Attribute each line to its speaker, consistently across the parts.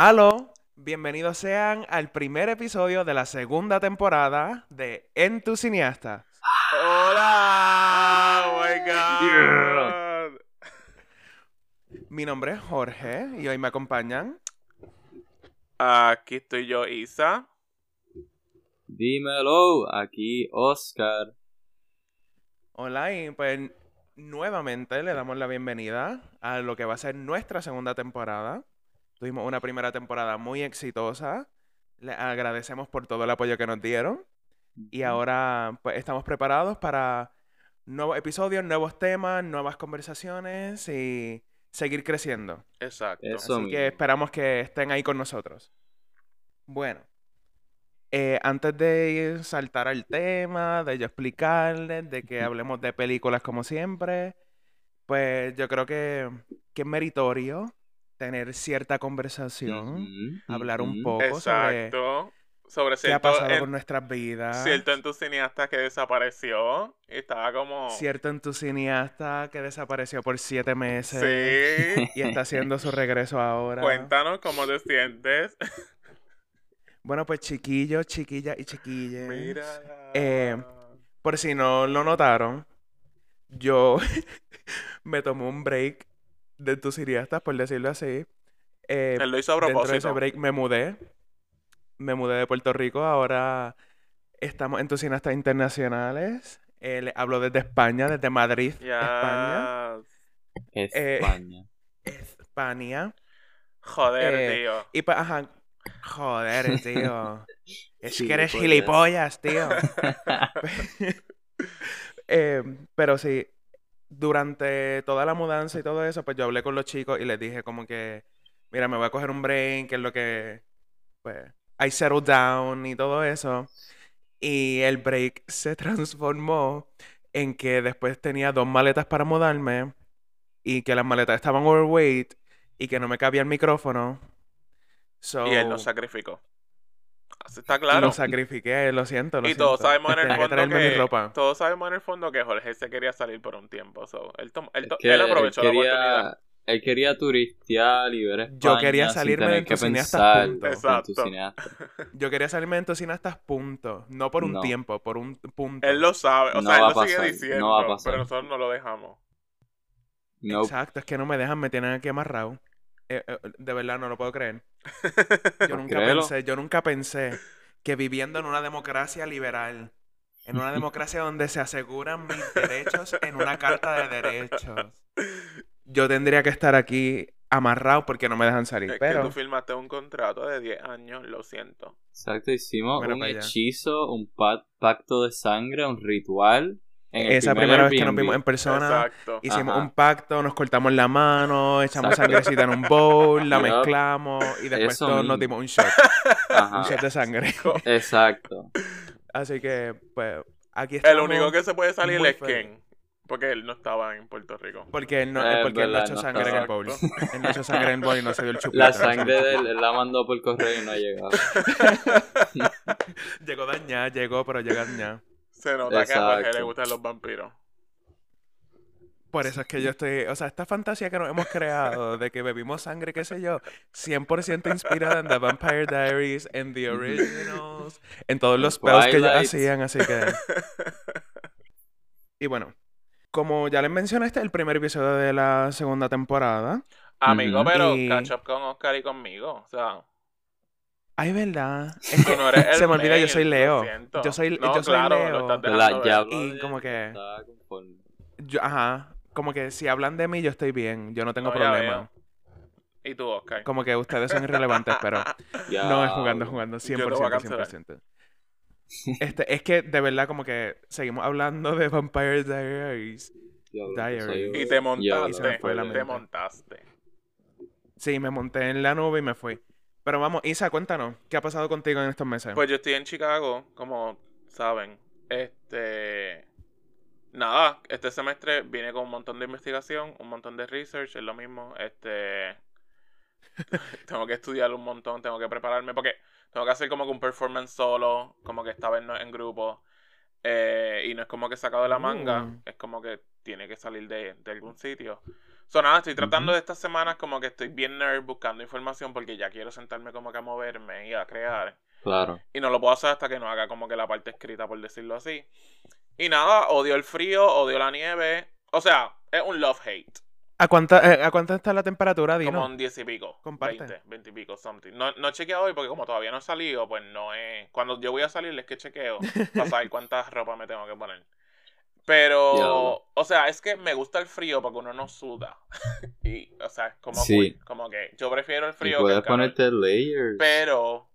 Speaker 1: Aló, bienvenidos sean al primer episodio de la segunda temporada de En tu cineasta. Ah,
Speaker 2: ¡Hola! ¡Oh, my
Speaker 1: God! Mi nombre es Jorge y hoy me acompañan.
Speaker 2: Aquí estoy yo, Isa.
Speaker 3: Dímelo, aquí Oscar.
Speaker 1: Hola, y pues nuevamente le damos la bienvenida a lo que va a ser nuestra segunda temporada. Tuvimos una primera temporada muy exitosa. Le agradecemos por todo el apoyo que nos dieron. Y ahora pues, estamos preparados para nuevos episodios, nuevos temas, nuevas conversaciones y seguir creciendo.
Speaker 2: Exacto.
Speaker 1: Así
Speaker 3: Eso. mismo.
Speaker 1: que esperamos que estén ahí con nosotros. Bueno, eh, antes de saltar al tema, de yo explicarles, de que hablemos de películas como siempre, pues yo creo que, que es meritorio tener cierta conversación,
Speaker 3: Ujú,
Speaker 1: hablar un
Speaker 3: ujú.
Speaker 1: poco sobre
Speaker 2: Exacto. Sobre
Speaker 1: qué ha
Speaker 2: cierto,
Speaker 1: pasado
Speaker 2: en-
Speaker 1: con nuestras vidas.
Speaker 2: cierto entusiasta que desapareció. Y estaba como.
Speaker 1: Cierto entusiasta que desapareció por siete meses
Speaker 2: Sí.
Speaker 1: y está haciendo su regreso ahora.
Speaker 2: Cuéntanos cómo te sientes.
Speaker 1: Bueno, pues chiquillos, chiquillas y chiquillas.
Speaker 2: Mira.
Speaker 1: Eh, Por si no lo notaron, yo me tomé un break de entusiastas, por decirlo así. Eh,
Speaker 2: Él lo hizo a
Speaker 1: dentro de ese
Speaker 2: propósito.
Speaker 1: break me mudé. Me mudé de Puerto Rico. Ahora estamos en entusiastas internacionales. Eh, les hablo desde España, desde Madrid, España.
Speaker 2: Ya.
Speaker 1: eh,
Speaker 3: España.
Speaker 1: España.
Speaker 2: Joder,
Speaker 1: Eh,
Speaker 2: tío.
Speaker 1: Y pues, ajá. Joder, tío. Es que eres
Speaker 3: Gilipollas.
Speaker 1: gilipollas, tío. Eh, pero sí, durante toda la mudanza y todo eso, pues yo hablé con los chicos y les dije como que, mira, me voy a coger un break, que es lo que, pues, I settled down y todo eso. Y el break se transformó en que después tenía dos maletas para mudarme y que las maletas estaban overweight y que no me cabía el micrófono. So,
Speaker 2: Y él nos sacrificó. Así está claro.
Speaker 1: Lo sacrifiqué, lo siento, lo
Speaker 2: Y todos
Speaker 1: siento.
Speaker 2: sabemos en el
Speaker 1: Tenía que
Speaker 2: fondo
Speaker 1: traerme mi
Speaker 2: que-
Speaker 1: ropa.
Speaker 2: Todos sabemos en el fondo que Jorge se quería salir por un tiempo. so, él, tom- él
Speaker 3: Es
Speaker 2: to-
Speaker 3: que
Speaker 2: él aprovechó
Speaker 3: él
Speaker 2: la
Speaker 3: quería,
Speaker 2: oportunidad.
Speaker 3: Él quería turistear y ver España
Speaker 1: Yo quería salirme
Speaker 3: sin
Speaker 1: de
Speaker 3: tener que
Speaker 1: entusiastas,
Speaker 3: pensar
Speaker 1: punto.
Speaker 3: en
Speaker 2: Exacto.
Speaker 3: entusiastas.
Speaker 1: Yo quería salirme de Entocinas punto. No por un
Speaker 3: No.
Speaker 1: tiempo, por un punto.
Speaker 2: Él lo sabe, o
Speaker 3: No
Speaker 2: sea, él
Speaker 3: va
Speaker 2: lo
Speaker 3: a pasar,
Speaker 2: sigue diciendo,
Speaker 3: no va a pasar.
Speaker 2: pero nosotros no lo dejamos.
Speaker 3: No,
Speaker 1: Exacto, es que no me dejan, me tienen aquí amarrado. Eh, eh, de verdad, no lo puedo creer. Yo nunca
Speaker 3: créelo.
Speaker 1: pensé, yo nunca pensé que viviendo en una democracia liberal, en una democracia donde se aseguran mis derechos en una carta de derechos, yo tendría que estar aquí amarrado porque no me dejan salir.
Speaker 2: es que
Speaker 1: Pero
Speaker 2: tú firmaste un contrato de 10 años, lo siento.
Speaker 3: exacto. Hicimos
Speaker 1: Mira
Speaker 3: un
Speaker 1: para allá.
Speaker 3: hechizo, un pa- pacto de sangre, un ritual. En el
Speaker 1: esa
Speaker 3: primer
Speaker 1: primera vez que nos
Speaker 3: Airbnb.
Speaker 1: vimos en persona,
Speaker 2: Exacto.
Speaker 1: Hicimos
Speaker 3: Ajá.
Speaker 1: un pacto, nos cortamos la mano, echamos
Speaker 3: Exacto.
Speaker 1: sangrecita en un bowl, la
Speaker 3: Yup.
Speaker 1: mezclamos y después
Speaker 3: Eso
Speaker 1: todos
Speaker 3: mismo.
Speaker 1: nos dimos un shot, un
Speaker 3: Ajá.
Speaker 1: shot de sangre.
Speaker 3: Exacto.
Speaker 1: Así que, pues, aquí estamos.
Speaker 2: El único que se puede salir
Speaker 1: muy
Speaker 2: es
Speaker 1: feliz.
Speaker 2: Ken, porque él no estaba en Puerto Rico.
Speaker 1: Porque él no,
Speaker 3: Eh,
Speaker 1: porque él no
Speaker 3: verdad,
Speaker 1: echó
Speaker 3: no
Speaker 1: sangre en el
Speaker 2: estaba.
Speaker 1: bowl. Él no echó sangre en el bowl y no se dio el chupito.
Speaker 3: La sangre de él, él la mandó por correo y no ha llegado.
Speaker 1: Llegó dañada, llegó, pero llegó dañada.
Speaker 2: Se nota que a Jorge
Speaker 3: Exacto.
Speaker 2: le gustan los vampiros.
Speaker 1: Por eso es que yo estoy... O sea, esta fantasía que nos hemos creado de que bebimos sangre, qué sé yo, 100% inspirada en The Vampire Diaries, en The Originals, en todos los spells que ellos
Speaker 3: Twilight.
Speaker 1: hacían, así que... Y bueno, como ya les mencioné, este es el primer episodio de la segunda temporada.
Speaker 2: Amigo,
Speaker 3: Ujú.
Speaker 2: pero
Speaker 1: Y-
Speaker 2: catch up con Oscar y conmigo. O sea,
Speaker 1: Ay, ¿verdad?
Speaker 2: tú no eres
Speaker 1: Se
Speaker 2: el
Speaker 1: me olvida, yo
Speaker 2: main,
Speaker 1: soy
Speaker 2: lo
Speaker 1: Leo.
Speaker 2: siento.
Speaker 1: Yo soy-
Speaker 2: no,
Speaker 1: yo soy
Speaker 2: claro,
Speaker 1: Leo.
Speaker 2: Lo estás
Speaker 3: La-
Speaker 2: dejando
Speaker 3: ya
Speaker 2: ver.
Speaker 3: habló
Speaker 1: Y
Speaker 3: de
Speaker 1: como
Speaker 3: él,
Speaker 1: que-
Speaker 3: estaba conforme.
Speaker 1: Yo, ajá, como que si hablan de mí, yo estoy bien, yo no tengo
Speaker 2: No, ya
Speaker 1: problema.
Speaker 2: Y tú, Oscar.
Speaker 1: Como que ustedes son irrelevantes, pero no es jugando, es jugando,
Speaker 2: Yo te voy a
Speaker 1: 100%,
Speaker 2: cancelar.
Speaker 1: 100%. Este, es que de verdad como que seguimos hablando de Vampire Diaries.
Speaker 3: Diablo,
Speaker 1: Diary.
Speaker 3: soy un-
Speaker 1: Y
Speaker 3: Diablo,
Speaker 2: Y te
Speaker 1: se me
Speaker 2: montaste.
Speaker 1: fue la
Speaker 2: te
Speaker 1: mente.
Speaker 2: montaste.
Speaker 1: Sí, me monté en la nube y me fui. Pero vamos, Isa, cuéntanos, ¿qué ha pasado contigo en estos meses?
Speaker 2: Pues yo estoy en Chicago, como saben. Este. Nada, este semestre viene con un montón de investigación, un montón de research, es lo mismo. Este. tengo que estudiar un montón, tengo que prepararme, porque tengo que hacer como que un performance solo, como que esta vez no es en grupo. eh, y no es como que sacado de la manga,
Speaker 1: Mm.
Speaker 2: es como que tiene que salir de, de algún sitio. So, nada, estoy tratando
Speaker 3: Ujú.
Speaker 2: de estas semanas como que estoy bien nerd buscando información porque ya quiero sentarme como que a moverme y a crear.
Speaker 3: Claro.
Speaker 2: Y no lo puedo hacer hasta que no haga como que la parte escrita, por decirlo así. Y nada, odio el frío, odio la nieve. O sea, es un love-hate.
Speaker 1: ¿A cuánta, eh, ¿A cuánta está la temperatura,
Speaker 2: Como
Speaker 1: Dino?
Speaker 2: un 10 y pico.
Speaker 1: Comparte.
Speaker 2: 20, 20 y pico, something. No, no chequeo hoy porque como todavía no he salido, pues no es... Cuando yo voy a salir es que chequeo para saber cuántas ropas me tengo que poner. Pero,
Speaker 3: Diablo.
Speaker 2: o sea, es que me gusta el frío porque uno no suda. y, o sea, es como,
Speaker 3: Sí.
Speaker 2: cool, como que yo prefiero el
Speaker 3: y
Speaker 2: frío que el
Speaker 3: puedes
Speaker 2: calor.
Speaker 3: ponerte layers.
Speaker 2: Pero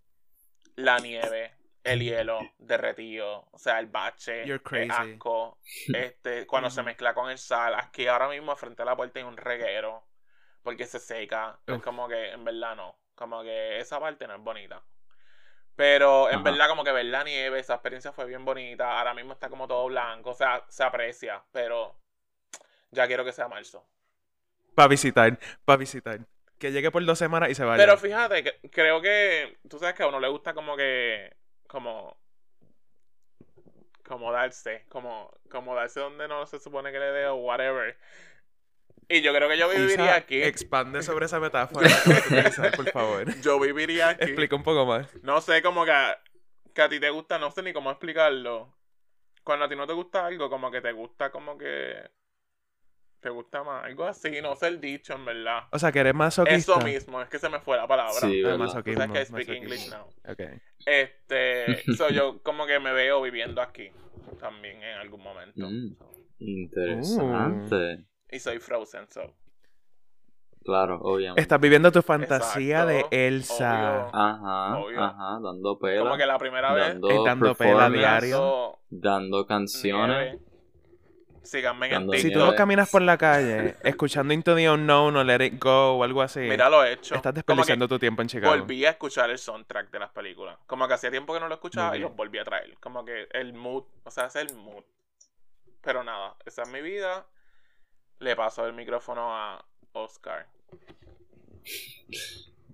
Speaker 2: la nieve, el hielo derretido, o sea, el bache,
Speaker 1: You're
Speaker 2: el
Speaker 1: crazy.
Speaker 2: asco, este, cuando se
Speaker 1: Ujú.
Speaker 2: mezcla con el sal, aquí ahora mismo frente a la puerta hay un reguero porque se seca, es
Speaker 1: Uf.
Speaker 2: como que en verdad no, como que esa parte no es bonita. Pero en
Speaker 3: Ajá.
Speaker 2: verdad como que ver la nieve, esa experiencia fue bien bonita, ahora mismo está como todo blanco, o sea, se aprecia, pero ya quiero que sea marzo.
Speaker 1: Para visitar, para visitar. Que llegue por dos semanas y se vaya.
Speaker 2: Pero fíjate, que- creo que tú sabes que a uno le gusta como que como como darse, como como darse donde no se supone que le dé o whatever. Y yo creo que yo viviría
Speaker 1: Isa,
Speaker 2: aquí.
Speaker 1: Expande sobre esa metáfora que vas a utilizar, por favor.
Speaker 2: Yo viviría aquí.
Speaker 1: Explica un poco más.
Speaker 2: No sé como que a, que a ti te gusta, no sé ni cómo explicarlo. Cuando a ti no te gusta algo, como que te gusta como que te gusta más, algo así, no sé el dicho en verdad.
Speaker 1: O sea, que eres masoquista.
Speaker 2: Eso mismo, es que se me fue la palabra.
Speaker 3: Sí,
Speaker 1: Ah,
Speaker 3: ¿verdad?
Speaker 2: Tú sabes
Speaker 1: masoquismo.
Speaker 2: que I speak
Speaker 1: masoquismo.
Speaker 2: English now.
Speaker 1: Ok.
Speaker 2: Este, so yo como que me veo viviendo aquí también en algún momento.
Speaker 3: Mm.
Speaker 2: So,
Speaker 3: Interesante.
Speaker 1: Mm.
Speaker 2: Y soy Frozen, so.
Speaker 3: Claro, obviamente.
Speaker 1: Estás viviendo tu fantasía
Speaker 2: Exacto,
Speaker 1: de Elsa.
Speaker 2: obvio.
Speaker 3: Ajá,
Speaker 2: Obvio.
Speaker 3: ajá, dando pela.
Speaker 2: Como que la primera vez
Speaker 3: dando,
Speaker 1: Eh, dando pela
Speaker 3: performance,
Speaker 1: diario.
Speaker 2: lanzo
Speaker 3: Dando canciones.
Speaker 2: nieve. Síganme en
Speaker 3: Dando
Speaker 2: TikTok.
Speaker 1: Si tú
Speaker 3: Nieve.
Speaker 1: no caminas por la calle escuchando Into the Unknown o Let It Go o algo así,
Speaker 2: Mira lo he hecho.
Speaker 1: estás
Speaker 2: Como que
Speaker 1: desperdiciando tu tiempo en Chicago.
Speaker 2: volví a escuchar el soundtrack de las películas. Como que hacía tiempo que no lo escuchaba
Speaker 1: Muy
Speaker 2: y
Speaker 1: bien.
Speaker 2: los volví a traer. Como que el mood, o sea, es el mood. Pero nada, esa es mi vida. Le paso el micrófono a Oscar.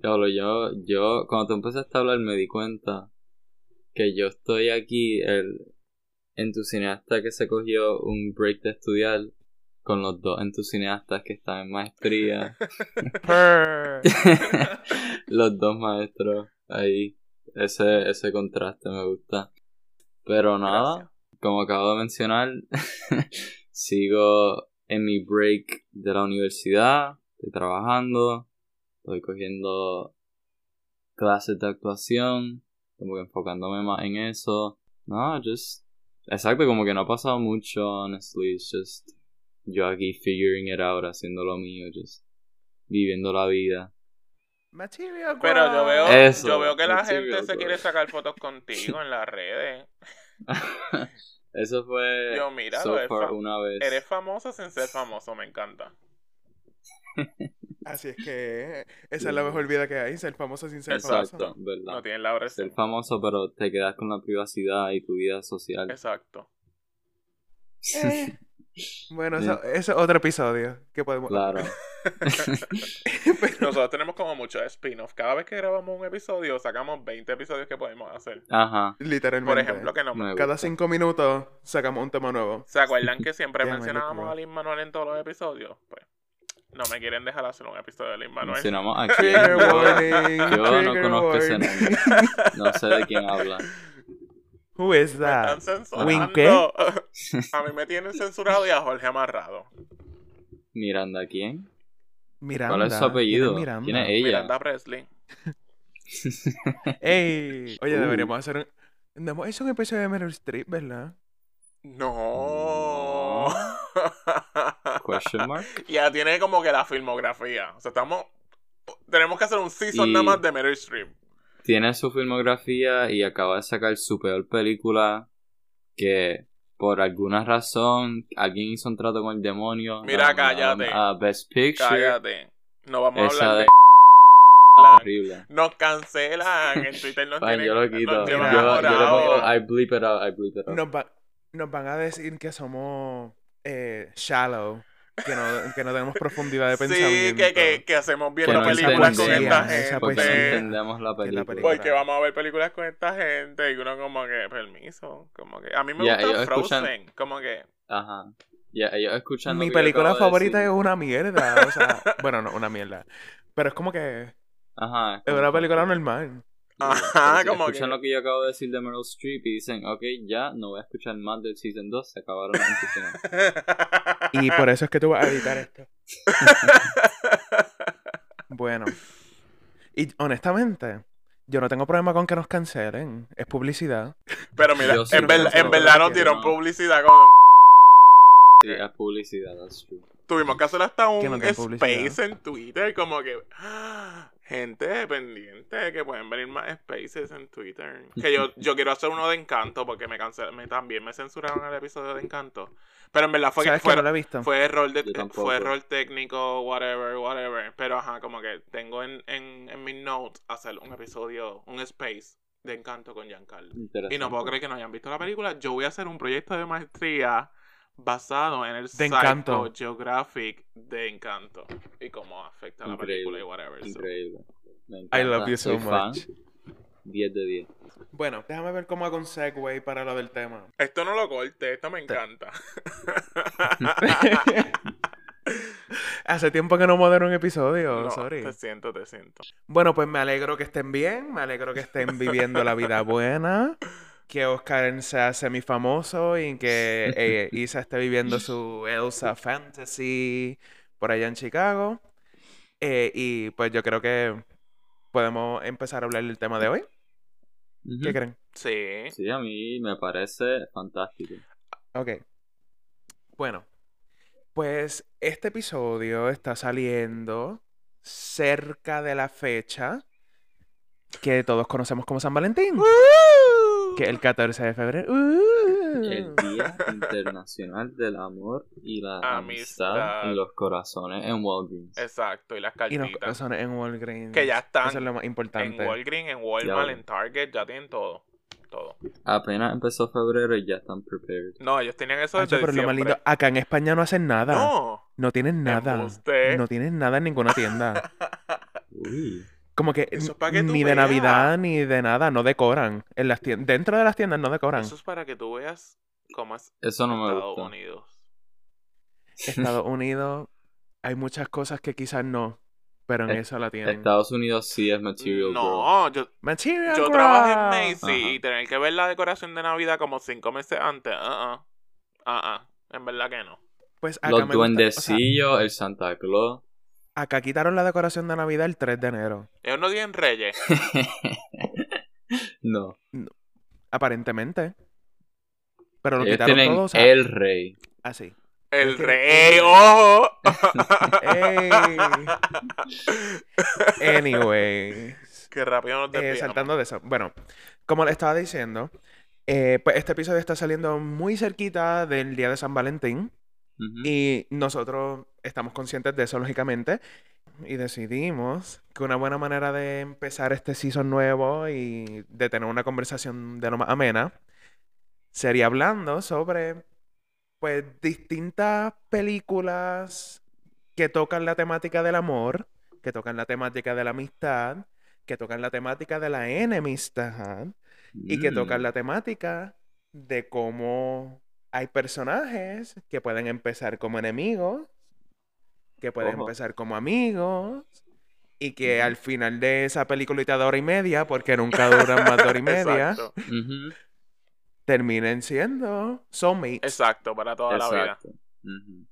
Speaker 3: Diablo, yo, yo, cuando tú empezaste a hablar me di cuenta que yo estoy aquí, el entusiasta que se cogió un break de estudiar con los dos entusiastas que están en maestría.
Speaker 1: Purr.
Speaker 3: los dos maestros ahí. Ese, ese contraste me gusta. Pero nada,
Speaker 2: Gracias.
Speaker 3: como acabo de mencionar, sigo en mi break de la universidad, estoy trabajando, estoy cogiendo clases de actuación, como que enfocándome más en eso. No, just... Exacto, como que no ha pasado mucho, honestly, it's just yo aquí figuring it out, haciendo lo mío, just viviendo la vida.
Speaker 1: Material
Speaker 2: Pero yo veo,
Speaker 1: girl.
Speaker 3: Eso,
Speaker 2: yo veo que la
Speaker 3: sí,
Speaker 2: gente
Speaker 3: veo
Speaker 2: se
Speaker 3: todo.
Speaker 2: quiere sacar fotos contigo en las redes.
Speaker 3: eso fue
Speaker 2: Yo, mira,
Speaker 3: so
Speaker 2: lo de
Speaker 3: far
Speaker 2: fa-
Speaker 3: una vez.
Speaker 2: Eres famoso sin ser famoso, me encanta.
Speaker 1: Así es que esa es la mejor vida que hay, ser famoso sin ser
Speaker 3: Exacto,
Speaker 1: famoso.
Speaker 3: verdad.
Speaker 2: No tienes la
Speaker 3: Ser
Speaker 2: versión.
Speaker 3: famoso, pero te quedas con la privacidad y tu vida social.
Speaker 2: Exacto.
Speaker 1: Eh. Bueno, eso, eso es otro episodio que podemos...
Speaker 3: claro.
Speaker 1: Pero-
Speaker 2: Nosotros tenemos como muchos spin-offs. Cada vez que grabamos un episodio, sacamos 20 episodios que podemos hacer.
Speaker 3: Ajá.
Speaker 1: literalmente.
Speaker 2: Por ejemplo, que no
Speaker 3: me
Speaker 1: Cada
Speaker 3: gusta.
Speaker 1: cinco minutos sacamos un tema nuevo.
Speaker 2: ¿Se acuerdan que siempre
Speaker 1: Damn, I look
Speaker 2: mencionábamos
Speaker 1: rough.
Speaker 2: a Lin Manuel en todos los episodios? Pues no me quieren dejar hacer un episodio de Lin Manuel.
Speaker 3: Mencionamos a quién.
Speaker 1: Trigger
Speaker 3: Yo,
Speaker 1: warning.
Speaker 3: yo no
Speaker 1: trigger
Speaker 3: conozco ese
Speaker 1: warning.
Speaker 3: nombre. No sé de quién habla.
Speaker 1: Who is
Speaker 2: Me
Speaker 1: that?
Speaker 2: están censurando.
Speaker 1: Winque.
Speaker 2: A mí me tienen censurado y a Jorge amarrado.
Speaker 3: Miranda, ¿quién?
Speaker 1: Miranda.
Speaker 3: ¿Cuál es su apellido?
Speaker 1: ¿Quién es
Speaker 3: ¿Quién es
Speaker 1: Miranda?
Speaker 3: ella?
Speaker 2: Miranda Presley.
Speaker 1: Ey, Oye,
Speaker 3: Uh.
Speaker 1: deberíamos hacer un... No hemos hecho un episodio de Meryl Streep, ¿verdad?
Speaker 2: No.
Speaker 3: Question mark.
Speaker 2: ya tiene como que la filmografía. O sea, estamos. Tenemos que hacer un season
Speaker 3: Y-
Speaker 2: nada más de Meryl Streep.
Speaker 3: Tiene su filmografía y acaba de sacar su peor película que por alguna razón alguien hizo un trato con el demonio. La
Speaker 2: Mira,
Speaker 3: mandaron
Speaker 2: cállate.
Speaker 3: A Best Picture.
Speaker 2: Cállate. No vamos a
Speaker 3: Esa
Speaker 2: hablar
Speaker 3: de...
Speaker 2: de.
Speaker 3: Horrible.
Speaker 2: Nos cancelan. En Twitter nos
Speaker 3: Ay,
Speaker 2: tienen.
Speaker 3: yo lo quito.
Speaker 2: nos
Speaker 3: Yo, yo
Speaker 2: llevan
Speaker 1: lo-
Speaker 3: lo pongo.
Speaker 2: ahora.
Speaker 3: I bleep it out. I bleep it out.
Speaker 1: Nos, va- nos van a decir que somos eh, shallow, que no, que no tenemos profundidad de
Speaker 2: Sí,
Speaker 1: pensamiento.
Speaker 2: que, que, que hacemos bien
Speaker 1: Que
Speaker 2: las
Speaker 1: no
Speaker 2: películas con
Speaker 1: entendemos
Speaker 2: esta
Speaker 1: esa
Speaker 3: Porque
Speaker 1: poesía.
Speaker 3: no
Speaker 2: gente.
Speaker 3: entendemos la
Speaker 1: Que la
Speaker 3: película.
Speaker 1: película.
Speaker 2: Porque vamos a ver películas con esta gente y uno como que, permiso, como que... A mí me
Speaker 3: Ya,
Speaker 2: gusta
Speaker 3: ellos
Speaker 2: Frozen,
Speaker 3: escuchan-
Speaker 2: como que...
Speaker 3: Ajá. Ya, ellos escuchan lo
Speaker 1: Mi
Speaker 3: que yo
Speaker 1: película
Speaker 3: acabo de
Speaker 1: favorita es
Speaker 3: decir.
Speaker 1: una mierda. O sea, bueno, no, una mierda. Pero es como que es
Speaker 3: Ajá. Es
Speaker 1: una película normal.
Speaker 2: Ajá, Ah, como que.
Speaker 3: Este, Escuchan lo que yo acabo de decir de Meryl Streep y dicen, ok, ya, no voy a escuchar más del Season 2, se acabaron en Season
Speaker 1: Y por eso es que tú vas a editar esto. Bueno. Y honestamente, yo no tengo problema con que nos cancelen. Es publicidad.
Speaker 2: Pero mira,
Speaker 3: Yo sí,
Speaker 2: en, verdad-
Speaker 1: pero
Speaker 2: en verdad
Speaker 1: no
Speaker 2: nos dieron
Speaker 3: quiero.
Speaker 2: publicidad con.
Speaker 3: Sí, es publicidad, that's true.
Speaker 2: Tuvimos que hacer hasta un
Speaker 1: Que nos den publicidad.
Speaker 2: space en Twitter, como que. ah, Gente pendiente, que pueden venir más spaces en Twitter. Que yo, yo quiero hacer uno de encanto, porque me, cancel, me también me censuraron el episodio de encanto. Pero en verdad fue que
Speaker 1: ¿Sabes que
Speaker 2: fueron-
Speaker 1: no la he visto?
Speaker 2: Fue error, de,
Speaker 3: Yo tampoco.
Speaker 2: fue error técnico, whatever, whatever. Pero ajá, como que tengo en, en, en mis notes hacer un episodio, un space de encanto con Giancarlo.
Speaker 3: Interesante.
Speaker 2: Y no puedo creer que no hayan visto la película. Yo voy a hacer un proyecto de maestría basado en el
Speaker 1: Encanto.
Speaker 2: Geographic de Encanto. Y cómo afecta la
Speaker 3: Increíble.
Speaker 2: película y whatever. so.
Speaker 3: Increíble. Me encanta.
Speaker 1: I love you so
Speaker 3: soy fan.
Speaker 1: much.
Speaker 3: 10 de 10.
Speaker 1: Bueno, déjame ver cómo hago un segue para lo del tema.
Speaker 2: Esto no lo corte, esto me encanta.
Speaker 1: Hace tiempo que no modero un episodio,
Speaker 2: No,
Speaker 1: sorry.
Speaker 2: Te siento, te siento.
Speaker 1: Bueno, pues me alegro que estén bien, me alegro que estén viviendo la vida buena, que Oscar sea semifamoso y que eh, Isa esté viviendo su Elsa Fantasy por allá en Chicago. Eh, y pues yo creo que podemos empezar a hablar del tema de hoy. ¿Qué creen?
Speaker 2: Sí.
Speaker 3: Sí, a mí me parece fantástico.
Speaker 1: Ok. Bueno, pues este episodio está saliendo cerca de la fecha que todos conocemos como San Valentín, que es el 14 de febrero. ¡Uh!
Speaker 3: El Día Internacional del Amor y la
Speaker 2: Ah, Amistad.
Speaker 3: Amistad en los Corazones en Walgreens.
Speaker 2: Exacto, y las
Speaker 1: Y los
Speaker 2: cartitas.
Speaker 1: corazones en Walgreens.
Speaker 2: Que ya están
Speaker 1: Eso es lo más
Speaker 2: En
Speaker 1: importante.
Speaker 2: Walgreens, en Walmart,
Speaker 3: Ya.
Speaker 2: en Target, ya tienen todo. Todo.
Speaker 3: Apenas empezó febrero y ya están prepared.
Speaker 2: No, ellos tenían eso
Speaker 1: Hacho,
Speaker 2: desde
Speaker 1: pero lo más
Speaker 2: diciembre.
Speaker 1: lindo, acá en España no hacen nada.
Speaker 2: No.
Speaker 1: No tienen nada.
Speaker 2: Embuste.
Speaker 1: No tienen nada en ninguna tienda.
Speaker 3: Uy.
Speaker 1: Como que
Speaker 2: Eso es pa' que tú
Speaker 1: ni de
Speaker 2: veas.
Speaker 1: Navidad ni de nada, no decoran. En las tien- Dentro de las tiendas no decoran.
Speaker 2: Eso es para que tú veas cómo es
Speaker 3: Eso no me
Speaker 2: Estados
Speaker 3: gusta.
Speaker 2: Unidos.
Speaker 1: Estados Unidos hay muchas cosas que quizás no, pero en
Speaker 3: Eh,
Speaker 1: eso la tienen.
Speaker 3: Estados Unidos sí es material. girl.
Speaker 2: No, yo,
Speaker 1: Material
Speaker 2: yo
Speaker 1: Girl.
Speaker 2: trabajé en Macy's
Speaker 3: Ajá.
Speaker 2: y tener que ver la decoración de Navidad como cinco meses antes. Ah, ah. Ah, ah. En verdad que no.
Speaker 1: Pues acá me
Speaker 3: Los
Speaker 1: gusta- o sea,
Speaker 3: duendecillos, el Santa Claus.
Speaker 1: acá quitaron la decoración de Navidad el 3 de enero,
Speaker 2: Ellos no tienen reyes.
Speaker 3: no.
Speaker 1: aparentemente. Pero lo
Speaker 3: Ellos
Speaker 1: quitaron
Speaker 3: tienen
Speaker 1: todo, o sea,
Speaker 3: el rey.
Speaker 1: así.
Speaker 2: El
Speaker 1: tienen
Speaker 2: rey, ¡eh,
Speaker 1: reyes.
Speaker 2: ojo.
Speaker 1: Ey. Anyways.
Speaker 2: Qué rápido nos
Speaker 1: Eh,
Speaker 2: desviamos.
Speaker 1: saltando de eso. Bueno, como le estaba diciendo, eh, pues este episodio está saliendo muy cerquita del día de San Valentín.
Speaker 3: Ujú.
Speaker 1: Y nosotros estamos conscientes de eso, lógicamente, y decidimos que una buena manera de empezar este season nuevo y de tener una conversación de lo más amena sería hablando sobre, pues, distintas películas que tocan la temática del amor, que tocan la temática de la amistad, que tocan la temática de la enemistad y que
Speaker 3: Mm.
Speaker 1: tocan la temática de cómo hay personajes que pueden empezar como enemigos, que pueden
Speaker 3: Ojo.
Speaker 1: empezar como amigos, y que
Speaker 3: Ujú.
Speaker 1: al final de esa peliculita de hora y media, porque nunca duran más de hora y media,
Speaker 2: Exacto.
Speaker 3: Ujú.
Speaker 1: terminen siendo soulmates.
Speaker 2: Exacto, para toda la vida.
Speaker 3: Exacto. Ujú.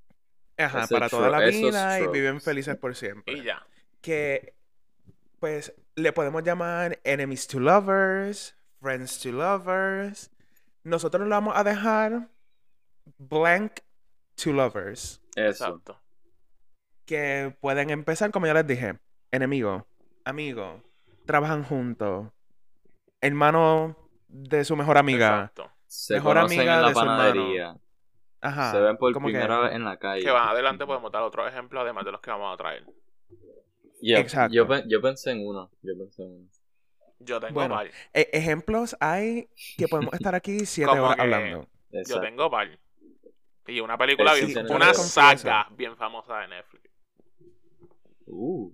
Speaker 1: Ajá,
Speaker 3: Ese
Speaker 1: para toda
Speaker 3: tro-
Speaker 1: la
Speaker 3: esos
Speaker 1: vida y
Speaker 3: tropes.
Speaker 1: viven felices por siempre.
Speaker 2: Y ya.
Speaker 1: que pues le podemos llamar enemies to lovers, friends to lovers. Nosotros lo vamos a dejar blank to lovers,
Speaker 3: Eso.
Speaker 2: Exacto.
Speaker 1: que pueden empezar como ya les dije, enemigo, amigo, trabajan juntos, hermano de su mejor amiga.
Speaker 2: Exacto.
Speaker 3: Se
Speaker 1: Mejor
Speaker 3: conocen
Speaker 1: amiga
Speaker 3: en la
Speaker 1: de su hermano.
Speaker 3: panadería.
Speaker 1: Ajá.
Speaker 3: Se ven por
Speaker 1: como que-
Speaker 3: primera vez en la calle.
Speaker 2: Que más adelante podemos dar otro ejemplo, además de los que vamos a traer.
Speaker 3: Yeah,
Speaker 1: Exacto.
Speaker 3: Yo, pe- yo pensé en uno. Yo pensé en uno.
Speaker 2: Yo tengo
Speaker 1: Bueno,
Speaker 2: par.
Speaker 1: e- ejemplos hay que podemos estar aquí siete
Speaker 2: Como
Speaker 1: horas
Speaker 2: que-
Speaker 1: hablando.
Speaker 2: Yo
Speaker 3: Exacto.
Speaker 2: tengo par. Y una película
Speaker 3: Sí,
Speaker 2: bien.
Speaker 3: tenemos
Speaker 2: una
Speaker 3: dos.
Speaker 2: saga bien famosa de Netflix.
Speaker 3: Uh.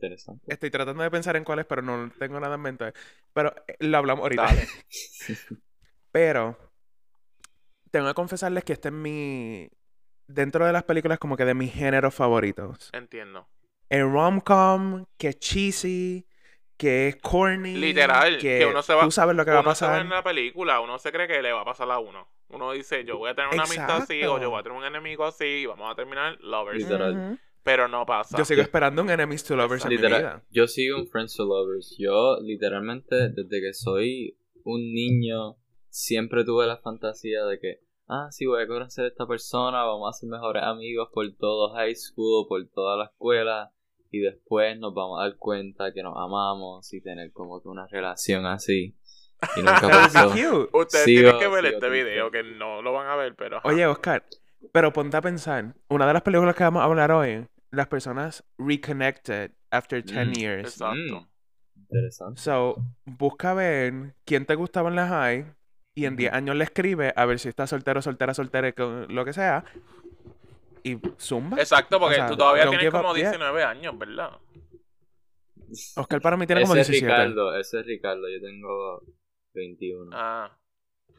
Speaker 3: Interesante.
Speaker 1: Estoy tratando de pensar en cuáles, pero no tengo nada en mente. Pero eh, lo hablamos ahorita.
Speaker 2: Dale.
Speaker 1: Pero tengo que confesarles que este es mi. Dentro de las películas, como que de mis géneros favoritos.
Speaker 2: Entiendo.
Speaker 1: El rom-com, que es cheesy, que es corny.
Speaker 2: Literal,
Speaker 1: Que,
Speaker 2: que uno se va-
Speaker 1: Tú sabes lo que va a
Speaker 2: Uno se ve
Speaker 1: pasar.
Speaker 2: en la película, uno se cree que le va a pasar a uno. Uno dice, yo voy a tener una amistad así, o
Speaker 1: Exacto.
Speaker 2: yo voy a tener un enemigo así, y vamos a terminar lovers.
Speaker 3: Literal.
Speaker 1: Ujú.
Speaker 2: Pero no pasa.
Speaker 1: Yo sigo esperando un Enemies to Lovers en mi
Speaker 3: Literal.
Speaker 1: vida.
Speaker 3: Yo sigo un Friends to Lovers. Yo, literalmente, desde que soy un niño, siempre tuve la fantasía de que, ah, sí, voy a conocer a esta persona, vamos a ser mejores amigos por todo high school, por toda la escuela, y después nos vamos a dar cuenta que nos amamos y tener como que una relación así. Y nunca
Speaker 1: That
Speaker 3: pasó.
Speaker 1: would be cute.
Speaker 2: Ustedes
Speaker 3: Sigo-
Speaker 2: tienen que ver
Speaker 3: sigo
Speaker 2: este
Speaker 3: triste.
Speaker 2: video, que no lo van a ver, pero... ajá.
Speaker 1: Oye, Oscar, pero ponte a pensar. Una de las películas que vamos a hablar hoy, las personas reconnected after 10
Speaker 3: Mm.
Speaker 1: years.
Speaker 2: Exacto.
Speaker 3: Mm, interesante.
Speaker 1: So, busca ver quién te gustaba en la high y en 10 años le escribe a ver si está soltero, soltera, soltera, con lo que sea. Y zumba.
Speaker 2: Exacto, porque
Speaker 1: O sea,
Speaker 2: tú todavía
Speaker 1: don't
Speaker 2: tienes
Speaker 1: give up
Speaker 2: como
Speaker 1: yet.
Speaker 2: 19 años, ¿verdad?
Speaker 1: Oscar para mí tiene como
Speaker 3: ese es
Speaker 1: 17.
Speaker 3: Ricardo, ese es Ricardo, yo tengo 21.
Speaker 2: Ah.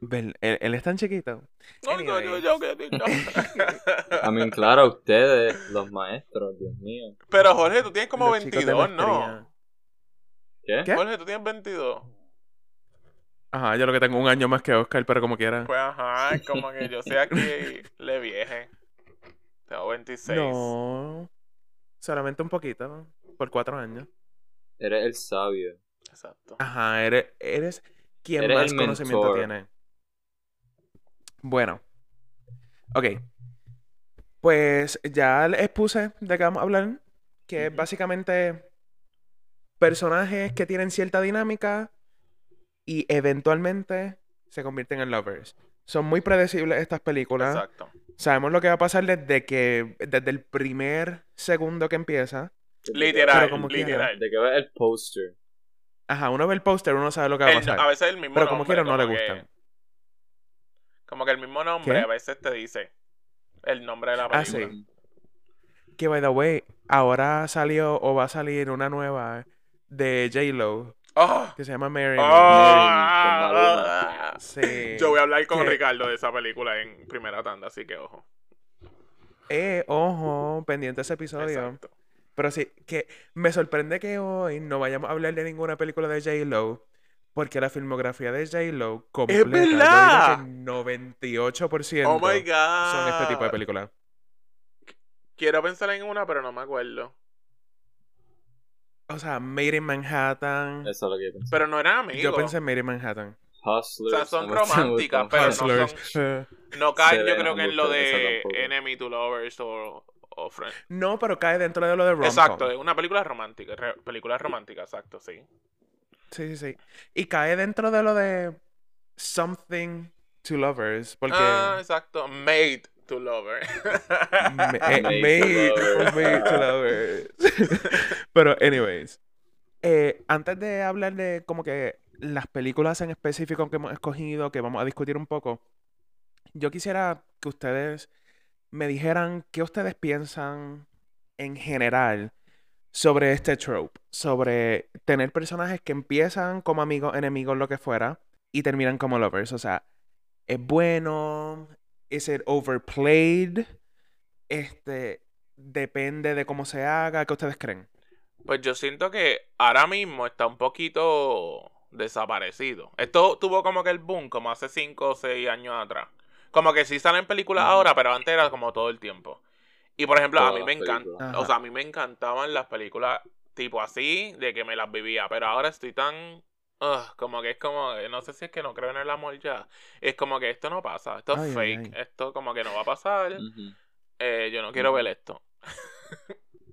Speaker 1: Ven, él, él es tan chiquito.
Speaker 2: No, no,
Speaker 1: Anyway.
Speaker 2: yo- yo- yo- yo-
Speaker 3: A mí, claro, ustedes, los maestros, Dios mío.
Speaker 2: Pero Jorge, tú tienes como
Speaker 1: Los chicos de
Speaker 2: 22,
Speaker 1: maestría.
Speaker 2: ¿no?
Speaker 3: ¿Qué?
Speaker 1: ¿Qué?
Speaker 2: Jorge, tú tienes 22.
Speaker 1: Ajá, yo lo que tengo un año más que Oscar, pero como quiera.
Speaker 2: Pues ajá, es como que yo soy aquí le vieje. Tengo 26.
Speaker 1: No. Solamente un poquito, ¿no? por cuatro años.
Speaker 3: Eres el sabio.
Speaker 2: Exacto.
Speaker 1: Ajá, eres, eres quien
Speaker 3: Eres
Speaker 1: más
Speaker 3: el
Speaker 1: conocimiento
Speaker 3: mentor.
Speaker 1: tiene. Bueno. Ok. Pues ya les puse de qué vamos a hablar, que es
Speaker 3: Ujú.
Speaker 1: básicamente personajes que tienen cierta dinámica y eventualmente se convierten en lovers. Son muy predecibles estas películas.
Speaker 2: Exacto.
Speaker 1: Sabemos lo que va a pasar desde que, desde el primer segundo que empieza.
Speaker 2: Literal,
Speaker 1: Pero como quiera.
Speaker 2: literal.
Speaker 3: De que ves el póster.
Speaker 1: Ajá, uno ve el póster, uno sabe lo que va a
Speaker 2: El-
Speaker 1: pasar.
Speaker 2: a veces el mismo
Speaker 1: pero como
Speaker 2: nombre,
Speaker 1: quiera no le
Speaker 2: como que-
Speaker 1: gustan.
Speaker 2: Como que el mismo nombre
Speaker 1: ¿Qué?
Speaker 2: a veces te dice el nombre de la
Speaker 1: Ah,
Speaker 2: película.
Speaker 1: sí. Que by the way, ahora salió o va a salir una nueva de J-Lo
Speaker 2: ¡Ah!
Speaker 1: que se llama Mary.
Speaker 2: ¡Ah!
Speaker 3: Mary,
Speaker 1: Sí.
Speaker 2: Yo voy a hablar con
Speaker 1: Que-
Speaker 2: Ricardo de esa película en primera tanda, así que ojo.
Speaker 1: Eh, ojo, pendiente ese episodio.
Speaker 2: Exacto.
Speaker 1: Pero sí, que me sorprende que hoy no vayamos a hablar de ninguna película de J-Lo, porque la filmografía de J-Lo completa, yo diría
Speaker 2: verdad!
Speaker 1: que 98%
Speaker 2: Oh my god.
Speaker 1: son este tipo de películas.
Speaker 2: Quiero pensar en una, pero no me acuerdo.
Speaker 1: O sea, Made in Manhattan.
Speaker 3: Eso es lo que yo pensé.
Speaker 2: Pero no eran amigos.
Speaker 1: Yo pensé en Made in Manhattan.
Speaker 3: Hustlers.
Speaker 2: O sea, son
Speaker 3: no me gustan
Speaker 2: románticas,
Speaker 3: mucho.
Speaker 2: pero no
Speaker 1: Hustlers. Eh,
Speaker 2: No caen,
Speaker 3: Se
Speaker 2: yo
Speaker 3: ve,
Speaker 2: creo
Speaker 3: no
Speaker 2: que
Speaker 3: me
Speaker 2: en lo
Speaker 3: gusta esa
Speaker 2: de
Speaker 3: tampoco.
Speaker 2: Enemy to Lovers o, o Friends.
Speaker 1: No, pero cae dentro de lo de rom
Speaker 2: Exacto, es una película romántica. re- película romántica, exacto, sí.
Speaker 1: Sí, sí, sí. Y cae dentro de lo de Something to Lovers, porque
Speaker 2: Ah, exacto. Made to Lover.
Speaker 1: me- eh,
Speaker 3: Made to
Speaker 1: made,
Speaker 3: lovers.
Speaker 1: made to lovers. Pero, anyways, eh, antes de hablar de como que las películas en específico que hemos escogido, que vamos a discutir un poco, yo quisiera que ustedes me dijeran qué ustedes piensan en general sobre este trope, sobre tener personajes que empiezan como amigos, enemigos, lo que fuera, y terminan como lovers. O sea, ¿es bueno? ¿Es it overplayed? Este, depende de cómo se haga, ¿qué ustedes creen?
Speaker 2: Pues yo siento que ahora mismo está un poquito desaparecido. Esto tuvo como que el boom, como hace 5 o 6 años atrás. Como que sí salen películas
Speaker 1: Mm.
Speaker 3: Ujú.
Speaker 2: ahora, pero antes era como todo el tiempo. Y por ejemplo, a
Speaker 3: Todas
Speaker 2: mí me
Speaker 3: las
Speaker 2: encanta.
Speaker 3: películas.
Speaker 1: Ajá.
Speaker 2: O sea, a mí me encantaban las películas tipo así, de que me las vivía. Pero ahora estoy tan. ugh, como que es como. No sé si es que no creo en el amor ya. Es como que esto no pasa. Esto es
Speaker 1: Ay, ay,
Speaker 2: fake.
Speaker 1: ay.
Speaker 2: Esto como que no va a pasar.
Speaker 3: Ujú.
Speaker 2: Eh, yo no quiero
Speaker 3: Ujú.
Speaker 2: ver esto.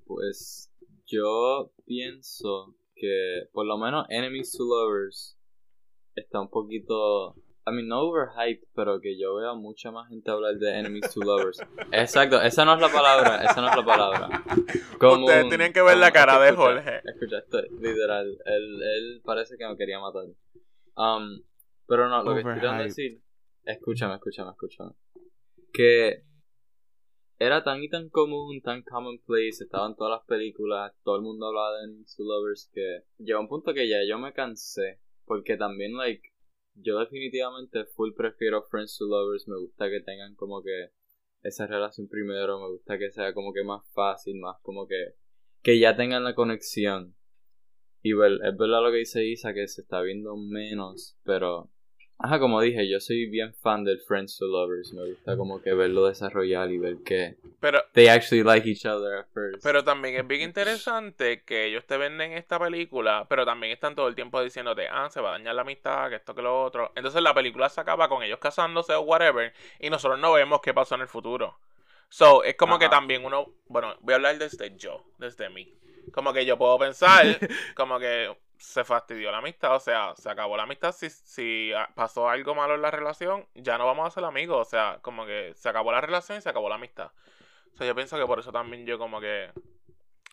Speaker 3: Pues yo pienso que por lo menos Enemies to Lovers está un poquito... I mean, no overhyped, pero que yo veo a mucha más gente hablar de Enemies to Lovers. Exacto, esa no es la palabra, esa no es la palabra. Como
Speaker 2: Ustedes
Speaker 3: un-
Speaker 2: tienen que ver la
Speaker 3: como-
Speaker 2: cara de
Speaker 3: escucha,
Speaker 2: Jorge.
Speaker 3: Escucha, esto literal. Él, él parece que me quería matar. Um, pero no, lo que estoy tratando de
Speaker 1: Overhyped.
Speaker 3: decir. Escúchame, escúchame, escúchame. Que era tan y tan común, tan commonplace, estaba en todas las películas, todo el mundo hablaba de Enemies to Lovers, que llegó un punto que ya yo me cansé. Porque también, like, yo definitivamente full prefiero Friends to Lovers, me gusta que tengan como que esa relación primero, me gusta que sea como que más fácil, más como que que ya tengan la conexión. Y ver- es verdad lo que dice Isa, que se está viendo menos, pero... Ajá, como dije, yo soy bien fan del Friends to Lovers, me gusta como que verlo desarrollar y ver que
Speaker 2: Pero,
Speaker 3: they actually like each other at first.
Speaker 2: pero también es bien interesante que ellos te venden esta película, pero también están todo el tiempo diciéndote, ah, se va a dañar la amistad, que esto, que lo otro. Entonces la película se acaba con ellos casándose o whatever, y nosotros no vemos qué pasó en el futuro. So, es como que
Speaker 3: Ajá.
Speaker 2: también uno, bueno, voy a hablar desde yo, desde mí. Como que yo puedo pensar, como que se fastidió la amistad, o sea, se acabó la amistad. Si, si ah, pasó algo malo en la relación, ya no vamos a ser amigos, o sea, como que se acabó la relación y se acabó la amistad. O sea, yo pienso que por eso también yo como que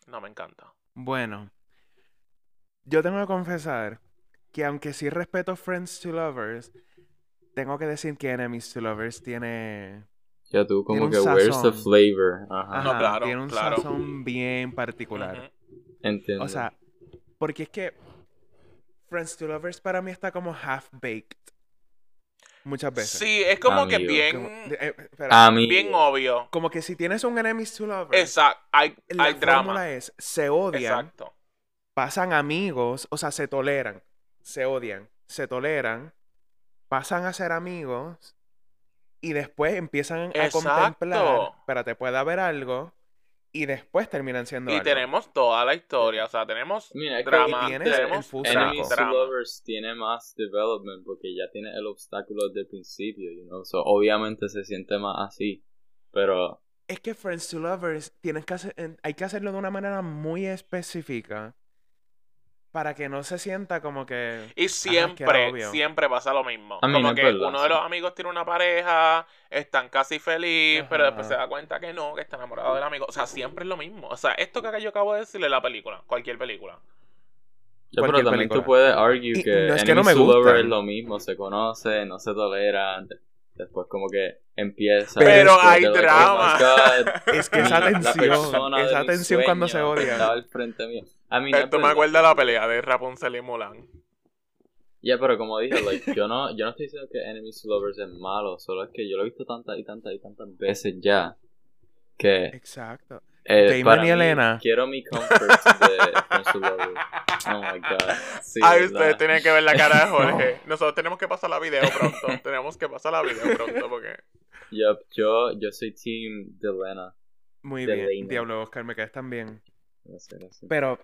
Speaker 2: no me encanta.
Speaker 1: Bueno, yo tengo que confesar que aunque sí respeto Friends to Lovers, tengo que decir que Enemies to Lovers tiene,
Speaker 3: Ya tú como
Speaker 1: Tiene un
Speaker 3: que, where's the
Speaker 1: sazón.
Speaker 3: flavor? Ajá,
Speaker 1: ajá,
Speaker 2: Ah, claro,
Speaker 1: tiene un
Speaker 2: claro.
Speaker 1: sazón bien particular.
Speaker 2: Ujú.
Speaker 3: entiendo.
Speaker 1: O sea, porque es que Friends to Lovers para mí está como half baked. Muchas veces.
Speaker 2: Sí, es como que
Speaker 3: Amigo.
Speaker 1: Como,
Speaker 2: bien,
Speaker 1: de- eh, espera.
Speaker 3: a mí...
Speaker 2: bien obvio.
Speaker 1: Como que si tienes un Enemies to Lovers,
Speaker 2: Exacto, hay,
Speaker 1: la
Speaker 2: hay
Speaker 1: fórmula
Speaker 2: drama.
Speaker 1: es ¿eh? se odian,
Speaker 2: Exacto.
Speaker 1: pasan amigos, o sea, se toleran, se odian, se toleran, pasan a ser amigos y después empiezan
Speaker 2: Exacto.
Speaker 1: a contemplar, espérate, puede haber algo y después terminan siendo
Speaker 2: Y
Speaker 1: algo.
Speaker 2: tenemos toda la historia, o sea, tenemos
Speaker 3: Mira, es que
Speaker 2: drama,
Speaker 1: tienes el
Speaker 2: tenemos
Speaker 1: full
Speaker 2: drama,
Speaker 3: Enemies to
Speaker 2: drama.
Speaker 3: Lovers tiene más development porque ya tiene el obstáculo desde el principio, you know? so, obviamente se siente más así, pero
Speaker 1: Es que Friends to Lovers tienes que hacer- en- hay que hacerlo de una manera muy específica para que no se sienta como que
Speaker 2: Y
Speaker 1: era
Speaker 2: siempre,
Speaker 1: obvio.
Speaker 2: siempre pasa lo mismo.
Speaker 3: I mean,
Speaker 2: como
Speaker 3: es
Speaker 2: que
Speaker 3: verdad,
Speaker 2: uno de los
Speaker 3: sí.
Speaker 2: amigos tiene una pareja, están casi feliz, pero
Speaker 1: Ajá.
Speaker 2: después se da cuenta que no, que está enamorado del amigo. O sea, siempre es lo mismo. O sea, esto que yo acabo de decirle la película, cualquier película.
Speaker 3: yo
Speaker 1: Cualquier
Speaker 3: pero también
Speaker 1: película.
Speaker 3: tú puedes argue
Speaker 1: Y-
Speaker 3: que
Speaker 1: no, es que no
Speaker 3: Enemies
Speaker 1: me
Speaker 3: to Lovers
Speaker 1: gustan.
Speaker 3: es lo mismo, se conoce, no se toleran, de- después como que empieza.
Speaker 1: Pero
Speaker 3: después
Speaker 2: hay
Speaker 3: de like,
Speaker 2: drama.
Speaker 3: oh my God,
Speaker 1: Es que esa
Speaker 3: la
Speaker 1: tensión,
Speaker 3: persona de
Speaker 1: esa
Speaker 3: mis
Speaker 1: tensión cuando se
Speaker 3: sueños
Speaker 1: odian.
Speaker 3: Estaba al frente mío. A mí
Speaker 2: Esto me acuerda la pelea de Rapunzel y Mulan.
Speaker 3: Ya, pero como dije, like, yo, no, yo no estoy diciendo que Enemies to Lovers es malo, solo es que yo lo he visto tantas y tantas y tantas veces ya. Que
Speaker 1: Exacto.
Speaker 3: eh,
Speaker 1: Damon
Speaker 3: para
Speaker 1: y
Speaker 3: mí,
Speaker 1: Elena.
Speaker 3: Quiero mi comfort de Friends to Lovers. Oh my god. Sí,
Speaker 2: Ay,
Speaker 3: ¿verdad?
Speaker 2: ustedes tienen que ver la cara de Jorge. Nosotros tenemos que pasar la video pronto. tenemos que pasar la video pronto porque.
Speaker 3: Yup, yo, yo soy team de Elena.
Speaker 1: Muy
Speaker 3: de
Speaker 1: bien.
Speaker 3: Reina.
Speaker 1: Diablo, Oscar, me caes tan bien.
Speaker 3: Gracias, gracias.
Speaker 1: Pero,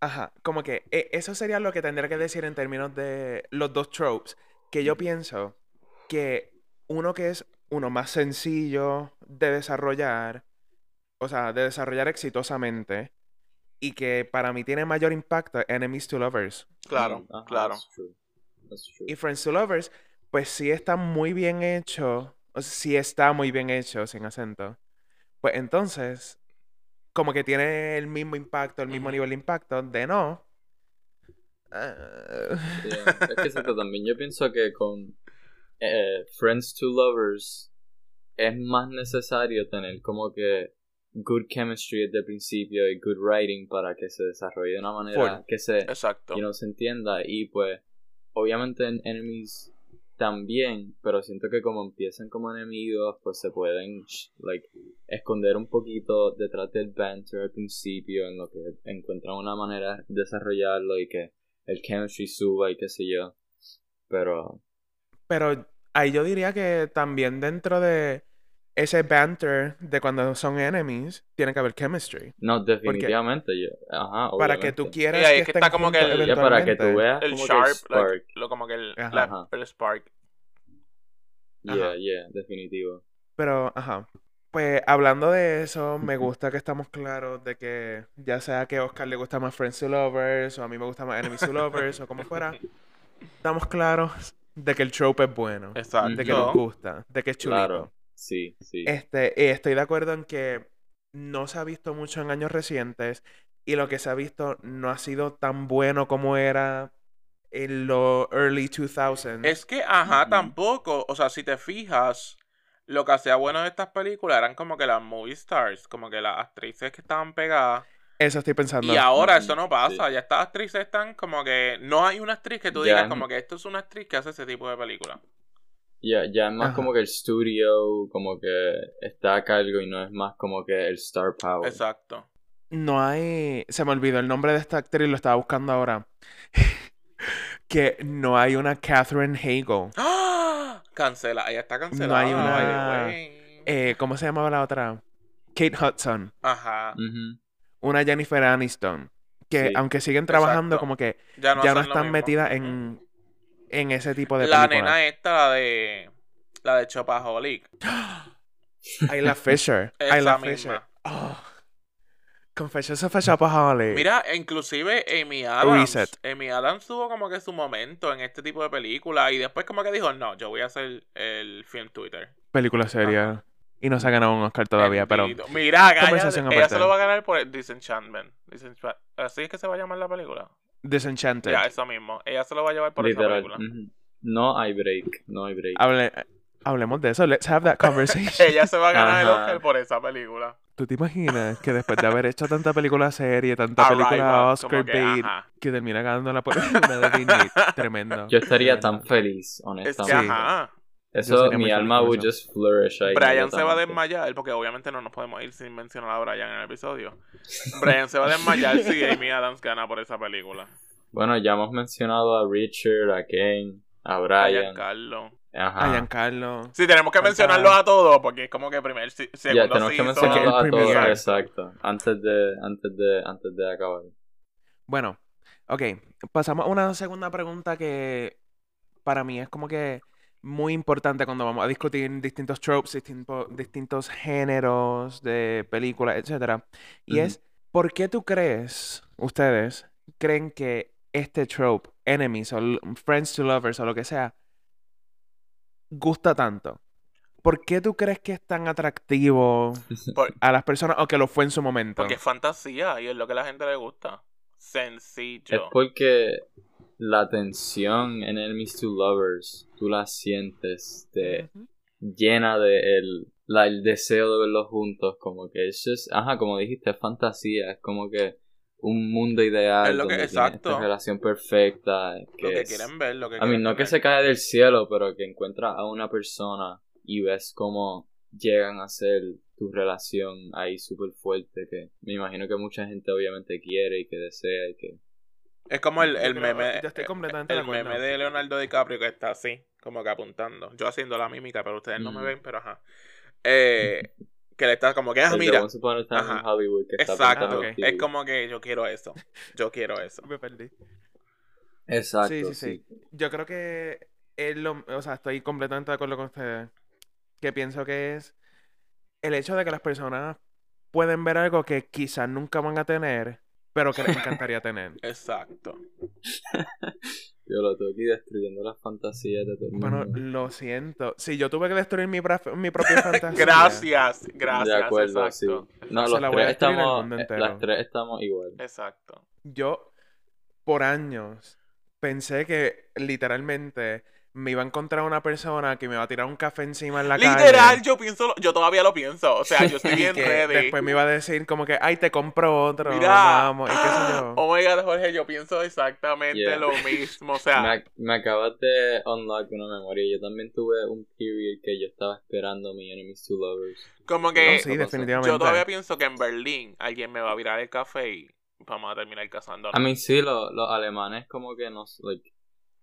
Speaker 1: ajá, como que eh, eso sería lo que tendría que decir en términos de los dos tropes. Que yo pienso que uno que es uno más sencillo de desarrollar, o sea, de desarrollar exitosamente, y que para mí tiene mayor impacto, Enemies to Lovers.
Speaker 2: Claro,
Speaker 3: Mm, ajá,
Speaker 2: claro.
Speaker 3: That's true. That's true.
Speaker 1: Y Friends to Lovers, pues sí está muy bien hecho, o sea, sí está muy bien hecho, sin acento. Pues entonces, como que tiene el mismo impacto, el mismo
Speaker 2: Ujú.
Speaker 1: nivel de impacto, de no. Ah,
Speaker 3: Yeah, Es que exacto, también yo pienso que con eh, Friends to Lovers es más necesario tener como que good chemistry desde el principio y good writing para que se desarrolle de una manera
Speaker 1: Full.
Speaker 3: que se,
Speaker 2: Exacto.
Speaker 3: y no se entienda y pues obviamente en enemies también pero siento que como empiezan como enemigos pues se pueden sh- like esconder un poquito detrás del banter al principio en lo que encuentran una manera de desarrollarlo y que el chemistry suba y qué sé yo pero
Speaker 1: Pero ahí yo diría que también dentro de ese banter de cuando son enemies, tiene que haber chemistry.
Speaker 3: no definitivamente yo ajá
Speaker 1: Para que tú
Speaker 3: obviamente.
Speaker 1: quieras
Speaker 2: Y ahí
Speaker 1: que
Speaker 2: es que
Speaker 1: estén
Speaker 2: está como que
Speaker 1: juntos
Speaker 2: el-
Speaker 3: Ya, para que tú
Speaker 1: eventualmente.
Speaker 3: veas
Speaker 2: el
Speaker 3: como que
Speaker 2: spark,
Speaker 3: spark
Speaker 2: lo como que el,
Speaker 1: Ajá.
Speaker 2: la- el spark.
Speaker 3: yeah
Speaker 1: Ajá.
Speaker 3: yeah definitivo
Speaker 1: Pero, ajá. Pues hablando de eso, me gusta que estamos claros de que ya sea que a Oscar le gusta más Friends to Lovers o a mí me gusta más Enemies to Lovers o como fuera, estamos claros de que el trope es bueno, de que nos
Speaker 3: No.
Speaker 2: Exacto.
Speaker 1: gusta, de que es chulito.
Speaker 3: claro sí sí
Speaker 1: Este, eh, estoy de acuerdo en que no se ha visto mucho en años recientes y lo que se ha visto no ha sido tan bueno como era en los early 2000s.
Speaker 2: Es que, ajá,
Speaker 3: Ujú.
Speaker 2: tampoco. O sea, si te fijas, lo que hacía bueno de estas películas eran como que las movie stars, como que las actrices que estaban pegadas.
Speaker 1: Eso estoy pensando.
Speaker 2: Y ahora
Speaker 3: Sí,
Speaker 2: eso no pasa. Ya estas actrices están como que. No hay una actriz que tú
Speaker 3: Ya.
Speaker 2: digas como que esto es una actriz que hace ese tipo de película.
Speaker 3: Ya, ya es más
Speaker 1: Ajá.
Speaker 3: como que el studio, como que está a cargo y no es más como que el star
Speaker 2: Oh.
Speaker 3: power.
Speaker 2: Exacto.
Speaker 1: No hay. Se me olvidó el nombre de esta actriz, lo estaba buscando ahora. que no hay una Catherine Hagel.
Speaker 2: ¡Ah! Cancela. Ella está cancelada.
Speaker 1: hay una-
Speaker 2: by the way.
Speaker 1: Eh, ¿cómo se llamaba la otra? Kate Hudson.
Speaker 2: Ajá.
Speaker 3: Ujú.
Speaker 1: Una Jennifer Aniston. Que
Speaker 3: Sí.
Speaker 1: aunque siguen trabajando,
Speaker 2: Exacto.
Speaker 1: como que
Speaker 2: Ya no,
Speaker 1: ya no
Speaker 2: hacen lo
Speaker 1: están
Speaker 2: mismo.
Speaker 1: metidas
Speaker 2: Ujú.
Speaker 1: en, en ese tipo de
Speaker 2: La
Speaker 1: películas.
Speaker 2: nena esta, la de. La de Chopaholic.
Speaker 1: Ayla Fisher.
Speaker 2: Esa
Speaker 1: Ayla
Speaker 2: misma.
Speaker 1: Fisher. Oh. Confessions of a Shopaholic.
Speaker 2: Mira, inclusive Amy Adams.
Speaker 1: Reset.
Speaker 2: Amy Adams tuvo como que su momento en este tipo de película. Y después como que dijo, no, yo voy a hacer el film Twitter.
Speaker 1: Película seria. Y no se ha ganado un Oscar todavía, pero.
Speaker 2: Bendito. Mira, cállate,
Speaker 1: Conversación
Speaker 2: ella se
Speaker 1: aparte.
Speaker 2: lo va a ganar por el Disenchantment. Disenchant- Así es que se va a llamar la película.
Speaker 1: Disenchanted.
Speaker 2: Ya, eso mismo. Ella se lo va a llevar por
Speaker 3: Literal.
Speaker 2: esa película. Ah,
Speaker 3: ujú. No hay break, no hay break.
Speaker 1: Hable- hablemos de eso. Let's have that conversation.
Speaker 2: Ella se va a ganar el
Speaker 3: Ajá.
Speaker 2: Oscar por esa película.
Speaker 1: ¿Tú te imaginas que después de haber hecho tanta película serie, tanta película
Speaker 2: Arrival,
Speaker 1: Oscar
Speaker 2: como que,
Speaker 1: bait,
Speaker 2: ajá.
Speaker 1: que termina ganando la por una de Disney? Tremendo.
Speaker 3: Yo estaría tan
Speaker 1: tremendo.
Speaker 3: feliz,
Speaker 2: Es que,
Speaker 1: Sí.
Speaker 3: honestamente.
Speaker 2: ajá.
Speaker 1: Yo
Speaker 3: Eso,
Speaker 1: sería muy
Speaker 3: mi
Speaker 1: feliz
Speaker 3: alma
Speaker 1: con
Speaker 3: would
Speaker 1: eso.
Speaker 3: just flourish ahí.
Speaker 2: Brian se va a
Speaker 3: inmediatamente.
Speaker 2: desmayar, porque obviamente no nos podemos ir sin mencionar a Brian en el episodio. Brian se va a desmayar si Amy Adams gana por esa película.
Speaker 3: Bueno, ya hemos mencionado a Richard, a Kane, a
Speaker 2: A
Speaker 3: Brian.
Speaker 2: Giancarlo.
Speaker 1: A
Speaker 3: Ajá.
Speaker 1: Giancarlo.
Speaker 2: Sí, tenemos que
Speaker 1: Ajá.
Speaker 2: mencionarlos a todos, porque es como que primer, si-
Speaker 3: Ya,
Speaker 2: segundo
Speaker 3: tenemos que
Speaker 2: season.
Speaker 3: mencionarlos
Speaker 1: Porque
Speaker 3: a
Speaker 1: el
Speaker 3: todos,
Speaker 1: premier.
Speaker 3: exacto. Antes de, antes de, antes de acabar.
Speaker 1: Bueno, ok. Pasamos a una segunda pregunta que para mí es como que muy importante cuando vamos a discutir distintos tropes, distinto- distintos géneros de películas, etcétera. Y
Speaker 3: Ujú.
Speaker 1: es, ¿por qué tú crees, ustedes, creen que este trope, enemies o l- friends to lovers o lo que sea, gusta tanto? ¿Por qué tú crees que es tan atractivo
Speaker 2: Por-
Speaker 1: a las personas o que lo fue en su momento?
Speaker 2: Porque es fantasía y es lo que a la gente le gusta.
Speaker 3: Es
Speaker 2: Sencillo.
Speaker 3: porque la tensión en Enemies to Lovers, tú la sientes de,
Speaker 1: Ujú.
Speaker 3: llena de el, la- el deseo de verlos juntos, como que es just- ajá, como dijiste, es fantasía, es como que un mundo ideal,
Speaker 2: Es lo
Speaker 3: donde
Speaker 2: que-
Speaker 3: tienes
Speaker 2: exacto.
Speaker 3: esta relación perfecta,
Speaker 2: Lo que
Speaker 3: es-
Speaker 2: quieren ver, lo que
Speaker 3: a mí,
Speaker 2: quieren
Speaker 3: no que
Speaker 2: tener.
Speaker 3: se cae del cielo, pero que encuentras a una persona y ves cómo llegan a ser tu relación ahí súper fuerte, que me imagino que mucha gente obviamente quiere y que desea y que...
Speaker 2: Es como el,
Speaker 1: Yo
Speaker 2: el
Speaker 1: creo-
Speaker 2: meme.
Speaker 1: yo estoy completamente de
Speaker 2: el
Speaker 1: acuerdo.
Speaker 2: meme de Leonardo DiCaprio que está así, como que apuntando. Yo haciendo la mímica, pero ustedes no me
Speaker 3: Mm.
Speaker 2: ven, pero ajá. Eh, que le está como que, ah,
Speaker 3: El de
Speaker 2: mira.
Speaker 3: Once Upon a Time
Speaker 2: Ajá.
Speaker 3: in Hollywood que está
Speaker 2: Exacto.
Speaker 3: apuntando
Speaker 1: Ah,
Speaker 3: al
Speaker 1: ok.
Speaker 3: TV.
Speaker 2: Es como que yo quiero eso. Yo quiero eso.
Speaker 1: Me perdí.
Speaker 3: Exacto,
Speaker 1: Sí,
Speaker 3: sí,
Speaker 1: sí, sí. Yo creo que es lo, o sea, estoy completamente de acuerdo con ustedes. Que pienso que es el hecho de que las personas pueden ver algo que quizás nunca van a tener, pero que les encantaría tener.
Speaker 2: Exacto.
Speaker 3: Yo lo tengo aquí destruyendo las fantasías de todo el
Speaker 1: Bueno,
Speaker 3: mundo.
Speaker 1: lo siento. Si yo tuve que destruir mi, pra- mi propia fantasía.
Speaker 2: Gracias, gracias.
Speaker 3: de acuerdo,
Speaker 2: exacto.
Speaker 3: sí. No,
Speaker 1: Se
Speaker 3: los
Speaker 1: la voy a destruir
Speaker 3: tres
Speaker 1: al
Speaker 3: estamos,
Speaker 1: mundo
Speaker 3: eh,
Speaker 1: entero.
Speaker 3: las tres estamos igual.
Speaker 2: Exacto.
Speaker 1: Yo, por años, pensé que literalmente me iba a encontrar una persona que me va a tirar un café encima en la calle.
Speaker 2: Literal, yo pienso, yo todavía lo pienso. O sea, yo estoy
Speaker 1: Y
Speaker 2: bien
Speaker 1: que
Speaker 2: ready.
Speaker 1: después me iba a decir como que, ay, te compro otro,
Speaker 2: Mira,
Speaker 1: vamos, y qué sé yo.
Speaker 2: oh my god, Jorge, yo pienso exactamente
Speaker 3: Yeah.
Speaker 2: lo mismo. O
Speaker 3: Me,
Speaker 2: sea,
Speaker 3: ac- me acabas de unlock una memoria. Yo también tuve un period que yo estaba esperando mi Enemies to Lovers.
Speaker 2: como
Speaker 1: No,
Speaker 2: que
Speaker 1: sí,
Speaker 3: Eso pasó.
Speaker 1: definitivamente.
Speaker 2: yo todavía pienso que en Berlín alguien me va a virar el café y vamos a terminar casándonos.
Speaker 3: A mí sí, lo- los alemanes como que no s- like,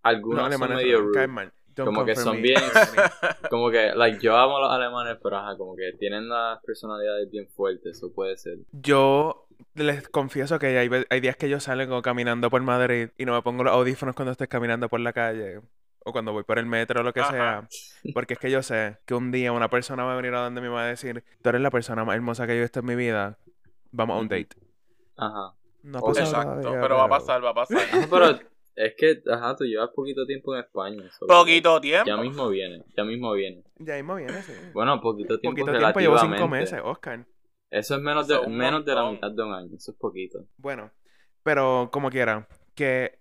Speaker 3: algunos
Speaker 1: No,
Speaker 3: son
Speaker 1: alemanes
Speaker 3: medio
Speaker 1: no,
Speaker 3: rude.
Speaker 1: caen mal. Don't
Speaker 3: Como
Speaker 1: come
Speaker 3: que
Speaker 1: for
Speaker 3: son
Speaker 1: me.
Speaker 3: bien- Como que, like, yo amo a los alemanes, pero ajá, como que tienen las personalidades bien fuertes, eso puede ser.
Speaker 1: Yo les confieso que hay, ve- hay días que yo salgo caminando por Madrid y no me pongo los audífonos cuando estoy caminando por la calle o cuando voy por el metro o lo que
Speaker 2: Ajá.
Speaker 1: sea. Porque es que yo sé que un día una persona va a venir a donde me va a decir, tú eres la persona más hermosa que yo he visto en mi vida, vamos a un
Speaker 3: Ujú.
Speaker 1: date.
Speaker 3: Ajá.
Speaker 1: No ha
Speaker 3: Ok.
Speaker 1: pasado
Speaker 2: Exacto,
Speaker 1: todavía,
Speaker 2: pero va a pasar, va a pasar.
Speaker 3: Ajá, pero es que, ajá, tú llevas poquito tiempo en España. so-
Speaker 2: Poquito tiempo.
Speaker 3: Ya mismo viene, ya mismo viene.
Speaker 1: Ya mismo viene, sí.
Speaker 3: Bueno, poquito tiempo
Speaker 1: Poquito tiempo, llevo
Speaker 3: relativamente.
Speaker 1: cinco meses, Oscar.
Speaker 3: Eso es menos,
Speaker 2: Eso
Speaker 3: de,
Speaker 2: es un
Speaker 3: menos de la
Speaker 2: montón.
Speaker 3: mitad de un año, eso es poquito.
Speaker 1: Bueno, pero como quiera, que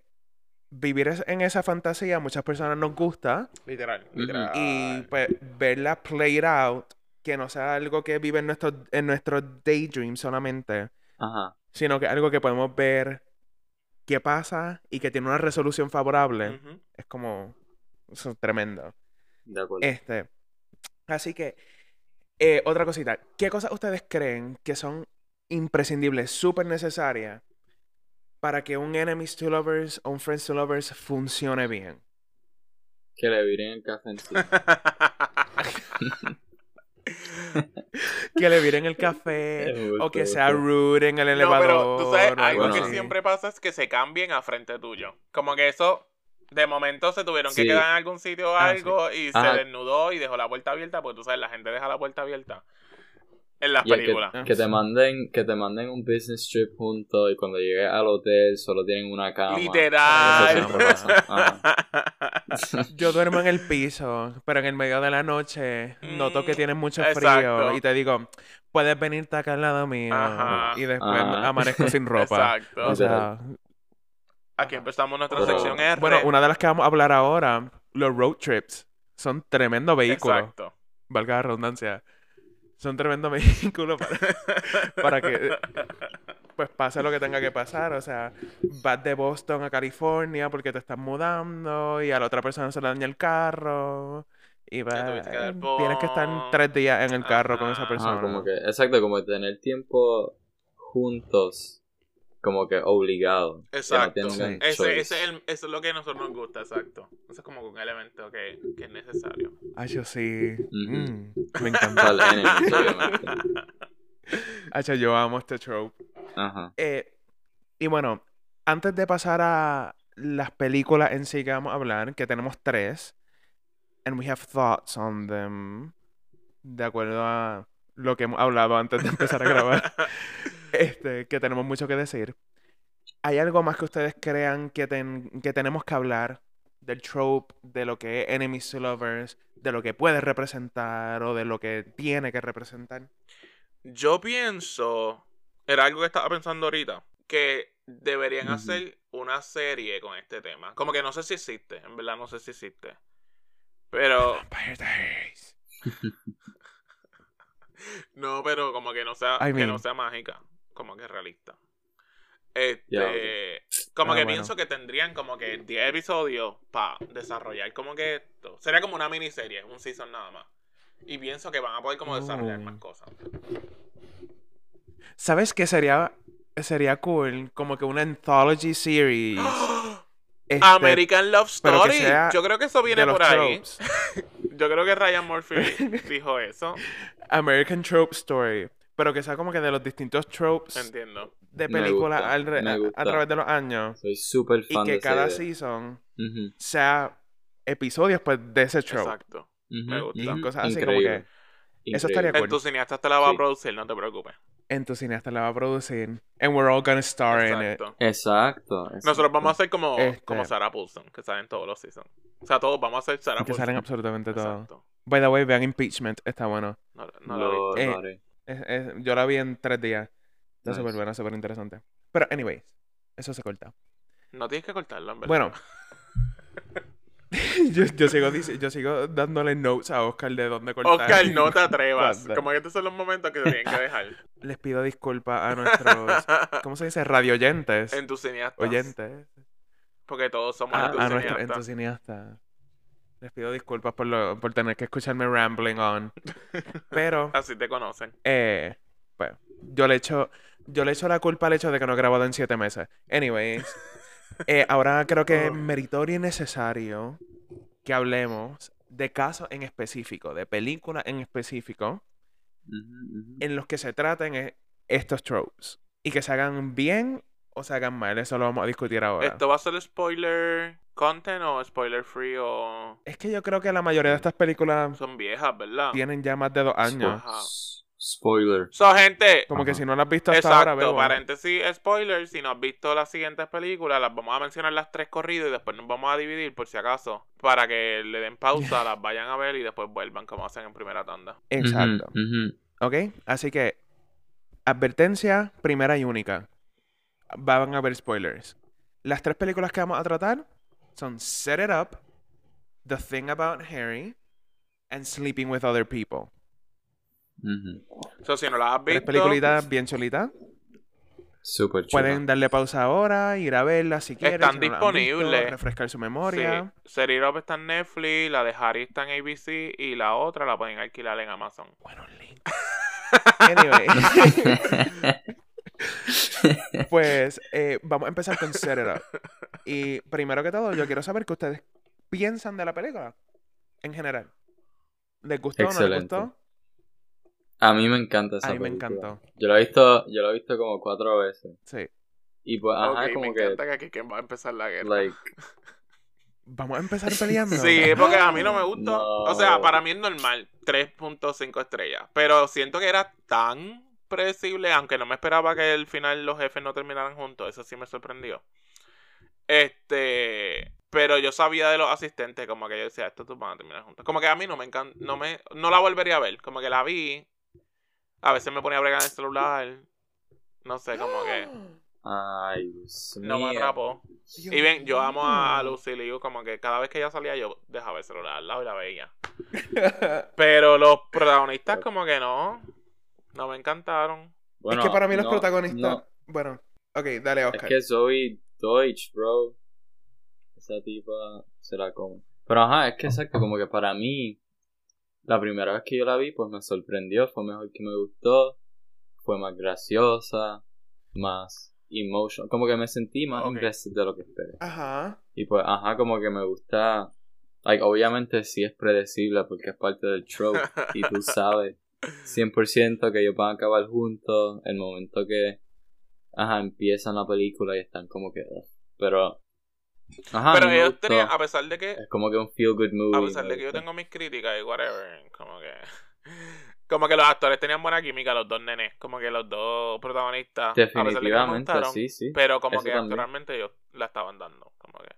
Speaker 1: vivir es- en esa fantasía a muchas personas nos gusta
Speaker 2: Literal,
Speaker 3: Ujú.
Speaker 2: literal.
Speaker 1: y pues verla played out, que no sea algo que vive en nuestro, en nuestro daydream solamente,
Speaker 3: Ajá.
Speaker 1: sino que algo que podemos ver qué pasa y que tiene una resolución favorable.
Speaker 3: pues,
Speaker 2: Ujú.
Speaker 1: Es como eso es tremendo.
Speaker 3: De acuerdo.
Speaker 1: Este, así que, eh, otra cosita. ¿Qué cosas ustedes creen que son imprescindibles, súper necesarias para que un enemies to lovers o un friends to lovers funcione bien?
Speaker 3: Que le viren el café encima.
Speaker 1: Que le viren el café
Speaker 3: Me gusta,
Speaker 1: o que
Speaker 3: me
Speaker 1: sea
Speaker 3: gusta.
Speaker 1: rude en el
Speaker 2: No,
Speaker 1: elevador.
Speaker 2: pero tú sabes,
Speaker 1: o
Speaker 2: algo
Speaker 3: bueno,
Speaker 2: que
Speaker 1: así.
Speaker 3: sí.
Speaker 2: siempre pasa es que se cambien a frente tuyo. Como que eso, de momento se tuvieron que
Speaker 3: Sí.
Speaker 2: quedar en algún sitio o
Speaker 1: Ah,
Speaker 2: algo y
Speaker 3: Ajá.
Speaker 2: se desnudó y dejó la puerta abierta, porque tú sabes, la gente deja la puerta abierta en las
Speaker 3: Y el
Speaker 2: películas.
Speaker 1: Ah,
Speaker 3: que, que te
Speaker 1: sí.
Speaker 3: manden, que te manden un business trip junto y cuando llegues al hotel solo tienen una cama.
Speaker 2: Literal.
Speaker 1: Eso siempre
Speaker 3: pasa.
Speaker 1: Yo duermo en el piso, pero en el medio de la noche noto que
Speaker 2: Mm,
Speaker 1: tienes mucho
Speaker 2: exacto.
Speaker 1: frío y te digo, puedes venirte acá al lado mío
Speaker 2: Ajá.
Speaker 1: y después
Speaker 3: Ajá.
Speaker 1: amanezco sin ropa.
Speaker 2: Exacto.
Speaker 1: O sea,
Speaker 2: Aquí empezamos nuestra
Speaker 3: Pero-
Speaker 2: sección R.
Speaker 1: bueno, una de las que vamos a hablar ahora, los road trips, son tremendo vehículo,
Speaker 2: Exacto.
Speaker 1: valga la redundancia. Son tremendo vehículo para, para que pues pase lo que tenga que pasar, o sea, vas de Boston a California porque te estás mudando y a la otra persona se le daña el carro y va-
Speaker 2: tuviste que dar
Speaker 1: tienes que estar
Speaker 2: por-
Speaker 1: tres días en el carro con esa
Speaker 2: Ajá.
Speaker 1: persona.
Speaker 3: Ajá, Ah, como que, exacto, como tener tiempo juntos, como que obligado. que no
Speaker 2: Exacto.
Speaker 3: tengan
Speaker 2: Ese,
Speaker 3: choice.
Speaker 2: ese es el- eso es lo que a nosotros nos gusta, exacto. Eso es como un elemento que, que es necesario.
Speaker 1: Ay, yo sí.
Speaker 3: Ujú.
Speaker 1: Mm, me encanta.
Speaker 3: Para el enemigo, este obviamente.
Speaker 1: Ay, yo- yo amo este trope.
Speaker 3: Ajá.
Speaker 1: Eh, y bueno, antes de pasar a las películas en sí que vamos a hablar, que tenemos tres, and we have thoughts on them, de acuerdo a lo que hemos hablado antes de empezar a grabar. este, que tenemos mucho que decir. ¿Hay algo más que ustedes crean que, ten- que tenemos que hablar del trope, de lo que es enemies to lovers, de lo que puede representar o de lo que tiene que representar?
Speaker 2: Yo pienso, era algo que estaba pensando ahorita, que deberían
Speaker 3: Ujú.
Speaker 2: hacer una serie con este tema. Como que no sé si existe, en verdad no sé si existe. Pero,
Speaker 1: Vampire Diaries.
Speaker 2: no, pero como que no sea,
Speaker 1: I
Speaker 2: que
Speaker 1: mean.
Speaker 2: no sea mágica, como que realista. Este,
Speaker 3: Ya, ok.
Speaker 2: como
Speaker 1: Ah,
Speaker 2: que
Speaker 1: bueno.
Speaker 2: pienso que tendrían como que 10 episodios para desarrollar como que esto. Sería como una miniserie, un season nada más. Y pienso que van a poder como desarrollar
Speaker 1: Oh.
Speaker 2: más cosas.
Speaker 1: ¿Sabes qué sería, sería cool? Como que una anthology series. este,
Speaker 2: American Love
Speaker 1: pero que
Speaker 2: Story.
Speaker 1: sea
Speaker 2: Yo creo que eso viene
Speaker 1: de los
Speaker 2: por ahí.
Speaker 1: tropes.
Speaker 2: Yo creo que Ryan Murphy dijo eso.
Speaker 1: American Trope Story. Pero que sea como que de los distintos tropes
Speaker 2: Entiendo.
Speaker 1: de
Speaker 3: Me
Speaker 1: películas
Speaker 3: gusta,
Speaker 1: alre-
Speaker 3: me
Speaker 1: a- a,
Speaker 3: gusta.
Speaker 1: través de los años.
Speaker 3: Soy súper
Speaker 1: Y
Speaker 3: fan de
Speaker 1: que
Speaker 3: esa
Speaker 1: cada
Speaker 3: idea.
Speaker 1: season
Speaker 3: Ujú,
Speaker 1: sea episodios pues de ese show.
Speaker 2: Exacto.
Speaker 3: ujú,
Speaker 2: Me gusta.
Speaker 3: ujú.
Speaker 1: Cosas así como
Speaker 3: Increíble.
Speaker 1: eso estaría
Speaker 3: increíble.
Speaker 1: Bueno.
Speaker 2: En tu cineasta te la va a
Speaker 3: Sí.
Speaker 2: producir, no te preocupes.
Speaker 1: en tu cineasta la va a producir. And we're all gonna star in it.
Speaker 2: Exacto.
Speaker 3: Exacto.
Speaker 2: Nosotros vamos a ser como,
Speaker 1: Este.
Speaker 2: como Sarah Paulson, que salen todos los seasons. O sea, todos vamos a ser Sarah
Speaker 1: Que
Speaker 2: Paulson.
Speaker 1: salen absolutamente todo.
Speaker 2: Exacto.
Speaker 1: By the way, vean Impeachment, está bueno.
Speaker 2: No, no la
Speaker 3: Lo,
Speaker 1: viste.
Speaker 3: lo
Speaker 1: Eh,
Speaker 3: haré.
Speaker 1: Es- es- yo la vi en tres días. Está
Speaker 3: Nice.
Speaker 1: súper buena, súper interesante. Pero, anyways, eso se corta.
Speaker 2: vi. No tienes que cortarlo, en verdad.
Speaker 1: Bueno. yo, yo sigo, dic- yo sigo dándole notes a Oscar de dónde cortar.
Speaker 2: Oscar, no te atrevas.
Speaker 1: Corta.
Speaker 2: Como que estos son los momentos que te tienen que dejar.
Speaker 1: Les pido disculpas a nuestros... ¿Cómo se dice? Radioyentes.
Speaker 2: en tu cineasta.
Speaker 1: Oyentes.
Speaker 2: Porque todos somos
Speaker 1: a,
Speaker 2: en tu
Speaker 1: a nuestro
Speaker 2: cineasta.
Speaker 1: entusiasta. Les pido disculpas por, lo- por tener que escucharme rambling on. Pero,
Speaker 2: Así te conocen.
Speaker 1: eh, pues, yo le echo, yo le echo la culpa al hecho de que no he grabado en siete meses. Anyways, eh, ahora creo que
Speaker 2: Oh.
Speaker 1: es meritorio y necesario que hablemos de casos en específico, de películas en específico,
Speaker 3: Ujú, ujú.
Speaker 1: en los que se traten eh, estos tropes. Y que se hagan bien o se hagan mal. Eso lo vamos a discutir ahora.
Speaker 2: ¿Esto va a ser spoiler content o spoiler free o...?
Speaker 1: Es que yo creo que la mayoría de estas películas
Speaker 2: Son viejas, ¿verdad?
Speaker 1: tienen ya más de dos años.
Speaker 2: Ajá.
Speaker 3: S- Spoiler.
Speaker 2: So, gente...
Speaker 1: Como que
Speaker 3: Ajá.
Speaker 1: si no las has visto hasta ahora, ¿eh?
Speaker 2: Exacto,
Speaker 1: bebo.
Speaker 2: paréntesis, spoiler, si no has visto las siguientes películas, las vamos a mencionar las tres corridas y después nos vamos a dividir por si acaso, para que le den pausa, las vayan a ver y después vuelvan como hacen en primera tanda.
Speaker 1: Exacto.
Speaker 3: Ujú, ujú.
Speaker 1: ¿Ok? Así que, advertencia primera y única. Van a haber spoilers. Las tres películas que vamos a tratar son Set It Up, The Thing About Harry, and Sleeping with Other People.
Speaker 3: Ujú.
Speaker 2: So, si no las has
Speaker 1: Tres
Speaker 2: visto,
Speaker 1: peliculitas bien chulitas.
Speaker 3: Súper chula.
Speaker 1: Pueden darle pausa ahora, ir a verla si quieren.
Speaker 2: Están
Speaker 1: si no la han visto,
Speaker 2: disponibles.
Speaker 1: refrescar su
Speaker 2: Sí,
Speaker 1: memoria.
Speaker 2: Set It Up está en Netflix, la de Harry está en ABC y la otra la pueden alquilar en Amazon.
Speaker 1: Bueno, link. Anyway, pues eh, vamos a empezar con Set It Up. Y primero que todo, yo quiero saber qué ustedes piensan de la película en general. ¿Les gustó o no les
Speaker 3: Excelente.
Speaker 1: gustó?
Speaker 3: A mí me encanta esa
Speaker 1: A mí me
Speaker 3: película.
Speaker 1: encantó.
Speaker 3: Yo la he visto, yo la he visto como cuatro veces.
Speaker 1: Sí.
Speaker 3: Y pues, ajá,
Speaker 2: Ok, me
Speaker 3: como que,
Speaker 2: encanta que aquí quien va a empezar la guerra.
Speaker 3: like,
Speaker 1: Vamos a empezar peleando.
Speaker 2: Sí, porque a mí no me gustó.
Speaker 3: No.
Speaker 2: O sea, para mí es normal, 3.5 estrellas. Pero siento que era tan predecible, aunque no me esperaba que al final los jefes no terminaran juntos. Eso sí me sorprendió. Este. Pero yo sabía de los asistentes, como que yo decía, estos dos van a terminar juntos. Como que a mí no me encanta, no me, no la volvería a ver. Como que la vi. A veces me ponía a bregar en el celular. No sé, como que
Speaker 3: ay, Dios
Speaker 2: no me
Speaker 3: mío.
Speaker 2: atrapó. Y ven, yo amo a Lucy Liu, como que cada vez que ella salía yo dejaba el celular al lado y la veía. Pero los protagonistas como que no, no me encantaron.
Speaker 3: Bueno,
Speaker 1: es que para mí los
Speaker 3: no,
Speaker 1: protagonistas.
Speaker 3: no.
Speaker 1: Bueno, ok, dale,
Speaker 3: Es
Speaker 1: Oscar.
Speaker 3: que Zoe Deutsch, bro. Esa tipa se la come. Pero ajá, es que exacto, como que para mí, la primera vez que yo la vi, pues me sorprendió, fue mejor que me gustó, fue más graciosa, más emotional, como que me sentí más
Speaker 2: Ok.
Speaker 3: invested de lo que esperé.
Speaker 1: Ajá.
Speaker 3: Y pues, ajá, como que me gusta. Like, obviamente sí es predecible porque es parte del trope y tú sabes 100% que ellos van a acabar juntos el momento que, ajá, empiezan la película y están como que... ugh. Pero, ajá,
Speaker 2: Pero
Speaker 3: a mí Ah, me
Speaker 2: ellos
Speaker 3: gustó.
Speaker 2: tenían, a pesar de que,
Speaker 3: Es como que un feel good movie.
Speaker 2: a pesar
Speaker 3: me
Speaker 2: de que yo
Speaker 3: gusta.
Speaker 2: tengo mis críticas y whatever, como que... Como que los actores tenían buena química, los dos nenes, como que los dos protagonistas. a pesar de que no me
Speaker 3: Definitivamente,
Speaker 2: gustaron,
Speaker 3: sí, sí.
Speaker 2: Pero como
Speaker 3: Eso
Speaker 2: que
Speaker 3: también.
Speaker 2: actualmente ellos la estaban dando, como que...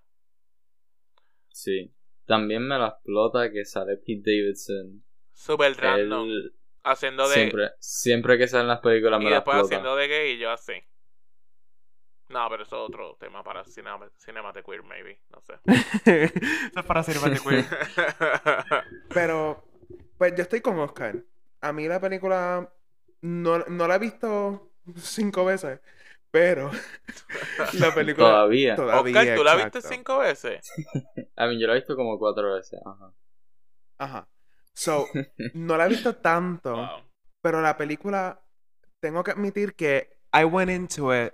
Speaker 3: Sí. También me la explota que sale Pete Davidson.
Speaker 2: Súper random,
Speaker 3: Él
Speaker 2: haciendo de...
Speaker 3: siempre, siempre que salen las películas
Speaker 2: Y
Speaker 3: me la
Speaker 2: después
Speaker 3: explota.
Speaker 2: haciendo de gay y yo así. No, pero eso es otro tema para cinema, cinema de queer, maybe. No sé.
Speaker 1: Eso es para ser más de queer. Pero, pues yo estoy con Oscar. A mí la película no, no la he visto cinco veces, pero la película
Speaker 3: Todavía.
Speaker 1: todavía.
Speaker 2: Oscar, ¿tú la viste
Speaker 1: exacto.
Speaker 2: cinco veces?
Speaker 3: A mí yo la he visto como cuatro veces. Ajá.
Speaker 1: Ajá. So, no la he visto tanto,
Speaker 2: Wow.
Speaker 1: pero la película, tengo que admitir que I went into it.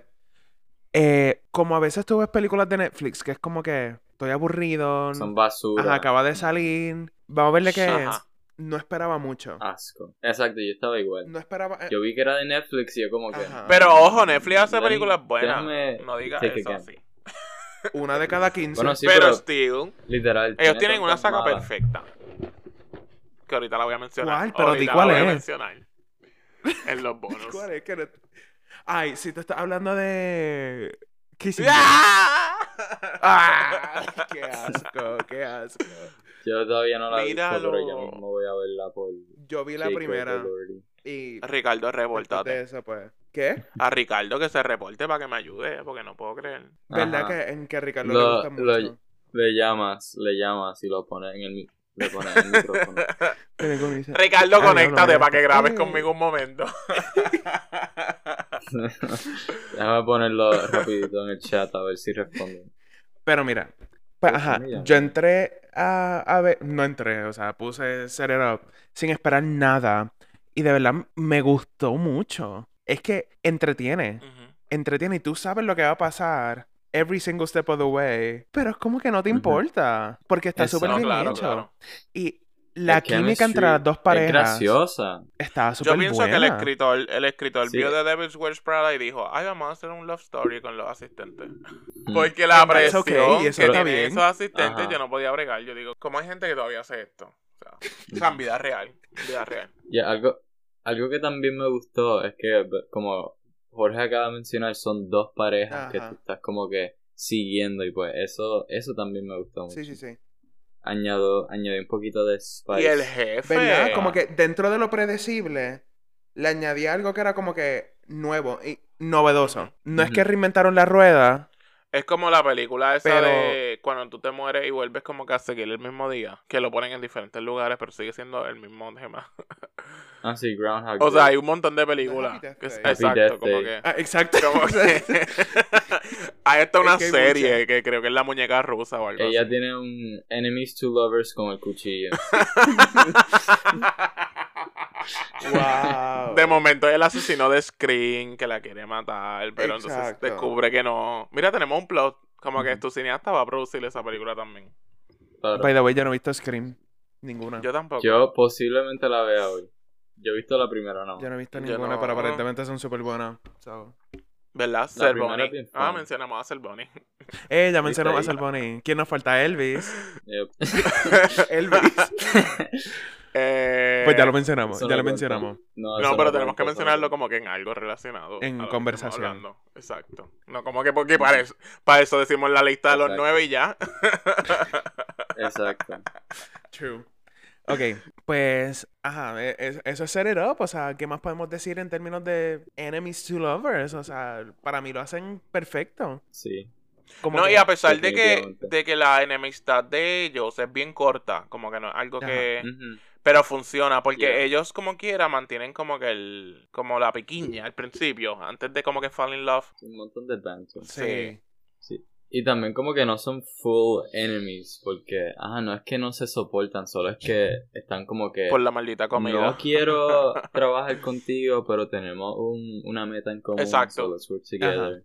Speaker 1: eh, como a veces tú ves películas de Netflix, que es como que estoy aburrido,
Speaker 3: Son basura.
Speaker 1: ajá, acaba de salir, vamos a verle qué es.
Speaker 2: Ajá. Ah,
Speaker 1: No esperaba mucho.
Speaker 3: Asco. Exacto, yo estaba igual.
Speaker 1: No esperaba. eh,
Speaker 3: Yo vi que era de Netflix y yo como que...
Speaker 1: Ajá.
Speaker 2: Pero ojo, Netflix hace
Speaker 3: Déjame-
Speaker 2: películas buenas.
Speaker 3: déjame
Speaker 2: No digas
Speaker 3: take
Speaker 2: eso
Speaker 3: again.
Speaker 2: así.
Speaker 1: Una de cada 15.
Speaker 3: Bueno, sí,
Speaker 2: pero
Speaker 3: pero,
Speaker 2: still,
Speaker 3: literal.
Speaker 2: ellos
Speaker 3: tiene
Speaker 2: tienen una
Speaker 3: tantas
Speaker 2: saga
Speaker 3: malas.
Speaker 2: perfecta. Que ahorita la voy a mencionar.
Speaker 1: ¿Cuál? Pero di
Speaker 2: Ahorita
Speaker 1: cuál
Speaker 2: la voy
Speaker 1: es.
Speaker 2: a mencionar. En los bonus.
Speaker 1: ¿Cuál es? Que no- Ay, si te estás hablando de. Kissing Booth.
Speaker 2: ¡Ah!
Speaker 1: ¡Ah! ¡Qué asco! ¡Qué asco!
Speaker 3: Yo todavía no la he visto,
Speaker 2: Míralo.
Speaker 3: pero ya mismo voy a verla por...
Speaker 1: Yo vi la
Speaker 3: Chico,
Speaker 1: primera
Speaker 3: Lordy.
Speaker 1: y.
Speaker 2: Ricardo,
Speaker 1: después
Speaker 2: revoltate.
Speaker 1: de eso, pues. ¿Qué?
Speaker 2: A Ricardo que se reporte para que me ayude, porque no puedo creer.
Speaker 1: ¿Verdad
Speaker 3: Ajá.
Speaker 1: que en que a Ricardo le
Speaker 3: Lo-
Speaker 1: gusta mucho?
Speaker 3: lo- Le llamas, le llamas y lo pones en el... mi- Le pones en el micrófono.
Speaker 1: Mira cómo dice,
Speaker 2: Ricardo,
Speaker 1: Ay,
Speaker 2: conéctate
Speaker 1: no, no,
Speaker 2: para que
Speaker 1: no.
Speaker 2: grabes
Speaker 1: Ay.
Speaker 2: conmigo un momento.
Speaker 3: Déjame ponerlo rapidito en el chat a ver si responden.
Speaker 1: Pero mira. pues,
Speaker 3: Eso,
Speaker 1: ajá.
Speaker 3: mira.
Speaker 1: Yo entré a, a ver. No entré, o sea, puse Set It Up sin esperar nada. Y de verdad me gustó mucho. Es que entretiene.
Speaker 2: Ujú.
Speaker 1: entretiene y tú sabes lo que va a pasar every single step of the way, pero es como que no te
Speaker 3: Ujú.
Speaker 1: importa, porque está
Speaker 3: Eso.
Speaker 1: súper
Speaker 2: No,
Speaker 1: bien
Speaker 2: claro,
Speaker 1: hecho.
Speaker 2: claro.
Speaker 1: Y la
Speaker 3: El
Speaker 1: química entre
Speaker 3: chemistry
Speaker 1: las dos
Speaker 3: Es
Speaker 1: parejas
Speaker 3: graciosa.
Speaker 1: estaba súper
Speaker 2: Yo
Speaker 1: buena.
Speaker 2: pienso que el escritor, el escritor
Speaker 3: Sí.
Speaker 2: vio The Devil's Wears Prada y dijo, ay, vamos a hacer un love story con los asistentes.
Speaker 3: Mm.
Speaker 2: Porque la
Speaker 1: And that's
Speaker 2: presión
Speaker 1: okay, y eso
Speaker 2: que
Speaker 1: está
Speaker 2: tienen
Speaker 1: bien.
Speaker 2: esos asistentes,
Speaker 3: Ajá.
Speaker 2: yo no podía bregar. Yo digo, ¿cómo hay gente que todavía hace esto? O sea, o sea, en vida real. en vida real.
Speaker 3: Ya, algo, algo que también me gustó es que, b- como Jorge acaba de mencionar, son dos parejas que
Speaker 1: Ajá.
Speaker 3: tú estás como que siguiendo y pues eso eso también me gustó mucho.
Speaker 1: Sí, sí, sí.
Speaker 3: Añado, añadí un poquito de spice.
Speaker 2: Y el jefe.
Speaker 1: ¿Verdad? Como que dentro de lo predecible le añadí algo que era como que nuevo y novedoso. No es que
Speaker 3: Ujú.
Speaker 1: reinventaron la rueda,
Speaker 2: Es como la película esa
Speaker 1: Pero-
Speaker 2: de cuando tú te mueres y vuelves como que a seguir el mismo día, que lo ponen en diferentes lugares, pero sigue siendo el mismo tema.
Speaker 3: Ah, sí, Groundhog
Speaker 2: O sea, hay
Speaker 3: Day.
Speaker 2: un montón de películas.
Speaker 1: Happy Death
Speaker 2: que es-
Speaker 1: Day.
Speaker 3: Happy Death
Speaker 2: exacto, como
Speaker 3: Day.
Speaker 2: que...
Speaker 1: Ah, exacto.
Speaker 2: Como que... hay hasta una
Speaker 1: Es que hay
Speaker 2: serie
Speaker 1: muchas.
Speaker 2: que creo que es la muñeca rusa o algo
Speaker 3: Ella
Speaker 2: así.
Speaker 3: tiene un Enemies to Lovers con el cuchillo.
Speaker 1: wow.
Speaker 2: De momento el asesino de Screen que la quiere matar, pero entonces
Speaker 1: Exacto.
Speaker 2: descubre que no. Mira, tenemos un plot. Como que
Speaker 3: Ujú.
Speaker 2: tu cineasta va a producir esa película también.
Speaker 3: Claro.
Speaker 1: By the way, yo no he visto Scream. Ninguna. Yo,
Speaker 2: Yo tampoco.
Speaker 3: Yo posiblemente la vea hoy. Yo he visto la primera, no.
Speaker 1: no he visto
Speaker 2: Yo
Speaker 1: ninguna,
Speaker 2: no.
Speaker 1: pero aparentemente son súper buenas. So.
Speaker 2: ¿Verdad?
Speaker 3: La
Speaker 2: Sir
Speaker 3: primera
Speaker 2: Bonnie.
Speaker 3: es bien
Speaker 2: Ah,
Speaker 3: fun.
Speaker 2: mencionamos a Sir Bonnie.
Speaker 1: Eh, ya
Speaker 3: Viste
Speaker 1: mencionó a
Speaker 3: ahí.
Speaker 1: Salboni. ¿Quién nos falta? Elvis.
Speaker 3: Yep.
Speaker 1: Elvis.
Speaker 2: Eh,
Speaker 1: Pues ya lo mencionamos.
Speaker 3: Eso
Speaker 1: Ya
Speaker 3: no
Speaker 1: lo
Speaker 3: cuenta.
Speaker 1: mencionamos.
Speaker 3: No, eso
Speaker 2: No, pero
Speaker 3: no
Speaker 2: tenemos que
Speaker 3: cuenta,
Speaker 2: mencionarlo
Speaker 3: eso no
Speaker 2: como que en algo relacionado.
Speaker 1: En
Speaker 2: a lo que
Speaker 1: conversación.
Speaker 2: estamos hablando. Exacto. No como que porque para eso, para eso decimos la lista de los
Speaker 3: Exacto.
Speaker 2: nueve y ya.
Speaker 3: cuenta. Exacto.
Speaker 1: True. Ok, pues, ajá, e- es- eso es set it up, o sea, ¿qué más podemos decir en términos de enemies to lovers? O sea, para mí lo hacen perfecto.
Speaker 3: Sí.
Speaker 1: Como
Speaker 2: No,
Speaker 1: que-
Speaker 2: y a pesar de que,
Speaker 3: Definitivamente.
Speaker 2: de que la enemistad de ellos es bien corta, como que no es algo
Speaker 1: Ajá.
Speaker 2: que...
Speaker 3: Ujú.
Speaker 2: Pero funciona, porque
Speaker 3: Yeah.
Speaker 2: ellos como quiera mantienen como que el... Como la
Speaker 3: Mm.
Speaker 2: piquiña al principio, antes de como que fall in love.
Speaker 3: Un montón de banter.
Speaker 1: sí.
Speaker 3: Y también como que no son full enemies, porque, ajá, no es que no se soportan, solo es que están como que...
Speaker 2: Por la maldita comida.
Speaker 3: Eh, No quiero trabajar contigo, pero tenemos un- una meta en común.
Speaker 2: Exacto.
Speaker 3: so let's work together.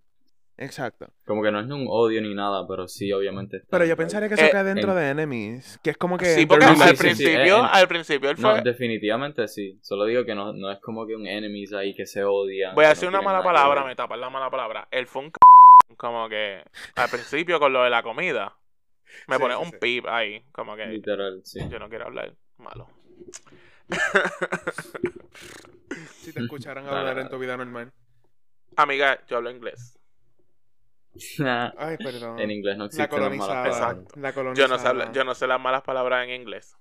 Speaker 1: exacto.
Speaker 3: Como que no es un odio ni nada, pero sí, obviamente. están
Speaker 1: Pero yo
Speaker 3: ahí.
Speaker 1: pensaría que eso
Speaker 2: Eh,
Speaker 1: cae dentro de enemies, que es como que...
Speaker 2: Sí, porque
Speaker 3: No,
Speaker 1: they're
Speaker 3: sí, sí,
Speaker 2: al
Speaker 3: sí,
Speaker 2: principio,
Speaker 3: eh, eh.
Speaker 2: al principio él fue...
Speaker 3: No, definitivamente sí. Solo digo que no, no es como que un enemies ahí que se odian.
Speaker 2: Voy a
Speaker 3: que
Speaker 2: decir
Speaker 3: no
Speaker 2: una
Speaker 3: tienen
Speaker 2: mala
Speaker 3: nada que
Speaker 2: palabra,
Speaker 3: ver.
Speaker 2: me tapan la mala palabra. Él fue un c... Como que al principio con lo de la comida. Me
Speaker 1: Sí,
Speaker 2: pones
Speaker 1: sí,
Speaker 2: un
Speaker 1: sí.
Speaker 2: pip ahí, como que...
Speaker 3: Literal, sí.
Speaker 2: Yo no quiero hablar malo.
Speaker 1: Si te escucharan
Speaker 3: Para
Speaker 1: hablar en
Speaker 3: nada.
Speaker 1: tu vida normal.
Speaker 2: Amiga, yo hablo inglés.
Speaker 1: Ay, perdón.
Speaker 3: en inglés no
Speaker 1: La
Speaker 3: existe
Speaker 1: colonizada.
Speaker 2: Exacto.
Speaker 1: La colonizada.
Speaker 2: Yo no, sé hablar- yo no sé las malas palabras en inglés.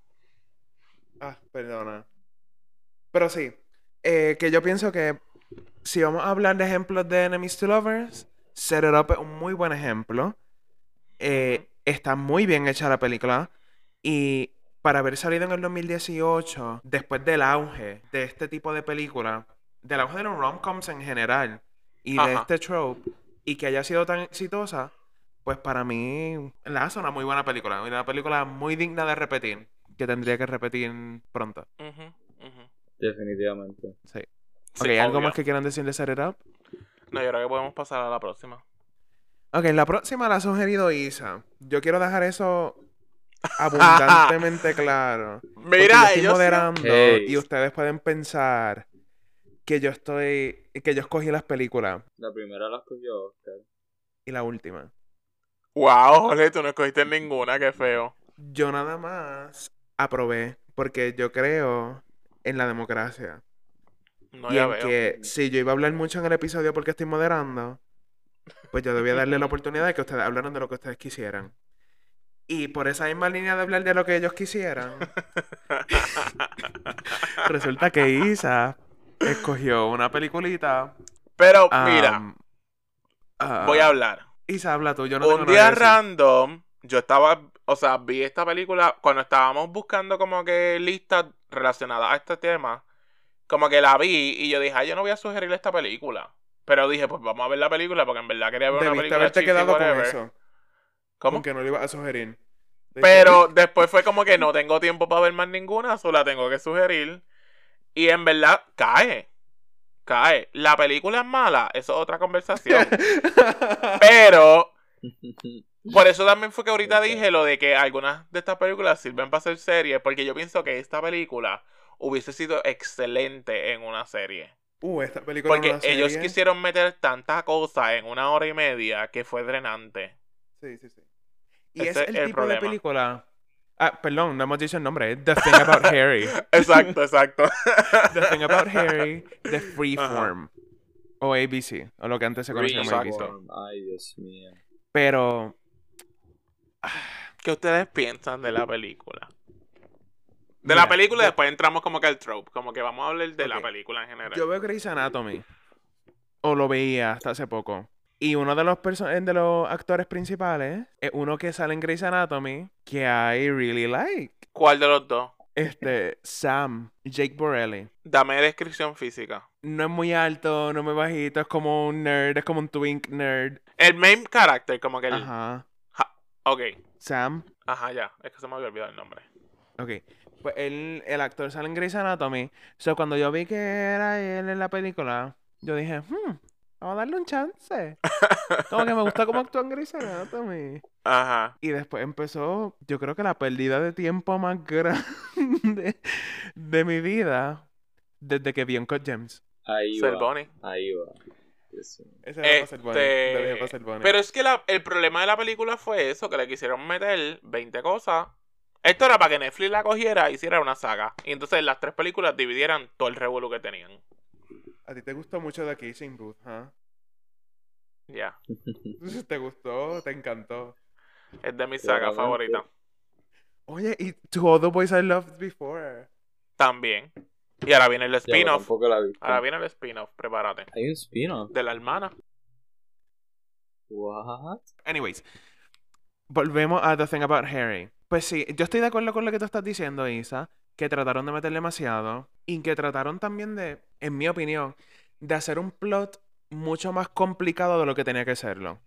Speaker 1: Ah, perdona. Pero sí, eh, que yo pienso que si vamos a hablar de ejemplos de Enemies to Lovers, Set It Up es un muy buen ejemplo. Eh, está muy bien hecha la película. Y para haber salido en el 2018, después del auge de este tipo de película, del auge de los rom-coms en general, y de
Speaker 2: Ajá.
Speaker 1: este trope, y que haya sido tan exitosa, pues para mí la hace una muy buena película. Una película muy digna de repetir, que tendría que repetir pronto.
Speaker 2: Ujú, ujú.
Speaker 3: Definitivamente.
Speaker 1: Sí.
Speaker 2: Sí,
Speaker 1: ok, ¿algo
Speaker 2: obvio.
Speaker 1: más que quieran decir de Set It Up?
Speaker 2: No, yo creo que podemos pasar a la próxima.
Speaker 1: Ok, la próxima la ha sugerido Isa. Yo quiero dejar eso abundantemente claro. porque yo
Speaker 2: Mira,
Speaker 1: estoy
Speaker 2: ellos.
Speaker 1: moderando
Speaker 3: Hey.
Speaker 1: y ustedes pueden pensar que yo estoy, que yo escogí las películas
Speaker 3: La primera la escogió Oscar.
Speaker 1: y la última.
Speaker 2: Wow, Jorge, tú no escogiste ninguna, qué feo.
Speaker 1: Yo nada más aprobé porque yo creo en la democracia
Speaker 2: No,
Speaker 1: y
Speaker 2: ya
Speaker 1: en
Speaker 2: veo.
Speaker 1: que si yo iba a hablar mucho en el episodio porque estoy moderando, pues yo debía darle la oportunidad de que ustedes hablaran de lo que ustedes quisieran. Y por esa misma línea de hablar de lo que ellos quisieran, resulta que Isa escogió una peliculita.
Speaker 2: Pero
Speaker 1: am,
Speaker 2: mira,
Speaker 1: ah,
Speaker 2: voy a hablar.
Speaker 1: Isa, habla tú. Yo no
Speaker 2: Un
Speaker 1: tengo nada
Speaker 2: día
Speaker 1: que decir.
Speaker 2: random, yo estaba. O sea, vi esta película cuando estábamos buscando como que listas relacionadas a este tema. Como que la vi y yo dije, ay, yo no voy a sugerir esta película. Pero dije, pues vamos a ver la película porque en verdad quería ver una
Speaker 1: Debiste
Speaker 2: película.
Speaker 1: haberte
Speaker 2: cheesy,
Speaker 1: quedado con
Speaker 2: whatever.
Speaker 1: eso.
Speaker 2: ¿Cómo?
Speaker 1: Con que no le iba a sugerir. De
Speaker 2: Pero después fue como que no tengo tiempo para ver más ninguna, solo la tengo que sugerir. Y en verdad, cae. Cae. La película es mala, eso es otra conversación.
Speaker 1: que-
Speaker 2: Pero por eso también fue que ahorita
Speaker 3: Ok.
Speaker 2: dije lo de que algunas de estas películas sirven para hacer series, porque yo pienso que esta película hubiese sido excelente en una serie.
Speaker 1: uh, esta película
Speaker 2: Porque
Speaker 1: no es una
Speaker 2: ellos
Speaker 1: serie.
Speaker 2: quisieron meter tantas cosas en una hora y media que fue drenante.
Speaker 1: Sí, sí, sí. Y
Speaker 2: Ese
Speaker 1: es
Speaker 2: es
Speaker 1: el,
Speaker 2: el
Speaker 1: tipo
Speaker 2: problema.
Speaker 1: de película. Ah, perdón, no hemos dicho el nombre. es The Thing About Harry.
Speaker 2: Exacto, exacto.
Speaker 1: The Thing About Harry de Freeform. O ABC, o lo que antes se conocía como ABC.
Speaker 2: Freeform.
Speaker 3: Reform. Ay, Dios mío.
Speaker 1: Pero
Speaker 2: ¿Qué ustedes piensan de la película? De la
Speaker 1: Mira,
Speaker 2: película y
Speaker 1: yo-
Speaker 2: después entramos como que al trope, como que vamos a hablar de la
Speaker 1: Ok.
Speaker 2: película en general.
Speaker 1: yo veo Grey's Anatomy. O lo veía hasta hace poco. Y uno de los, perso- de los actores principales es uno que sale en Grey's Anatomy, que I really like.
Speaker 2: ¿Cuál de los dos?
Speaker 1: Este, Sam, Jake Borelli.
Speaker 2: Dame descripción física.
Speaker 1: No es muy alto, no es muy bajito, es como un nerd, es como un twink nerd.
Speaker 2: El main character, como que el...
Speaker 1: Ajá.
Speaker 2: Ok.
Speaker 1: Sam.
Speaker 2: Ajá, ya. Es que se me había olvidado el nombre.
Speaker 1: Ok. Pues él, el actor sale en Grey's Anatomy. O sea, cuando yo vi que era él en la película, yo dije, hmm, vamos a darle un chance. Como que me gusta cómo actúa en Grey's Anatomy.
Speaker 2: Ajá.
Speaker 1: Y después empezó, yo creo que la pérdida de tiempo más grande de mi vida desde que vi Uncut Gems.
Speaker 3: Ahí
Speaker 2: Ser
Speaker 3: va.
Speaker 2: Bonnie.
Speaker 3: Ahí va. Eso.
Speaker 1: Ese era para ser Bunny,
Speaker 2: Este,
Speaker 1: lo dejé para ser Bunny.
Speaker 2: Pero es que la- el problema de la película fue eso, que le quisieron meter 20 cosas. Esto era para que Netflix la cogiera e hiciera una saga. Y entonces las tres películas dividieran todo el revuelo que tenían.
Speaker 1: A ti te gustó mucho de aquí, sin Booth, ¿ah?
Speaker 2: Ya.
Speaker 1: ¿Te gustó? ¿Te encantó?
Speaker 2: Es de mi
Speaker 3: Claramente.
Speaker 2: saga favorita.
Speaker 1: Oye, y To All the Boys I Loved Before.
Speaker 2: También. Y ahora viene el
Speaker 3: Ya, pero
Speaker 2: spin-off.
Speaker 3: tampoco la vi.
Speaker 2: Ahora viene el spin-off, prepárate.
Speaker 3: Hay un spin-off.
Speaker 2: De la hermana.
Speaker 3: What?
Speaker 1: Anyways, volvemos a The Thing About Harry. Pues sí, yo estoy de acuerdo con lo que tú estás diciendo, Isa, que trataron de meter demasiado y que trataron también de, en mi opinión, de hacer un plot mucho más complicado de lo que tenía que serlo.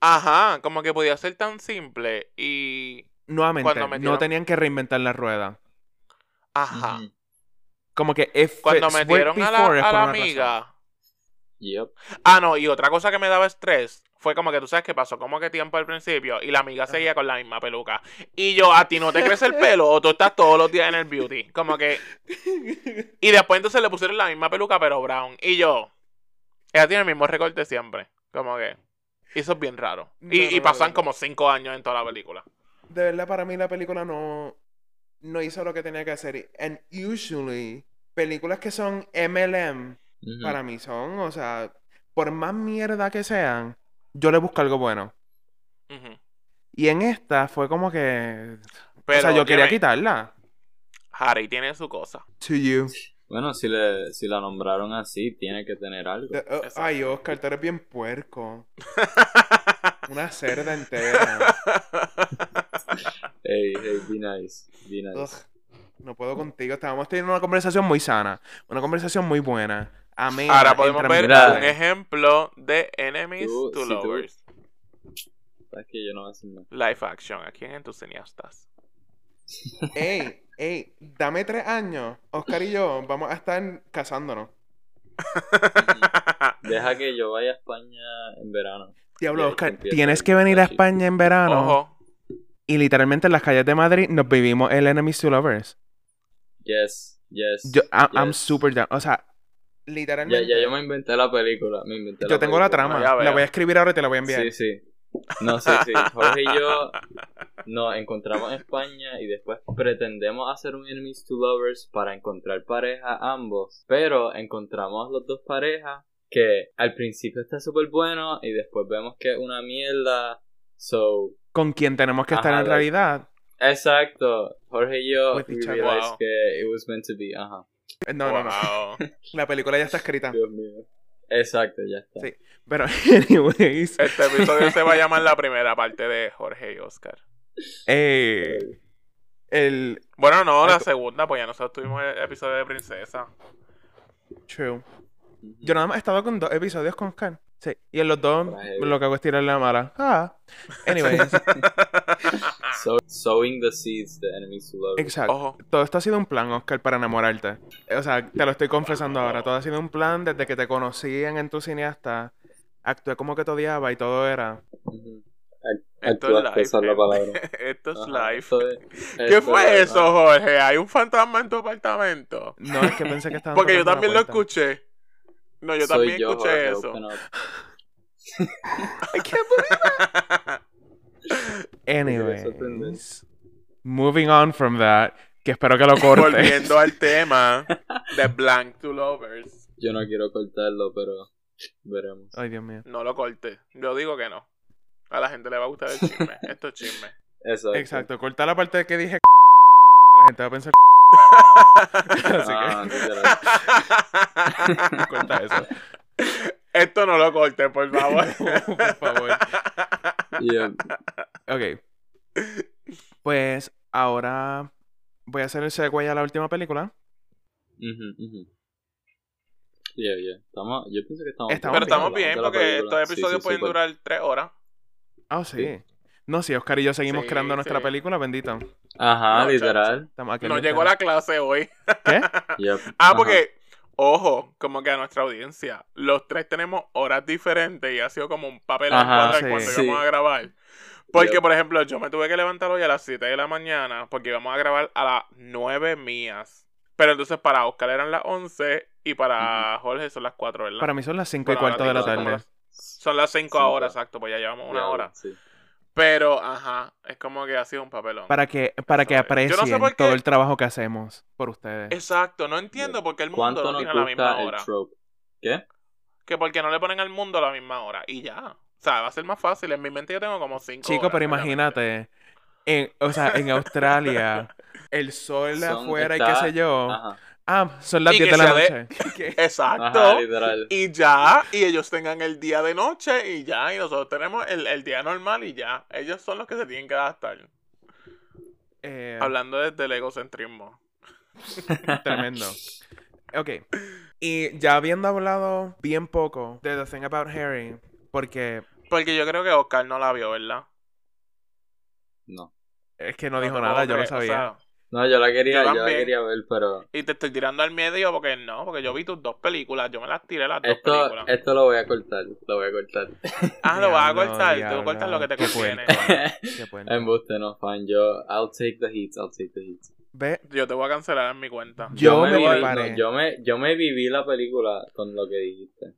Speaker 2: Ajá, como que podía ser tan simple y...
Speaker 1: Nuevamente,
Speaker 2: Cuando
Speaker 1: no
Speaker 2: metieron-
Speaker 1: tenían que reinventar la rueda.
Speaker 2: Ajá.
Speaker 3: Mm,
Speaker 1: Como que if
Speaker 2: Cuando
Speaker 1: it's
Speaker 2: metieron
Speaker 1: worked
Speaker 2: a la,
Speaker 1: before, es
Speaker 2: a
Speaker 1: por
Speaker 2: la
Speaker 1: una razón.
Speaker 2: amiga.
Speaker 3: Yep.
Speaker 2: Ah, no, y otra cosa que me daba estrés fue como que tú sabes que pasó como que tiempo al principio y la amiga seguía con la misma peluca. Y yo, a ti no te crece el pelo o tú estás todos los días en el beauty. Como que. Y después entonces le pusieron la misma peluca, pero brown. Y yo, ella tiene el mismo recorte siempre. Como que. y eso es bien raro.
Speaker 1: No,
Speaker 2: Y,
Speaker 1: no,
Speaker 2: y
Speaker 1: no,
Speaker 2: pasan
Speaker 1: no.
Speaker 2: como cinco años en toda la película.
Speaker 1: De verdad, para mí la película no, no hizo lo que tenía que hacer. And usually, películas que son MLM,
Speaker 3: Ujú.
Speaker 1: para mí son, o sea, por más mierda que sean, yo le busco algo bueno.
Speaker 2: Ujú.
Speaker 1: Y en esta fue como que...
Speaker 2: Pero,
Speaker 1: o sea, yo quería
Speaker 2: dime,
Speaker 1: quitarla.
Speaker 2: Harry tiene su cosa.
Speaker 1: To you.
Speaker 3: Bueno, si, le, si la nombraron así, tiene que tener algo.
Speaker 1: Eh, oh,
Speaker 2: Exacto.
Speaker 1: ay, Oscar, tú eres bien puerco. Una cerda entera.
Speaker 3: Hey, hey, be nice. Be
Speaker 1: Ugh,
Speaker 3: nice.
Speaker 1: no puedo contigo. Estábamos teniendo una conversación muy sana. Una conversación muy buena. Amena,
Speaker 2: Ahora podemos ver
Speaker 1: interminable.
Speaker 2: un ejemplo de Enemies
Speaker 3: Tú,
Speaker 2: to
Speaker 3: si tú-
Speaker 2: Lovers.
Speaker 3: Es que yo no voy a decir nada.
Speaker 2: Live action, aquí en Entusiastas.
Speaker 1: Ey, ey, dame tres años. Oscar y yo vamos a estar casándonos.
Speaker 3: Deja que yo vaya a España en verano.
Speaker 1: Diablo,
Speaker 3: Ya,
Speaker 1: Oscar,
Speaker 3: empieza
Speaker 1: tienes
Speaker 3: el-
Speaker 1: que venir a
Speaker 3: la chica.
Speaker 1: España en verano.
Speaker 2: Ojo,
Speaker 1: Y literalmente en las calles de Madrid nos vivimos el Enemies to Lovers.
Speaker 3: Yes, yes.
Speaker 1: Yo, I- I'm
Speaker 3: yes.
Speaker 1: super down. O sea,
Speaker 3: Ya,
Speaker 1: literalmente.
Speaker 3: ya yo me inventé la película. Me inventé
Speaker 1: Yo tengo la trama.
Speaker 2: ya veo.
Speaker 1: la voy a escribir ahora y te la voy a enviar.
Speaker 3: Sí, sí. No, sí, sí. Jorge y yo nos encontramos en España y después pretendemos hacer un Enemies to Lovers para encontrar pareja ambos. Pero encontramos los dos parejas que al principio está súper bueno y después vemos que es una mierda. So,
Speaker 1: Con quien tenemos que estar
Speaker 3: Ajá,
Speaker 1: en
Speaker 3: like-
Speaker 1: realidad.
Speaker 3: exacto. Jorge y yo
Speaker 1: With
Speaker 3: we
Speaker 1: each other.
Speaker 3: realized
Speaker 2: Wow.
Speaker 3: que it was meant to be. Ajá.
Speaker 1: No, no, no.
Speaker 2: Wow.
Speaker 1: La película ya está escrita.
Speaker 3: Dios mío. Exacto, ya está.
Speaker 1: Sí. Pero, anyways.
Speaker 2: Este episodio se va a llamar la primera parte de Jorge y Oscar.
Speaker 1: eh, el.
Speaker 2: Bueno, no, la
Speaker 1: Ay, co-
Speaker 2: segunda, pues ya nosotros tuvimos el episodio de Princesa.
Speaker 1: True.
Speaker 3: Ujú.
Speaker 1: Yo nada más he estado con dos episodios con Scan. Sí. Y en los dos
Speaker 3: Traje.
Speaker 1: lo que hago es tirar la mala. Ah. Anyways.
Speaker 3: So- sowing the seeds, the enemies to lovers.
Speaker 1: exacto.
Speaker 2: Ojo.
Speaker 1: Todo esto ha sido un plan, Oscar, para enamorarte. O sea, te lo estoy confesando
Speaker 2: Wow.
Speaker 1: ahora. Todo ha sido un plan desde que te conocían en tu cineasta. Actué como que te odiaba y todo era.
Speaker 3: Ujú. Ac-
Speaker 2: Esto es
Speaker 3: actuaste,
Speaker 2: live,
Speaker 3: esa es la
Speaker 2: gente.
Speaker 3: palabra.
Speaker 2: Esto es
Speaker 3: Ajá,
Speaker 2: live.
Speaker 3: esto es-
Speaker 2: ¿Qué
Speaker 3: esto
Speaker 2: fue
Speaker 3: es-
Speaker 2: eso, Jorge? ¿Hay un fantasma en tu apartamento?
Speaker 1: Ah, No, es que pensé que estaban
Speaker 2: Porque yo
Speaker 1: tocando la
Speaker 2: también lo
Speaker 1: puerta.
Speaker 2: escuché. No, yo
Speaker 3: Soy
Speaker 2: también
Speaker 3: yo,
Speaker 2: escuché
Speaker 3: Jorge,
Speaker 2: eso.
Speaker 3: open up.
Speaker 1: Anyways, moving on from that, que espero que lo corte.
Speaker 2: Volviendo al tema de Blank to Lovers.
Speaker 3: Yo no quiero cortarlo, pero veremos.
Speaker 1: Ay, Dios mío.
Speaker 2: No lo corte. Yo digo que no. A la gente le va a gustar el chisme. Esto es chisme.
Speaker 3: Exacto.
Speaker 1: Exacto, corta la parte que dije. que La gente va a pensar. Así
Speaker 3: Ah,
Speaker 1: que
Speaker 3: literal.
Speaker 1: corta eso.
Speaker 2: Esto no lo corte, por favor.
Speaker 1: No, por favor.
Speaker 3: Yeah.
Speaker 1: Ok. Pues ahora voy a hacer el segue a la última película.
Speaker 3: Ujú, ujú. Yeah, yeah. Estamos, yo pienso que estamos,
Speaker 1: Estamos
Speaker 2: Pero estamos
Speaker 3: hablando
Speaker 2: bien
Speaker 3: de la
Speaker 2: porque
Speaker 3: película.
Speaker 2: estos
Speaker 3: Sí, sí,
Speaker 2: episodios pueden
Speaker 3: súper.
Speaker 2: durar tres horas.
Speaker 1: Ah, sí. No, sí, Oscar y yo seguimos
Speaker 2: Sí,
Speaker 1: creando nuestra
Speaker 2: sí.
Speaker 1: película, bendito.
Speaker 3: Ajá,
Speaker 2: No,
Speaker 3: literal.
Speaker 1: Estamos aquí.
Speaker 2: Nos llegó la clase hoy.
Speaker 1: ¿Qué?
Speaker 3: Yep.
Speaker 2: Ah,
Speaker 3: Ajá.
Speaker 2: porque, ojo, como que a nuestra audiencia, los tres tenemos horas diferentes y ha sido como un papel
Speaker 3: Ajá,
Speaker 1: sí.
Speaker 2: cuando
Speaker 3: Sí.
Speaker 2: íbamos a grabar. Porque,
Speaker 3: Yep.
Speaker 2: por ejemplo, yo me tuve que levantar hoy a las 7 de la mañana porque íbamos a grabar a las 9 mías. Pero entonces para Oscar eran las 11 y para Jorge son las 4, ¿verdad?
Speaker 1: Para mí son las 5 y
Speaker 2: Bueno,
Speaker 1: cuarto de la
Speaker 2: ahora son como
Speaker 1: tarde.
Speaker 2: las- Son las 5
Speaker 3: Cinco.
Speaker 2: ahora, exacto, pues ya llevamos una
Speaker 3: Yeah,
Speaker 2: hora.
Speaker 3: sí.
Speaker 2: Pero, ajá, es como que ha sido un papelón.
Speaker 1: Para que, para que
Speaker 2: Yo no sé
Speaker 1: aprecien
Speaker 2: por qué-
Speaker 1: todo el trabajo que hacemos por ustedes.
Speaker 2: Exacto, no entiendo por qué el mundo
Speaker 3: ¿Cuánto
Speaker 2: lo
Speaker 3: nos
Speaker 2: tiene a la misma
Speaker 3: gusta el
Speaker 2: hora.
Speaker 3: trope?
Speaker 2: Que porque no le ponen al mundo a la misma hora. Y ya. O sea, va a ser más fácil. En mi mente yo tengo como cinco.
Speaker 1: Chico,
Speaker 2: horas,
Speaker 1: pero
Speaker 2: realmente.
Speaker 1: imagínate. En, o sea, en Australia, el sol
Speaker 3: Son-
Speaker 1: afuera y qué
Speaker 3: está-
Speaker 1: sé
Speaker 2: Oh,
Speaker 1: yo.
Speaker 3: Ajá.
Speaker 1: Ah, son las
Speaker 2: Y
Speaker 1: 10
Speaker 2: que
Speaker 1: de la
Speaker 2: sea de-
Speaker 1: noche. ¿Qué?
Speaker 2: Exacto.
Speaker 3: Ajá, literal.
Speaker 2: y ya. Y ellos tengan el día de noche y ya. Y nosotros tenemos el, el día normal y ya. Ellos son los que se tienen que adaptar.
Speaker 1: Eh,
Speaker 2: Hablando desde el egocentrismo.
Speaker 1: Tremendo. Ok. Y ya habiendo hablado bien poco de The Thing About Harry, porque
Speaker 2: Porque yo creo que Oscar no la vio, ¿verdad?
Speaker 3: No.
Speaker 1: es que no,
Speaker 2: te
Speaker 1: dijo
Speaker 2: puedo
Speaker 1: nada, yo lo
Speaker 2: creer, o
Speaker 1: sabía.
Speaker 2: sea,
Speaker 3: No, yo la quería,
Speaker 2: Yo
Speaker 3: yo la
Speaker 2: también.
Speaker 3: quería ver, pero
Speaker 2: y te estoy tirando al medio porque no, porque yo vi tus dos películas, yo me las tiré las dos
Speaker 3: esto,
Speaker 2: películas.
Speaker 3: esto lo voy a cortar, lo voy a cortar.
Speaker 2: Ah, lo vas a
Speaker 1: Diablo,
Speaker 2: cortar,
Speaker 1: diablo,
Speaker 2: tú cortas lo que te
Speaker 1: qué
Speaker 2: conviene.
Speaker 1: puerco. Qué bueno.
Speaker 3: Embuste, no, fan, yo, I'll take the hits, I'll take the hits.
Speaker 1: Ve,
Speaker 2: Yo te voy a cancelar en mi cuenta.
Speaker 1: Yo me
Speaker 3: vi-
Speaker 1: preparé.
Speaker 3: no, yo me, yo me viví la película con lo que dijiste.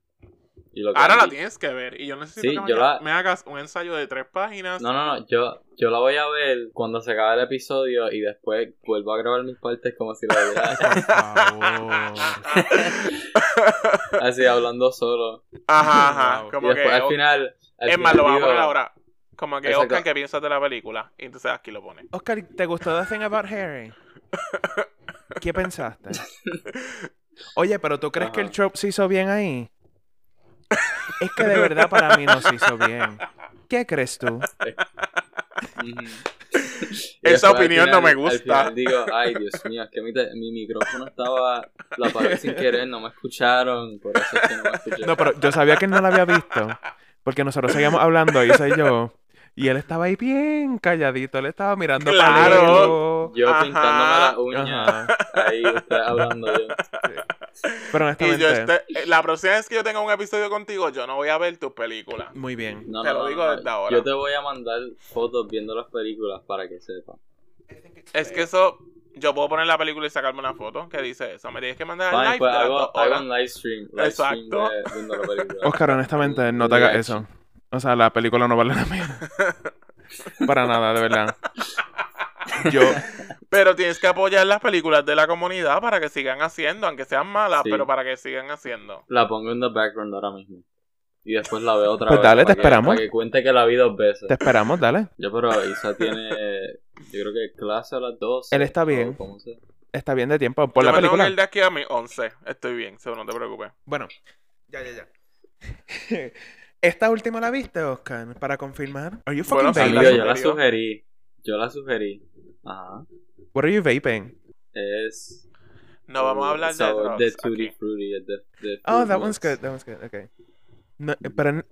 Speaker 3: Y lo que
Speaker 2: Ahora la
Speaker 3: vi.
Speaker 2: tienes que ver y yo necesito
Speaker 3: Sí,
Speaker 2: que me,
Speaker 3: yo la-
Speaker 2: me hagas un ensayo de tres páginas.
Speaker 3: No, no, no, yo, yo la voy a ver cuando se acabe el episodio y después vuelvo a grabar mis partes como si la viera.
Speaker 1: por favor.
Speaker 3: así, hablando solo.
Speaker 2: Ajá, ajá.
Speaker 1: Wow.
Speaker 3: Y
Speaker 2: Como que,
Speaker 3: después al
Speaker 2: o-
Speaker 3: final... al
Speaker 2: es más, lo
Speaker 3: final
Speaker 2: vamos a poner
Speaker 3: digo,
Speaker 2: ahora. Como que,
Speaker 3: Exacto.
Speaker 2: Oscar, ¿qué piensas de la película? Y entonces aquí lo pone.
Speaker 1: Oscar, ¿te gustó The Thing About Harry? ¿Qué pensaste? Oye, pero ¿tú crees que el
Speaker 3: Ajá.
Speaker 1: trope se hizo bien ahí? Es que de verdad para mí no se hizo bien. ¿Qué crees tú?
Speaker 3: Ujú. Y
Speaker 2: Esa
Speaker 3: después,
Speaker 2: opinión
Speaker 3: al
Speaker 2: no me
Speaker 3: al
Speaker 2: gusta.
Speaker 3: final digo, ay, Dios mío, es que mi, te- mi micrófono estaba. La apagué sin querer, no me escucharon. Por eso es que no me escucharon.
Speaker 1: No, pero yo sabía que él no la había visto. Porque nosotros seguíamos hablando, Isa y yo. Y él estaba ahí bien calladito. Él estaba mirando para
Speaker 2: Claro.
Speaker 1: lejos.
Speaker 3: yo
Speaker 2: Ajá.
Speaker 3: pintándome las uñas.
Speaker 1: Ajá.
Speaker 3: Ahí usted hablando yo.
Speaker 1: Pero
Speaker 2: Y
Speaker 1: honestamente,
Speaker 2: yo este- eh, la próxima vez que yo tenga un episodio contigo, yo no voy a ver tus películas.
Speaker 1: muy bien.
Speaker 3: No,
Speaker 2: Te
Speaker 3: no,
Speaker 2: lo
Speaker 3: no,
Speaker 2: digo
Speaker 3: no.
Speaker 2: desde ahora.
Speaker 3: Yo te voy a mandar fotos viendo las películas para que sepas.
Speaker 2: Es que eso, yo puedo poner la película y sacarme una foto que dice eso. Me tienes que mandar
Speaker 3: Fine,
Speaker 2: el live
Speaker 3: pues
Speaker 2: de las dos
Speaker 3: hago, hago
Speaker 2: horas.
Speaker 3: un live stream. Live stream
Speaker 2: Exacto.
Speaker 3: de- viendo la película.
Speaker 1: Oscar, honestamente, no te hagas eso. O sea, la película no vale la pena. Para nada, de verdad. Yo,
Speaker 2: Pero tienes que apoyar las películas de la comunidad para que sigan haciendo, aunque sean malas,
Speaker 3: Sí.
Speaker 2: pero para que sigan haciendo.
Speaker 3: La pongo en the background ahora mismo. Y después la veo otra
Speaker 1: Pues
Speaker 3: vez.
Speaker 1: dale, te
Speaker 3: para que-
Speaker 1: esperamos.
Speaker 3: Para que cuente que la vi dos veces.
Speaker 1: te esperamos, dale.
Speaker 3: Yo, pero Isa tiene, eh, yo creo que clase a las 2.
Speaker 1: Él está bien. Está bien de tiempo. Por
Speaker 2: yo
Speaker 1: la
Speaker 2: me tengo que
Speaker 1: película.
Speaker 2: ir de aquí a mis 11. Estoy bien, so no te preocupes.
Speaker 1: Bueno, ya, ya, ya. ¿Esta última la viste, Oscar? Para confirmar. Are you fucking
Speaker 2: Bueno, sí,
Speaker 1: vaping?
Speaker 3: Amigo,
Speaker 2: la
Speaker 3: yo la
Speaker 2: sugirió.
Speaker 3: sugerí. Yo la sugerí. Ajá.
Speaker 1: What are you vaping?
Speaker 3: Es.
Speaker 2: No
Speaker 1: Uh,
Speaker 2: vamos a hablar
Speaker 3: el
Speaker 2: de
Speaker 3: sabor
Speaker 2: drugs.
Speaker 3: de Tutti
Speaker 2: aquí.
Speaker 3: Frutti. es de- de
Speaker 1: Oh,
Speaker 3: Fruit
Speaker 1: that one's
Speaker 3: Loops.
Speaker 1: good, that one's good, okay. No, eh, pero, n-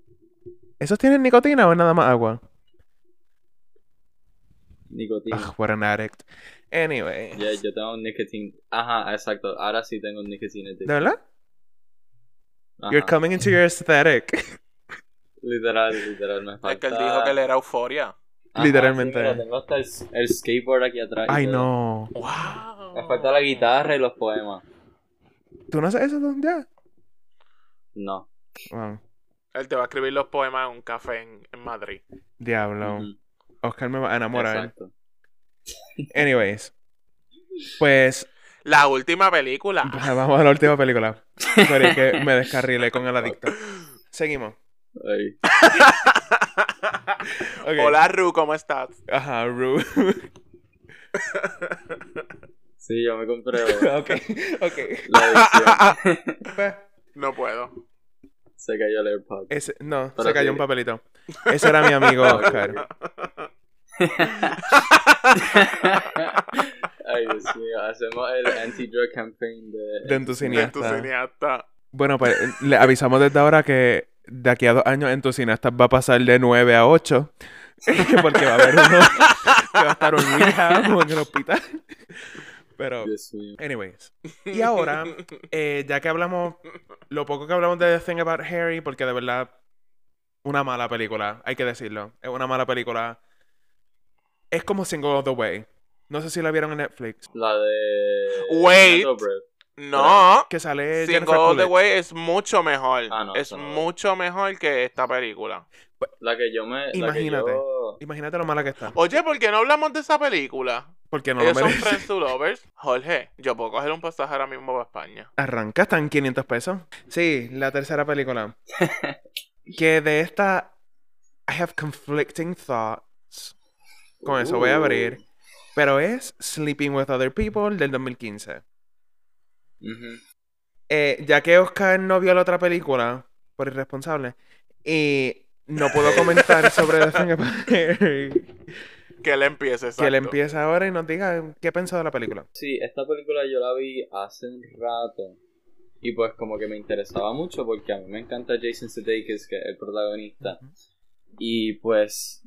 Speaker 1: ¿esos tienen nicotina o es nada más agua?
Speaker 3: Nicotina.
Speaker 1: Ugh, Ah, what an addict. Anyway.
Speaker 3: Yeah, yo tengo un nicotine. Ajá, exacto. Ahora sí tengo un nicotine.
Speaker 1: ¿De
Speaker 3: addiction.
Speaker 1: verdad?
Speaker 3: Ajá.
Speaker 1: You're coming into your aesthetic.
Speaker 3: Literal, literal, me falta.
Speaker 2: Es que él dijo que le era euforia.
Speaker 3: Ajá,
Speaker 1: Literalmente.
Speaker 3: sí, mira, tengo hasta el, el skateboard aquí atrás. y
Speaker 1: Ay,
Speaker 3: todo.
Speaker 1: no.
Speaker 2: ¡Wow!
Speaker 3: Me falta la guitarra y los poemas.
Speaker 1: ¿Tú no haces eso ya?
Speaker 3: No.
Speaker 1: Wow.
Speaker 2: Él te va a escribir los poemas en un café en, en Madrid.
Speaker 1: Diablo.
Speaker 3: Ujú,
Speaker 1: Oscar me va a enamorar.
Speaker 3: Exacto.
Speaker 1: Anyways. Pues,
Speaker 2: La última película.
Speaker 3: Ah.
Speaker 1: vamos a la última película. Sorry, es que me descarrilé con el adicto. Seguimos.
Speaker 3: Ay.
Speaker 1: Ok.
Speaker 2: Hola, Ru, ¿cómo estás?
Speaker 1: Ajá, Ru.
Speaker 3: Sí, yo me compré.
Speaker 1: ok, ok.
Speaker 3: La edición.
Speaker 1: Pues,
Speaker 2: No puedo.
Speaker 3: Se cayó el AirPod.
Speaker 1: Ese- no,
Speaker 3: Pero
Speaker 1: se cayó
Speaker 3: sí.
Speaker 1: un papelito. Ese era mi amigo Oscar.
Speaker 3: Ay, Dios mío, hacemos el anti-drug campaign de...
Speaker 1: De entusiasta.
Speaker 2: tu cineasta.
Speaker 1: Bueno, pues le avisamos desde ahora que de aquí a dos años entusiastas va a pasar de 9 a 8. Porque va a haber uno que va a estar en rehab o en el hospital. Pero,
Speaker 3: Dios mío.
Speaker 1: anyways. Y ahora, eh, ya que hablamos, lo poco que hablamos de The Thing About Harry, porque de verdad, una mala película, hay que decirlo. Es una mala película. Es como Single of the Way. No sé si la vieron en Netflix.
Speaker 3: La de...
Speaker 2: Wait.
Speaker 3: Nacho Bread.
Speaker 2: No,
Speaker 1: Que sale eh, Jennifer
Speaker 2: Single All the
Speaker 1: Coolidge.
Speaker 2: Way es mucho mejor.
Speaker 3: Ah, no,
Speaker 2: es
Speaker 3: eso no.
Speaker 2: mucho mejor que esta película.
Speaker 3: La que yo me... La
Speaker 1: Imagínate.
Speaker 3: que yo...
Speaker 1: Imagínate lo mala que está.
Speaker 2: Oye, ¿por qué no hablamos de esa película?
Speaker 1: Porque no lo
Speaker 2: Ellos son
Speaker 1: merece.
Speaker 2: Friends to Lovers. Jorge, yo puedo coger un pasaje ahora mismo para España.
Speaker 1: Arranca, están 500 pesos. Sí, la tercera película. que de esta. I have conflicting thoughts. Con eso voy a abrir.
Speaker 2: Uh.
Speaker 1: Pero es Sleeping with Other People del 2015.
Speaker 3: Ujú.
Speaker 1: Eh, ya que Oscar no vio la otra película, por irresponsable, y no puedo comentar sobre The Thing About Harry,
Speaker 2: Que él empiece,
Speaker 1: que él
Speaker 2: exacto.
Speaker 1: empiece ahora y nos diga qué pensó de la película.
Speaker 3: Sí, esta película yo la vi hace un rato. Y pues como que me interesaba mucho porque a mí me encanta Jason Sudeikis, que es el protagonista. Y pues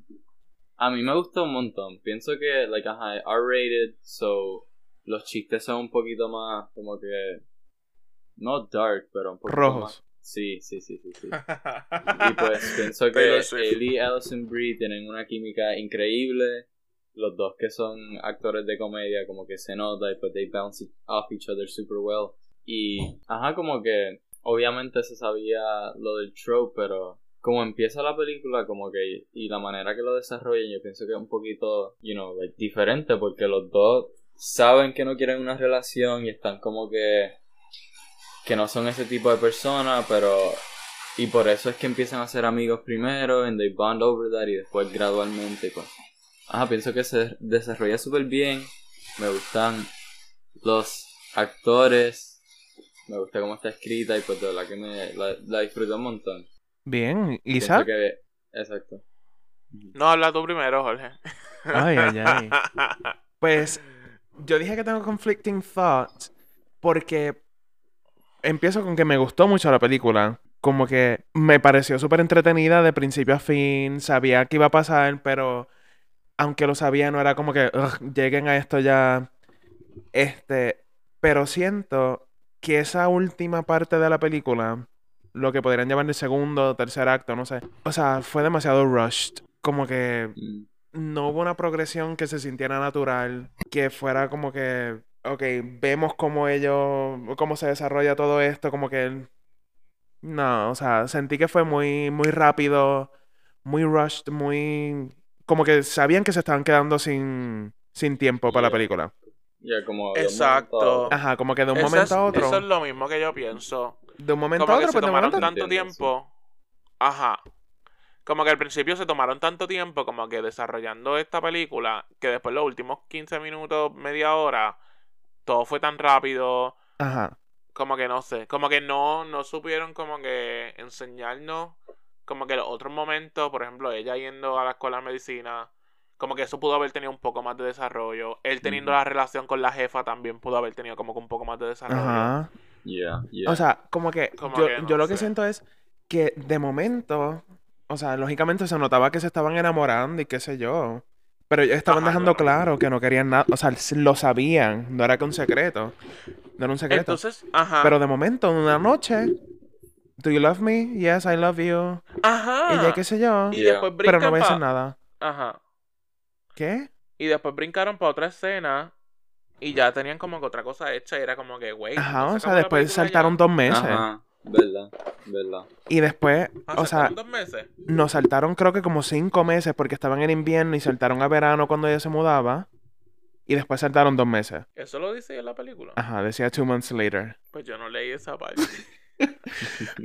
Speaker 3: a mí me gustó un montón. Pienso que, like, ajá, es R-rated, so los chistes son un poquito más como que... No dark, pero un poquito más...
Speaker 1: Rojos.
Speaker 3: Sí, sí, sí, sí, sí. Y pues pienso que
Speaker 2: Taylor Swift.
Speaker 3: él y Alison Brie tienen una química increíble. Los dos que son actores de comedia, como que se nota y pues they bounce off each other super well. Y, ajá, como que obviamente se sabía lo del trope, pero como empieza la película, como que y la manera que lo desarrollan, yo pienso que es un poquito, you know, like, diferente porque los dos saben que no quieren una relación y están como que que no son ese tipo de personas, pero y por eso es que empiezan a ser amigos primero, and they bond over that, y después gradualmente. Pues. Ajá, pienso que se desarrolla súper bien. Me gustan los actores. Me gusta cómo está escrita y pues de verdad que me la, la disfruto un montón.
Speaker 1: Bien,
Speaker 3: Pienso
Speaker 1: Isaac.
Speaker 3: que- exacto.
Speaker 2: No, habla tú primero, Jorge.
Speaker 1: Ay, ay, ay. Pues yo dije que tengo conflicting thoughts porque empiezo con que me gustó mucho la película. Como que me pareció súper entretenida de principio a fin, sabía que iba a pasar, pero aunque lo sabía no era como que "Ugh, lleguen a esto ya. Este, pero siento que esa última parte de la película, lo que podrían llamar el segundo o tercer acto, no sé. O sea, fue demasiado rushed. Como que
Speaker 3: Mm.
Speaker 1: no hubo una progresión que se sintiera natural, que fuera como que, ok, vemos cómo ellos, cómo se desarrolla todo esto, como que... No, o sea, sentí que fue muy, muy rápido, muy rushed, muy... Como que sabían que se estaban quedando sin, sin tiempo para la
Speaker 3: Yeah.
Speaker 1: película.
Speaker 3: Ya como... de un
Speaker 2: Exacto.
Speaker 3: momento a otro.
Speaker 1: Ajá, como que de un
Speaker 2: Eso
Speaker 1: momento
Speaker 2: es-
Speaker 1: a otro.
Speaker 2: Eso es lo mismo que yo pienso.
Speaker 1: De un momento
Speaker 2: Como
Speaker 1: a
Speaker 2: que
Speaker 1: otro,
Speaker 2: se
Speaker 1: pues de
Speaker 2: tomaron
Speaker 1: momento-
Speaker 2: tanto
Speaker 3: Entiendo, sí.
Speaker 2: tiempo. Ajá. Como que al principio se tomaron tanto tiempo como que desarrollando esta película que después los últimos 15 minutos, media hora, todo fue tan rápido.
Speaker 1: Ajá.
Speaker 2: Como que no sé. Como que no, no supieron como que enseñarnos como que los otros momentos, por ejemplo, ella yendo a la escuela de medicina. Como que eso pudo haber tenido un poco más de desarrollo. Él teniendo
Speaker 3: Ujú.
Speaker 2: la relación con la jefa también pudo haber tenido como que un poco más de desarrollo.
Speaker 1: Ajá.
Speaker 3: Yeah, yeah.
Speaker 1: O sea, como que
Speaker 2: Como
Speaker 1: yo,
Speaker 2: que no
Speaker 1: yo lo que
Speaker 2: sé.
Speaker 1: siento es que de momento, o sea, lógicamente se notaba que se estaban enamorando y qué sé yo. Pero ellos estaban
Speaker 2: Ajá,
Speaker 1: dejando
Speaker 2: claro.
Speaker 1: claro que no querían nada, o sea, s- lo sabían, no era que un secreto, no era un secreto.
Speaker 2: Entonces, ah. ajá.
Speaker 1: Pero de momento, una noche, do you love me? Yes, I love you.
Speaker 2: Ajá.
Speaker 1: Y ya qué sé yo,
Speaker 2: Ah. Y
Speaker 3: Yeah.
Speaker 2: después
Speaker 1: pero
Speaker 2: brincan
Speaker 1: no voy a
Speaker 2: pa-
Speaker 1: decir nada.
Speaker 2: Ajá.
Speaker 1: ¿Qué?
Speaker 2: Y después brincaron para otra escena y ya tenían como que otra cosa hecha y era como que, güey.
Speaker 1: Ajá,
Speaker 2: ¿no se
Speaker 1: o sea,
Speaker 2: acabó la
Speaker 1: después
Speaker 2: película ya?
Speaker 1: saltaron dos meses.
Speaker 3: Ajá, verdad, verdad.
Speaker 1: Y después,
Speaker 2: Ah,
Speaker 1: o sea,
Speaker 2: ¿saltaron dos meses.
Speaker 1: nos saltaron creo que como cinco meses porque estaban en invierno y saltaron a verano cuando ella se mudaba. Y después saltaron dos meses.
Speaker 2: Eso lo dice en la película.
Speaker 1: Ajá, decía two months later.
Speaker 2: Pues yo no leí esa parte.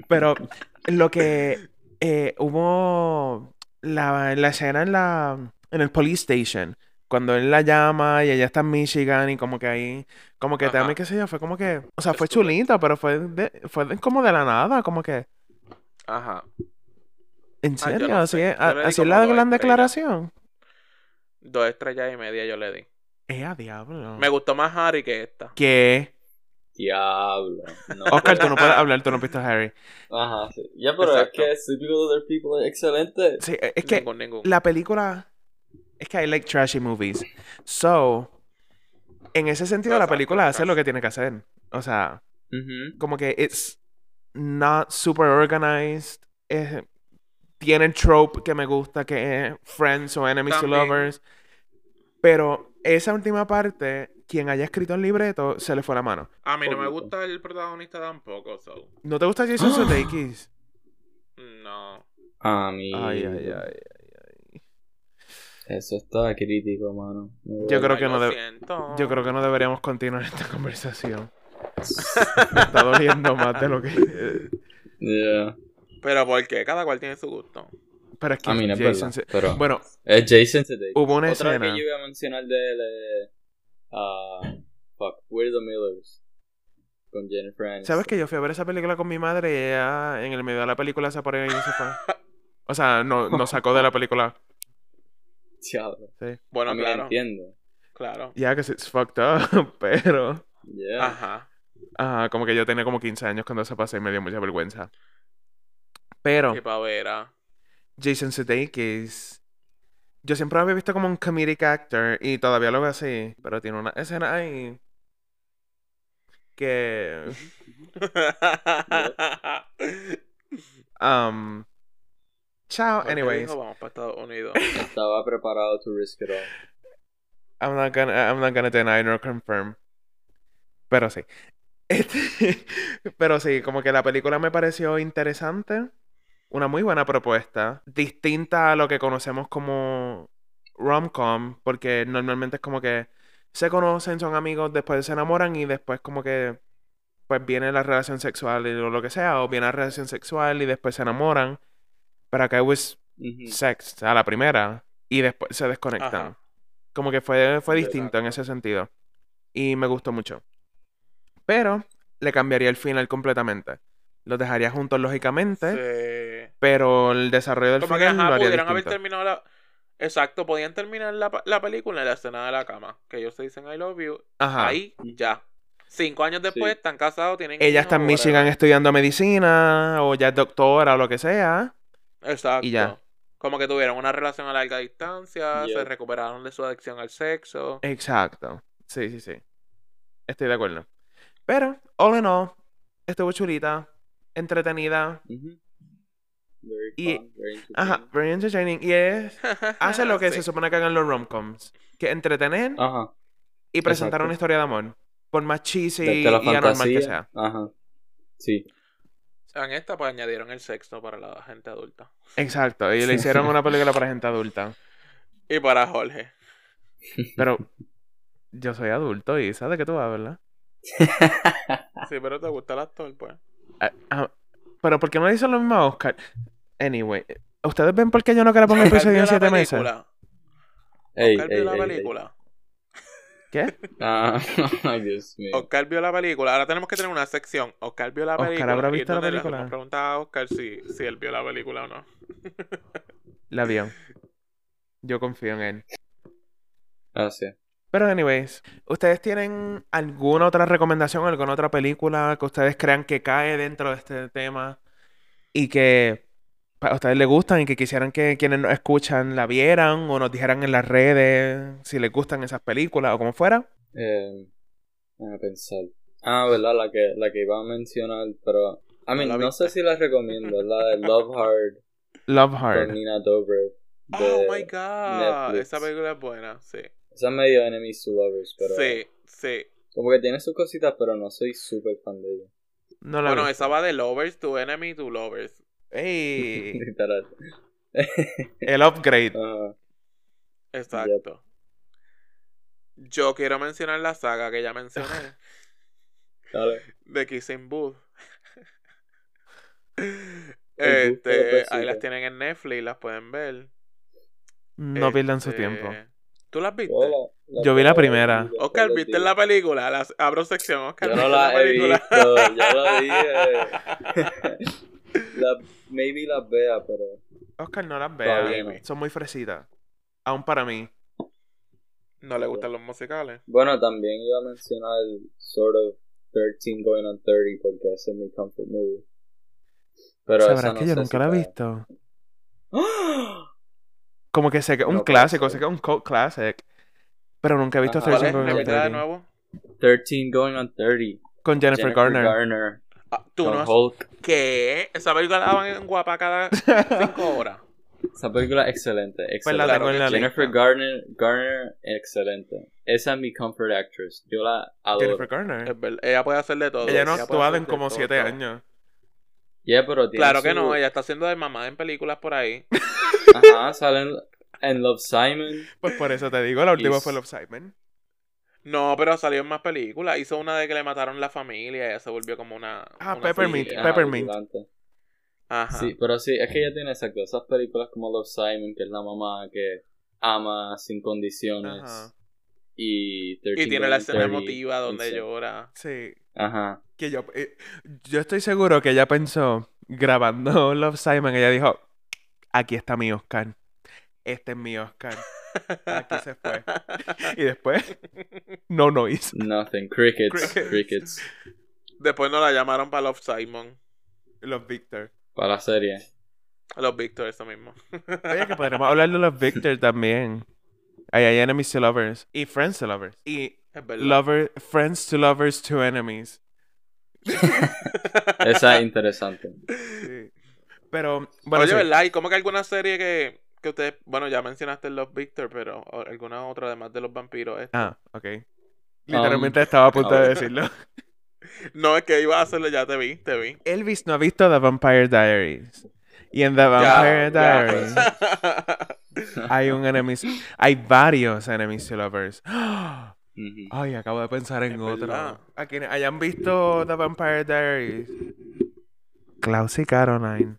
Speaker 1: Pero lo que eh, hubo la, la escena en la en el police station. Cuando él la llama y ella está en Michigan y como que ahí, como que
Speaker 2: Ajá.
Speaker 1: también qué sé yo, fue como que, o sea, fue
Speaker 2: Estuvo-
Speaker 1: chulita, pero fue de- fue de- como de la nada, como que,
Speaker 2: Ajá.
Speaker 1: ¿En
Speaker 2: Ah, yo
Speaker 1: serio?
Speaker 2: no
Speaker 1: ¿Así,
Speaker 2: sé.
Speaker 1: es-
Speaker 2: Yo le di
Speaker 1: así es
Speaker 2: como
Speaker 1: la
Speaker 2: dos
Speaker 1: gran
Speaker 2: estrellas.
Speaker 1: declaración?
Speaker 2: Dos estrellas y media yo le di.
Speaker 1: ¡Eh, a diablo!
Speaker 2: Me gustó más Harry que esta.
Speaker 1: ¿Qué?
Speaker 3: Diablo. No
Speaker 1: Oscar, tú
Speaker 3: puedo.
Speaker 1: no puedes hablar, tú no viste a Harry.
Speaker 3: Ajá, sí. Ya, pero
Speaker 2: Exacto.
Speaker 3: es que Sleepy with Other People es excelente.
Speaker 1: Sí, eh, es que
Speaker 2: Ningún, ningún.
Speaker 1: la película. Es que I like trashy movies. So, en ese sentido, la
Speaker 2: Exacto,
Speaker 1: película hace
Speaker 2: trash.
Speaker 1: lo que tiene que hacer. O sea,
Speaker 3: Ujú.
Speaker 1: como que it's not super organized. eh, tiene el trope que me gusta, que es friends o enemies to
Speaker 2: También.
Speaker 1: lovers. Pero esa última parte, quien haya escrito el libreto, se le fue la mano.
Speaker 2: A mí no me
Speaker 3: Obvio.
Speaker 2: gusta el protagonista tampoco, so.
Speaker 1: ¿No te gusta Jason Sudeikis?
Speaker 2: No.
Speaker 3: A mí.
Speaker 1: Ay, ay, ay.
Speaker 3: Eso está crítico, mano. Me
Speaker 1: Yo creo
Speaker 2: Ay,
Speaker 1: que
Speaker 2: lo
Speaker 1: no deb-
Speaker 2: Pues, siento.
Speaker 1: Yo creo que no deberíamos continuar esta conversación. Me está doliendo más de lo que.
Speaker 3: Yeah.
Speaker 2: Pero porque cada cual tiene su gusto.
Speaker 1: Pero es que
Speaker 3: A mí no es
Speaker 1: Jason
Speaker 3: verdad.
Speaker 1: Se-
Speaker 3: Pero
Speaker 1: Bueno,
Speaker 3: es Jason Sudeikis.
Speaker 1: hubo una
Speaker 3: Otra que
Speaker 1: escena.
Speaker 3: yo iba a mencionar de él es, ah, fuck, We're the Millers. Con Jennifer Aniston.
Speaker 1: ¿Sabes que yo fui a ver esa película con mi madre y ella en el medio de la película se paró y se fue? O sea, no- nos sacó de la película.
Speaker 3: Diablo.
Speaker 2: Bueno,
Speaker 3: A mí
Speaker 2: claro.
Speaker 3: entiendo.
Speaker 2: Claro.
Speaker 1: Ya que it's fucked up, pero.
Speaker 3: Yeah.
Speaker 1: Ah.
Speaker 2: Ajá.
Speaker 1: Ajá, como que yo tenía como 15 años cuando se pasó y me dio mucha vergüenza. Pero.
Speaker 2: Qué pavera.
Speaker 1: Jason Sudeikis. Yo siempre lo había visto como un comedic actor y todavía lo veo así, pero tiene una escena ahí que um chao
Speaker 2: Porque
Speaker 1: anyways
Speaker 2: dijo, vamos para Estados Unidos.
Speaker 3: Estaba preparado to risk it all.
Speaker 1: I'm not gonna I'm not gonna deny nor confirm pero sí Este, pero sí como que la película me pareció interesante una muy buena propuesta distinta a lo que conocemos como rom-com porque normalmente es como que se conocen son amigos después se enamoran y después como que pues viene la relación sexual y- o lo que sea o viene la relación sexual y después se enamoran pero acá it was
Speaker 3: Ujú.
Speaker 1: sex a la primera y después se desconectan.
Speaker 2: Mm. Ajá.
Speaker 1: Como que fue, fue distinto
Speaker 3: Exacto.
Speaker 1: en ese sentido. Y me gustó mucho. Pero le cambiaría el final completamente. Los dejaría juntos lógicamente,
Speaker 2: Sí.
Speaker 1: pero el desarrollo del
Speaker 2: Como que
Speaker 1: final
Speaker 2: ajá,
Speaker 1: lo haría
Speaker 2: pudieran haber
Speaker 1: distinto.
Speaker 2: terminado la. Exacto, podían terminar la, pa- la película en la escena de la cama. Que ellos se dicen I love you.
Speaker 1: Ajá.
Speaker 2: Ahí, ya. Cinco años después
Speaker 3: Sí.
Speaker 2: están casados, tienen.
Speaker 1: Ella
Speaker 2: hijos,
Speaker 1: está en
Speaker 2: whatever.
Speaker 1: Michigan estudiando medicina o ya es doctora o lo que sea.
Speaker 2: Exacto.
Speaker 1: Y ya.
Speaker 2: Como que tuvieron una relación a larga distancia,
Speaker 3: Yep.
Speaker 2: se recuperaron de su adicción al
Speaker 1: Eh,
Speaker 2: sexo.
Speaker 1: Exacto. Sí, sí, sí. Estoy de acuerdo. Pero, all in all, estuvo chulita, entretenida.
Speaker 3: Ujú. Very
Speaker 1: Y-
Speaker 3: fun, very interesting.
Speaker 1: Ajá, very entertaining. Y es Hace lo que se supone que hagan los romcoms. Que entretener
Speaker 3: Ajá.
Speaker 1: y presentar
Speaker 3: Ah, exacto.
Speaker 1: una historia de amor. Por más cheesy
Speaker 3: Desde
Speaker 1: y
Speaker 3: la
Speaker 1: anormal que
Speaker 3: fantasía.
Speaker 1: sea.
Speaker 3: Ajá. Sí.
Speaker 2: En esta, pues añadieron el sexo para la gente adulta.
Speaker 1: Exacto. Y le hicieron una película para gente adulta.
Speaker 2: Y para Jorge.
Speaker 1: Pero yo soy adulto y ¿sabes de qué tú vas, verdad?
Speaker 2: Sí, pero te gusta el actor, pues.
Speaker 1: Ah, ah, pero ¿por qué no le dicen lo mismo a Oscar? Anyway. ¿Ustedes ven por qué yo no quiero poner el episodio
Speaker 2: Oscar vio
Speaker 1: en
Speaker 2: la
Speaker 1: 7 meses?
Speaker 2: película.
Speaker 3: Ey,
Speaker 2: Oscar
Speaker 3: ey,
Speaker 2: vio la
Speaker 3: ey, ey.
Speaker 2: película.
Speaker 1: ¿Qué?
Speaker 3: Ah, ay, Dios mío.
Speaker 2: Oscar vio la película. Ahora tenemos que tener una sección. Oscar vio la
Speaker 1: Oscar,
Speaker 2: película.
Speaker 1: ¿habrá
Speaker 2: y
Speaker 1: visto la
Speaker 2: donde le
Speaker 1: película?
Speaker 2: hacemos preguntas a Oscar si, si él vio la película o no.
Speaker 1: La vio. Yo confío en él.
Speaker 3: Ah, sí.
Speaker 1: Pero anyways, ¿ustedes tienen alguna otra recomendación, alguna otra película que ustedes crean que cae dentro de este tema y que pa- a ustedes les gustan y que quisieran que quienes nos escuchan la vieran o nos dijeran en las redes si les gustan esas películas o como fuera?
Speaker 3: Eh, a pensar. Ah, ¿verdad? La que, la que iba a mencionar, pero... I mean,
Speaker 2: la
Speaker 3: no sé si la recomiendo. La de Love Hard
Speaker 1: Love
Speaker 3: con
Speaker 1: Hard.
Speaker 3: Nina Dobrev.
Speaker 2: Oh
Speaker 3: de-
Speaker 2: my god.
Speaker 3: Netflix.
Speaker 2: Esa película es buena. Sí.
Speaker 3: Esa es medio Enemies to Lovers, pero...
Speaker 2: Sí, sí.
Speaker 3: Como que tiene sus cositas, pero no soy súper fan de ella.
Speaker 1: No la
Speaker 2: Bueno,
Speaker 1: vi.
Speaker 2: esa va de lovers, to enemy, to lovers.
Speaker 1: ¡Ey!
Speaker 3: Literal.
Speaker 1: El upgrade.
Speaker 3: Ajá.
Speaker 2: Exacto. Yo quiero mencionar la saga que ya mencioné.
Speaker 3: Dale.
Speaker 2: de Kissing Booth.
Speaker 3: El gusto de
Speaker 2: este,
Speaker 3: la
Speaker 2: ahí las
Speaker 3: chica.
Speaker 2: tienen en Netflix, las pueden ver.
Speaker 1: No pierdan su
Speaker 2: Este,
Speaker 1: tiempo.
Speaker 2: ¿Tú las viste?
Speaker 3: Hola.
Speaker 1: Yo vi la primera.
Speaker 2: Oscar, ¿viste la película? Las- abro sección, Oscar.
Speaker 3: Yo no
Speaker 2: ¿viste
Speaker 3: la he
Speaker 2: película?
Speaker 3: visto, ya lo dije. la- maybe las vea, pero.
Speaker 1: Oscar no las
Speaker 3: Todavía
Speaker 1: vea.
Speaker 3: no.
Speaker 1: Son muy fresitas. Aún para mí.
Speaker 2: No le gustan los musicales.
Speaker 3: Bueno, también iba a mencionar Sort of 13 Going on 30 porque ese es mi comfort movie. Pero esa
Speaker 1: Sabrás
Speaker 3: no
Speaker 1: que yo
Speaker 3: sé
Speaker 1: nunca
Speaker 3: si ¡Ah!
Speaker 1: la he
Speaker 3: para-
Speaker 1: visto. Como que sé que es un
Speaker 3: No puede
Speaker 1: clásico,
Speaker 3: ser.
Speaker 1: sé que es un cult classic. Pero nunca he visto
Speaker 3: Ajá.
Speaker 2: ¿Cuál
Speaker 3: sí,
Speaker 2: es?
Speaker 1: 13 Going
Speaker 3: sí,
Speaker 1: on
Speaker 2: Repítela de
Speaker 1: 30
Speaker 2: nuevo?
Speaker 3: 13 Going on 30.
Speaker 1: con Jennifer, Garner.
Speaker 3: Garner
Speaker 2: Ah, Tú
Speaker 3: con
Speaker 2: no has...
Speaker 3: Hulk.
Speaker 2: ¿Qué? Esa película la daban en guapa cada cinco horas.
Speaker 3: Esa película es excelente.
Speaker 1: Pues
Speaker 3: excelente.
Speaker 1: la tengo
Speaker 2: Claro
Speaker 1: en la
Speaker 2: que sí.
Speaker 1: lista.
Speaker 3: Jennifer Garner, Garner, excelente. Esa es mi comfort actress. Yo la adoro.
Speaker 1: Jennifer Garner.
Speaker 2: Es verdad, Ella puede hacer de todo.
Speaker 1: Ella no ha
Speaker 2: puede
Speaker 1: actuado
Speaker 2: hacer
Speaker 1: en
Speaker 2: de
Speaker 1: como
Speaker 2: todo,
Speaker 1: 7
Speaker 2: todo.
Speaker 1: años.
Speaker 3: Yeah, pero tiene
Speaker 2: Claro que
Speaker 3: su-
Speaker 2: no, ella está haciendo de mamá en películas por ahí.
Speaker 3: Ajá, salen en Love Simon.
Speaker 1: Pues por eso te digo, la última
Speaker 3: Yes.
Speaker 1: fue Love Simon.
Speaker 2: No, pero salió en más películas. Hizo una de que le mataron la familia y ella se volvió como una.
Speaker 1: Ah,
Speaker 2: una
Speaker 1: Peppermint,
Speaker 2: siria.
Speaker 3: ajá,
Speaker 1: Peppermint.
Speaker 3: vigilante.
Speaker 2: Ajá.
Speaker 3: Sí, pero sí, es que ella tiene exacto esas películas como Love Simon, que es la mamá que ama sin condiciones.
Speaker 1: Ajá.
Speaker 3: Y, 13
Speaker 2: Y tiene la
Speaker 3: Going
Speaker 2: escena
Speaker 3: 30,
Speaker 2: emotiva donde
Speaker 3: once.
Speaker 2: llora.
Speaker 1: Sí.
Speaker 3: Ajá.
Speaker 1: Que yo, eh, yo estoy seguro que ella pensó, grabando Love Simon, ella dijo, aquí está mi Oscar. Este es mi Oscar. Aquí se fue. Y después, no no hizo.
Speaker 3: Nothing. Crickets.
Speaker 1: Crickets.
Speaker 3: Crickets.
Speaker 2: Después nos la llamaron para Love Simon.
Speaker 1: Los Victor.
Speaker 3: Para la serie.
Speaker 2: Los Victor, eso mismo.
Speaker 1: Oye, que podremos hablar de los Victor también. Ahí hay enemies to lovers. Y friends to lovers. Y
Speaker 2: Es verdad.
Speaker 1: lover, friends to lovers to enemies.
Speaker 3: Esa es interesante.
Speaker 1: Sí. Pero, bueno,
Speaker 2: Oye,
Speaker 1: sí.
Speaker 2: ¿verdad? ¿Y cómo que alguna serie que, que ustedes. Bueno, ya mencionaste Love Victor, pero o- alguna otra además de los vampiros. eh?
Speaker 1: Ah, ok. Literalmente estaba Um, a punto
Speaker 3: ah,
Speaker 1: de
Speaker 3: bueno.
Speaker 1: decirlo.
Speaker 2: No, es que iba a hacerlo, ya te vi, te vi.
Speaker 1: Elvis no ha visto The Vampire Diaries. Y en The Vampire
Speaker 3: ya,
Speaker 1: Diaries hay un enemies. Hay varios enemies to lovers.
Speaker 3: Ujú.
Speaker 1: Ay, acabo de pensar en
Speaker 2: Es
Speaker 1: otro.
Speaker 2: verdad.
Speaker 1: A quienes hayan visto The Vampire Diaries. Klaus y Caroline.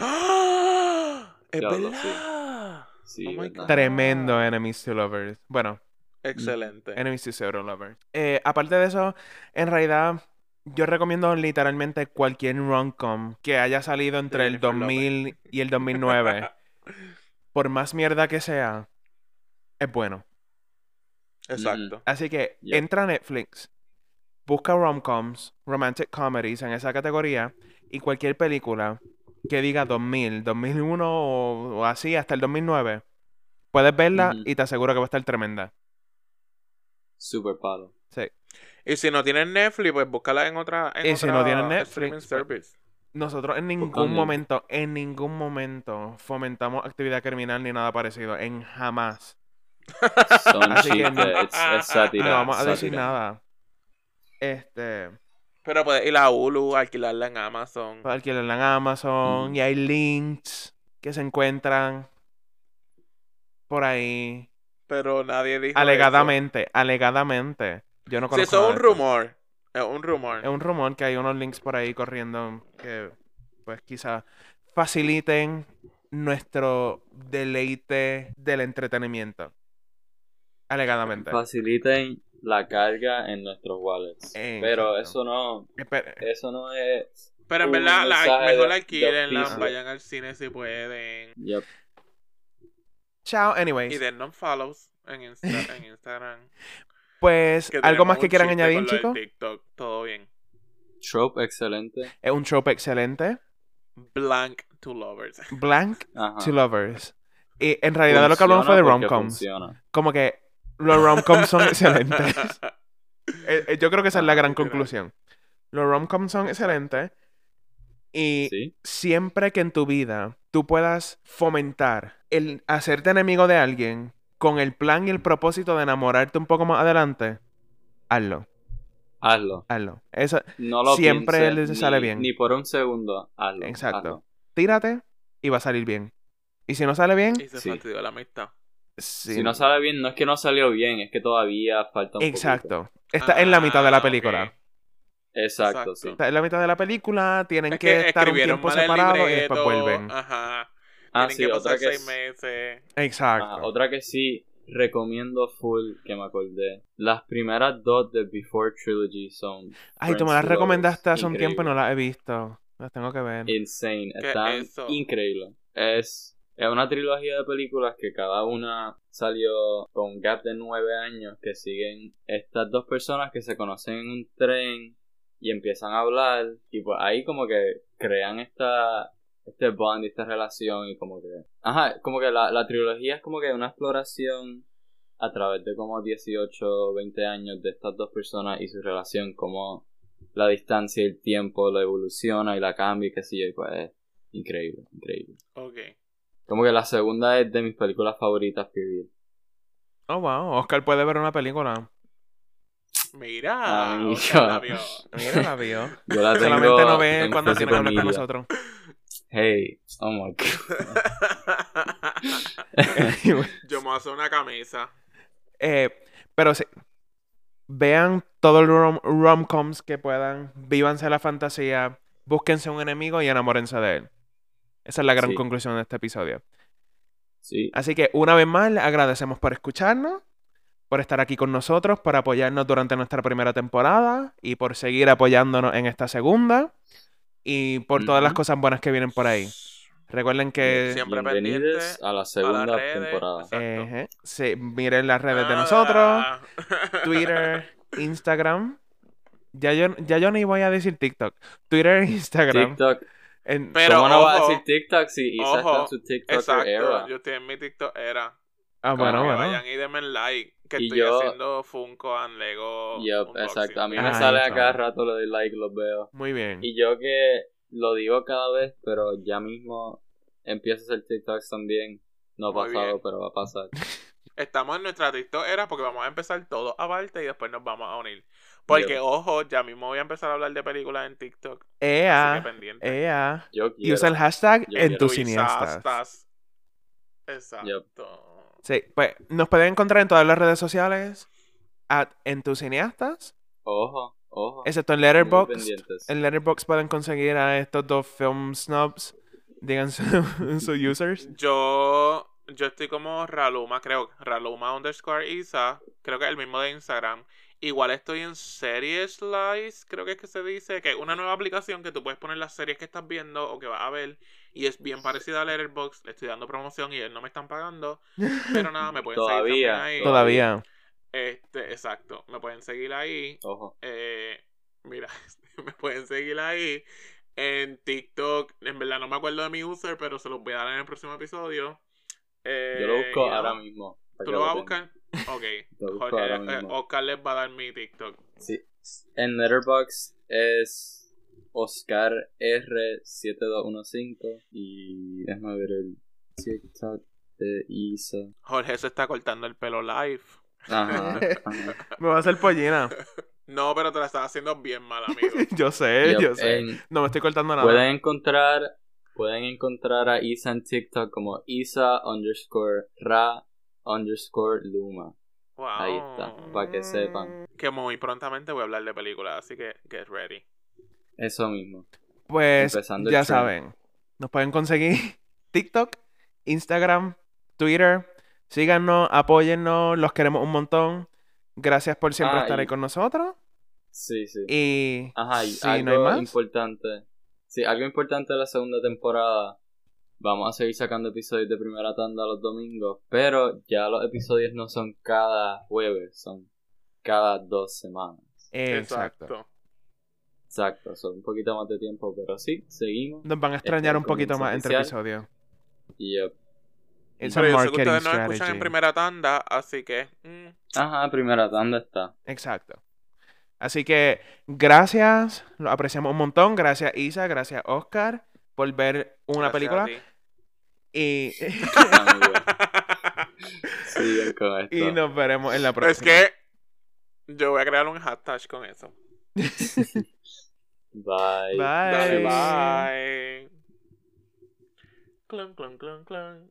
Speaker 2: ¡Ah! es
Speaker 3: Diablo,
Speaker 2: verdad.
Speaker 3: sí. Sí,
Speaker 2: Oh my
Speaker 3: ¿verdad?
Speaker 2: God.
Speaker 1: Tremendo enemies to lovers. Bueno,
Speaker 2: Excelente.
Speaker 1: enemies to zero lovers. Eh, aparte de eso, en realidad yo recomiendo literalmente cualquier rom-com que haya salido entre el
Speaker 2: Jennifer Lopez.
Speaker 1: 2000 y el 2009. por más mierda que sea, es bueno.
Speaker 2: Exacto.
Speaker 1: Así que
Speaker 3: Yeah.
Speaker 1: entra a Netflix, busca rom-coms, romantic comedies en esa categoría y cualquier película que diga 2000, 2001 o, o así hasta el 2009, puedes verla
Speaker 3: Ujú.
Speaker 1: y te aseguro que va a estar tremenda.
Speaker 3: Super palo.
Speaker 2: Y si no tienen Netflix, pues búscala en otra. En
Speaker 1: Y si no
Speaker 2: otra
Speaker 1: tienen Netflix,
Speaker 2: streaming
Speaker 1: pues-
Speaker 2: service.
Speaker 1: Nosotros
Speaker 2: Pues,
Speaker 1: en
Speaker 3: Buscando.
Speaker 1: ningún momento, en ningún momento fomentamos actividad criminal ni nada parecido, en jamás.
Speaker 3: Son
Speaker 1: Así que
Speaker 3: chistes.
Speaker 1: no-
Speaker 3: Es, es
Speaker 1: No
Speaker 3: sátira.
Speaker 1: vamos a decir
Speaker 3: sátira.
Speaker 1: nada. Este...
Speaker 2: Pero puedes ir a Hulu, alquilarla en Amazon.
Speaker 1: Para alquilarla pues, en Amazon.
Speaker 2: Mm.
Speaker 3: Ujú.
Speaker 1: Y hay links que se encuentran por ahí.
Speaker 2: Pero nadie dijo.
Speaker 1: Alegadamente, alegadamente. Yo no
Speaker 2: Eso.
Speaker 1: conozco.
Speaker 2: Si eso es
Speaker 1: nada
Speaker 2: un
Speaker 1: de esto.
Speaker 2: rumor. Es un rumor.
Speaker 1: Es un rumor que hay unos links por ahí corriendo que, pues, quizás faciliten nuestro deleite del entretenimiento. Alegadamente.
Speaker 3: Faciliten la carga en nuestros wallets.
Speaker 1: Eh,
Speaker 3: Pero
Speaker 1: exacto.
Speaker 3: eso no.
Speaker 1: Espera,
Speaker 3: Eso no es.
Speaker 2: Pero en
Speaker 3: un
Speaker 2: verdad, la,
Speaker 3: mensaje
Speaker 2: mejor
Speaker 3: de-
Speaker 2: la alquilen,
Speaker 3: de
Speaker 2: la-
Speaker 3: oficio.
Speaker 2: vayan al cine si pueden.
Speaker 3: Yep.
Speaker 1: Chao,
Speaker 2: Y
Speaker 1: anyways.
Speaker 2: den non-follows en, Insta- en Instagram.
Speaker 1: Pues,
Speaker 2: Que
Speaker 1: ¿algo
Speaker 2: tenemos
Speaker 1: más que
Speaker 2: un
Speaker 1: quieran
Speaker 2: chiste
Speaker 1: añadir,
Speaker 2: con lo del
Speaker 1: chicos?
Speaker 2: TikTok, todo bien.
Speaker 3: Trope excelente.
Speaker 1: Es un trope excelente.
Speaker 2: Blank to lovers.
Speaker 1: Blank
Speaker 3: Ajá.
Speaker 1: to lovers. Y en realidad lo que hablamos fue de
Speaker 3: Ah. Funciona porque
Speaker 1: rom-coms.
Speaker 3: funciona.
Speaker 1: Como que los rom-coms son excelentes. Eh, eh, Yo creo que esa es la
Speaker 2: Ah,
Speaker 1: gran
Speaker 2: literal.
Speaker 1: conclusión. Los rom-coms son excelentes. Y
Speaker 3: Sí.
Speaker 1: siempre que en tu vida tú puedas fomentar el hacerte enemigo de alguien con el plan y el propósito de enamorarte un poco más adelante, hazlo,
Speaker 3: Hazlo.
Speaker 1: hazlo. Eso,
Speaker 3: No lo
Speaker 1: Siempre
Speaker 3: pienses
Speaker 1: les
Speaker 3: ni-
Speaker 1: sale bien.
Speaker 3: Ni por un segundo. Hazlo.
Speaker 1: Exacto.
Speaker 3: hazlo.
Speaker 1: tírate y va a salir bien. Y si no sale bien,
Speaker 2: Y se
Speaker 3: Sí.
Speaker 2: fastidió la amistad.
Speaker 3: Si no sale bien, no es que no salió bien, es que todavía falta un poquito.
Speaker 1: Exacto. Está en la mitad de
Speaker 2: Ah,
Speaker 1: la
Speaker 2: ok.
Speaker 1: película.
Speaker 3: Exacto.
Speaker 2: Exacto.
Speaker 3: sí.
Speaker 1: Está en la mitad de la película, tienen
Speaker 2: Es
Speaker 1: que,
Speaker 2: que
Speaker 1: estar un
Speaker 2: escribieron
Speaker 1: tiempo
Speaker 2: mal el
Speaker 1: separado y después
Speaker 2: libreto,
Speaker 1: vuelven.
Speaker 2: Ajá.
Speaker 3: Ah,
Speaker 2: Tienen
Speaker 3: sí,
Speaker 2: que
Speaker 3: otra
Speaker 2: pasar
Speaker 3: que,
Speaker 2: seis
Speaker 3: s-
Speaker 2: meses.
Speaker 1: Exacto.
Speaker 3: ajá, otra que sí recomiendo full, que me acordé. Las primeras dos de Before Trilogy son
Speaker 1: Ay, tú me las
Speaker 3: Friends to
Speaker 1: recomendaste
Speaker 3: Lovers.
Speaker 1: hace un tiempo y no las he visto. Las tengo que ver.
Speaker 2: Eh,
Speaker 3: insane.
Speaker 2: ¿Qué
Speaker 3: Está
Speaker 2: es eso?
Speaker 3: increíble. Es, es una trilogía de películas que cada una salió con un gap de nueve años que siguen estas dos personas que se conocen en un tren y empiezan a hablar y pues ahí como que crean esta este bond y esta relación y como que ajá como que la, la trilogía es como que una exploración a través de como 18 20 años de estas dos personas y su relación como la distancia y el tiempo la evoluciona y la cambia y qué sé yo y pues es increíble increíble
Speaker 2: Ok.
Speaker 3: como que la segunda es de mis películas favoritas period
Speaker 1: Oh, wow. Oscar puede ver una película.
Speaker 2: Mira.
Speaker 3: Amigo.
Speaker 2: Oscar la vio.
Speaker 1: Mira, la vio.
Speaker 3: yo la tengo
Speaker 1: Solamente no ve
Speaker 3: en
Speaker 1: cuando tiene que hablar con
Speaker 3: physical
Speaker 1: nosotros.
Speaker 3: media. hey oh my god
Speaker 2: Yo me voy a hacer una camisa.
Speaker 1: Eh, pero sí. Vean todos los rom- rom-coms que puedan. Vívanse la fantasía. Búsquense un enemigo y enamórense de él. Esa es la gran
Speaker 3: Sí.
Speaker 1: conclusión de este episodio.
Speaker 3: sí
Speaker 1: Así que una vez más, le agradecemos por escucharnos, por estar aquí con nosotros, por apoyarnos durante nuestra primera temporada y por seguir apoyándonos en esta segunda y por todas las
Speaker 3: Ujú.
Speaker 1: cosas buenas que vienen por ahí. Recuerden que
Speaker 2: Siempre
Speaker 3: Bienvenidos
Speaker 2: pendiente
Speaker 3: a la
Speaker 2: a
Speaker 3: segunda
Speaker 2: las redes,
Speaker 3: temporada.
Speaker 2: exacto.
Speaker 1: Ejé. Sí, miren las redes de
Speaker 2: Ah.
Speaker 1: nosotros, Twitter, Instagram. Ya yo, ya yo ni voy a decir TikTok. Twitter, e Instagram.
Speaker 3: TikTok.
Speaker 1: en-
Speaker 2: Pero
Speaker 3: ¿Cómo no va a
Speaker 2: ojo,
Speaker 3: decir TikTok si Isa está
Speaker 2: ojo,
Speaker 3: en su TikTok
Speaker 2: Exacto.
Speaker 3: era?
Speaker 2: Yo estoy en mi TikTok era.
Speaker 1: ah, bueno,
Speaker 3: Ah,
Speaker 2: que
Speaker 1: bueno.
Speaker 2: vayan y denme like. Que
Speaker 3: Y
Speaker 2: estoy
Speaker 3: yo-
Speaker 2: haciendo Funko and Lego.
Speaker 3: Yup,
Speaker 2: unboxing.
Speaker 3: exacto. A mí
Speaker 1: Ahí
Speaker 3: me sale
Speaker 1: está.
Speaker 3: a cada rato, le doy like, los veo.
Speaker 1: Muy bien.
Speaker 3: Y yo que lo digo cada vez, pero ya mismo empiezo a hacer TikToks también. No ha
Speaker 2: Muy
Speaker 3: pasado,
Speaker 2: bien.
Speaker 3: pero va a pasar.
Speaker 2: Estamos en nuestra TikTok era porque vamos a empezar todos aparte y después nos vamos a unir. Porque,
Speaker 3: Yup.
Speaker 2: ojo, ya mismo voy a empezar a hablar de películas en TikTok.
Speaker 1: E
Speaker 2: Así
Speaker 1: Ea,
Speaker 2: que pues, pendiente.
Speaker 1: ea.
Speaker 3: Yo
Speaker 1: Y
Speaker 3: quiero.
Speaker 1: usa el hashtag
Speaker 3: pues, Yo
Speaker 1: eh, en
Speaker 3: quiero.
Speaker 1: tus
Speaker 2: Luis
Speaker 1: cineastas.
Speaker 2: Astas. Exacto.
Speaker 1: Sí, pues nos pueden encontrar en todas las redes sociales, at en tus cineastas,
Speaker 3: Ojo, ojo.
Speaker 1: excepto en
Speaker 3: Muy
Speaker 1: Letterboxd.
Speaker 3: pendientes.
Speaker 1: En Letterboxd pueden conseguir a estos dos film snobs, digan su- sus users.
Speaker 2: Yo, yo estoy como Raluma, creo. Raluma underscore Isa. Creo que es el mismo de Instagram. Igual estoy en Series Slice, creo que es que se dice, que es una nueva aplicación que tú puedes poner las series que estás viendo o que vas a ver. Y es bien parecida a Letterboxd. Le estoy dando promoción y ellos no me están pagando. Pero nada, me pueden seguir
Speaker 3: Todavía,
Speaker 2: también ahí.
Speaker 1: Todavía.
Speaker 2: Este, exacto. Me pueden seguir ahí.
Speaker 3: Ojo.
Speaker 2: Eh, mira, me pueden seguir ahí en TikTok. En verdad no me acuerdo de mi user, pero se los voy a dar en el próximo episodio. Eh,
Speaker 3: Yo lo busco
Speaker 2: y nada,
Speaker 3: ahora mismo. para
Speaker 2: ¿Tú
Speaker 3: que
Speaker 2: lo vas a
Speaker 3: tengan.
Speaker 2: buscar? Ok.
Speaker 3: Lo busco
Speaker 2: Jorge,
Speaker 3: ahora
Speaker 2: eh,
Speaker 3: mismo.
Speaker 2: Oscar les va a dar mi TikTok.
Speaker 3: Sí. En Letterboxd es Oscar R7215 y déjame ver el TikTok de Isa.
Speaker 2: Jorge se está cortando el pelo live.
Speaker 3: Ajá. ajá.
Speaker 1: Me va a hacer pollina.
Speaker 2: No, pero te la estás haciendo bien mal, amigo.
Speaker 1: Yo sé,
Speaker 3: Yup,
Speaker 1: yo sé.
Speaker 3: en-
Speaker 1: No me estoy cortando nada.
Speaker 3: pueden encontrar pueden encontrar a Isa en TikTok como Isa underscore ra underscore luma.
Speaker 2: Wow.
Speaker 3: Ahí está, para que sepan.
Speaker 2: Que muy prontamente voy a hablar de películas, así que get ready.
Speaker 3: Eso mismo.
Speaker 1: Pues
Speaker 3: Empezando el
Speaker 1: ya
Speaker 3: trend.
Speaker 1: saben, nos pueden conseguir TikTok, Instagram, Twitter. Síganos, apóyennos, los queremos un montón. Gracias por siempre
Speaker 3: Ah,
Speaker 1: estar
Speaker 3: y-
Speaker 1: ahí con nosotros.
Speaker 3: Sí, sí.
Speaker 1: Y
Speaker 3: Ajá, y
Speaker 1: si no hay
Speaker 3: algo
Speaker 1: más,
Speaker 3: importante. Sí, algo importante de la segunda temporada. Vamos a seguir sacando episodios de primera tanda los domingos, pero ya los episodios no son cada jueves, son cada dos semanas.
Speaker 1: exacto.
Speaker 3: Exacto, son un poquito más de tiempo, pero sí, seguimos.
Speaker 1: Nos van a extrañar
Speaker 3: Este
Speaker 1: un poquito
Speaker 3: comienzo
Speaker 1: más entre
Speaker 3: oficial.
Speaker 1: episodios.
Speaker 3: Y eh,
Speaker 1: It's a
Speaker 2: Pero yo sé que
Speaker 1: marketing
Speaker 2: ustedes no escuchan en
Speaker 1: strategy.
Speaker 2: primera tanda, así que... mm,
Speaker 3: Ajá, primera tanda está.
Speaker 1: Exacto. Así que gracias, lo apreciamos un montón. Gracias Isa, gracias Oscar por ver una
Speaker 2: gracias
Speaker 1: película.
Speaker 2: a ti.
Speaker 1: Y,
Speaker 3: Amigo, Siguen con esto.
Speaker 1: y nos veremos en la próxima.
Speaker 2: Es que yo voy a crear un hashtag con eso.
Speaker 3: Bye.
Speaker 1: Bye.
Speaker 2: Dale, bye. Clon, clon, clon, clon.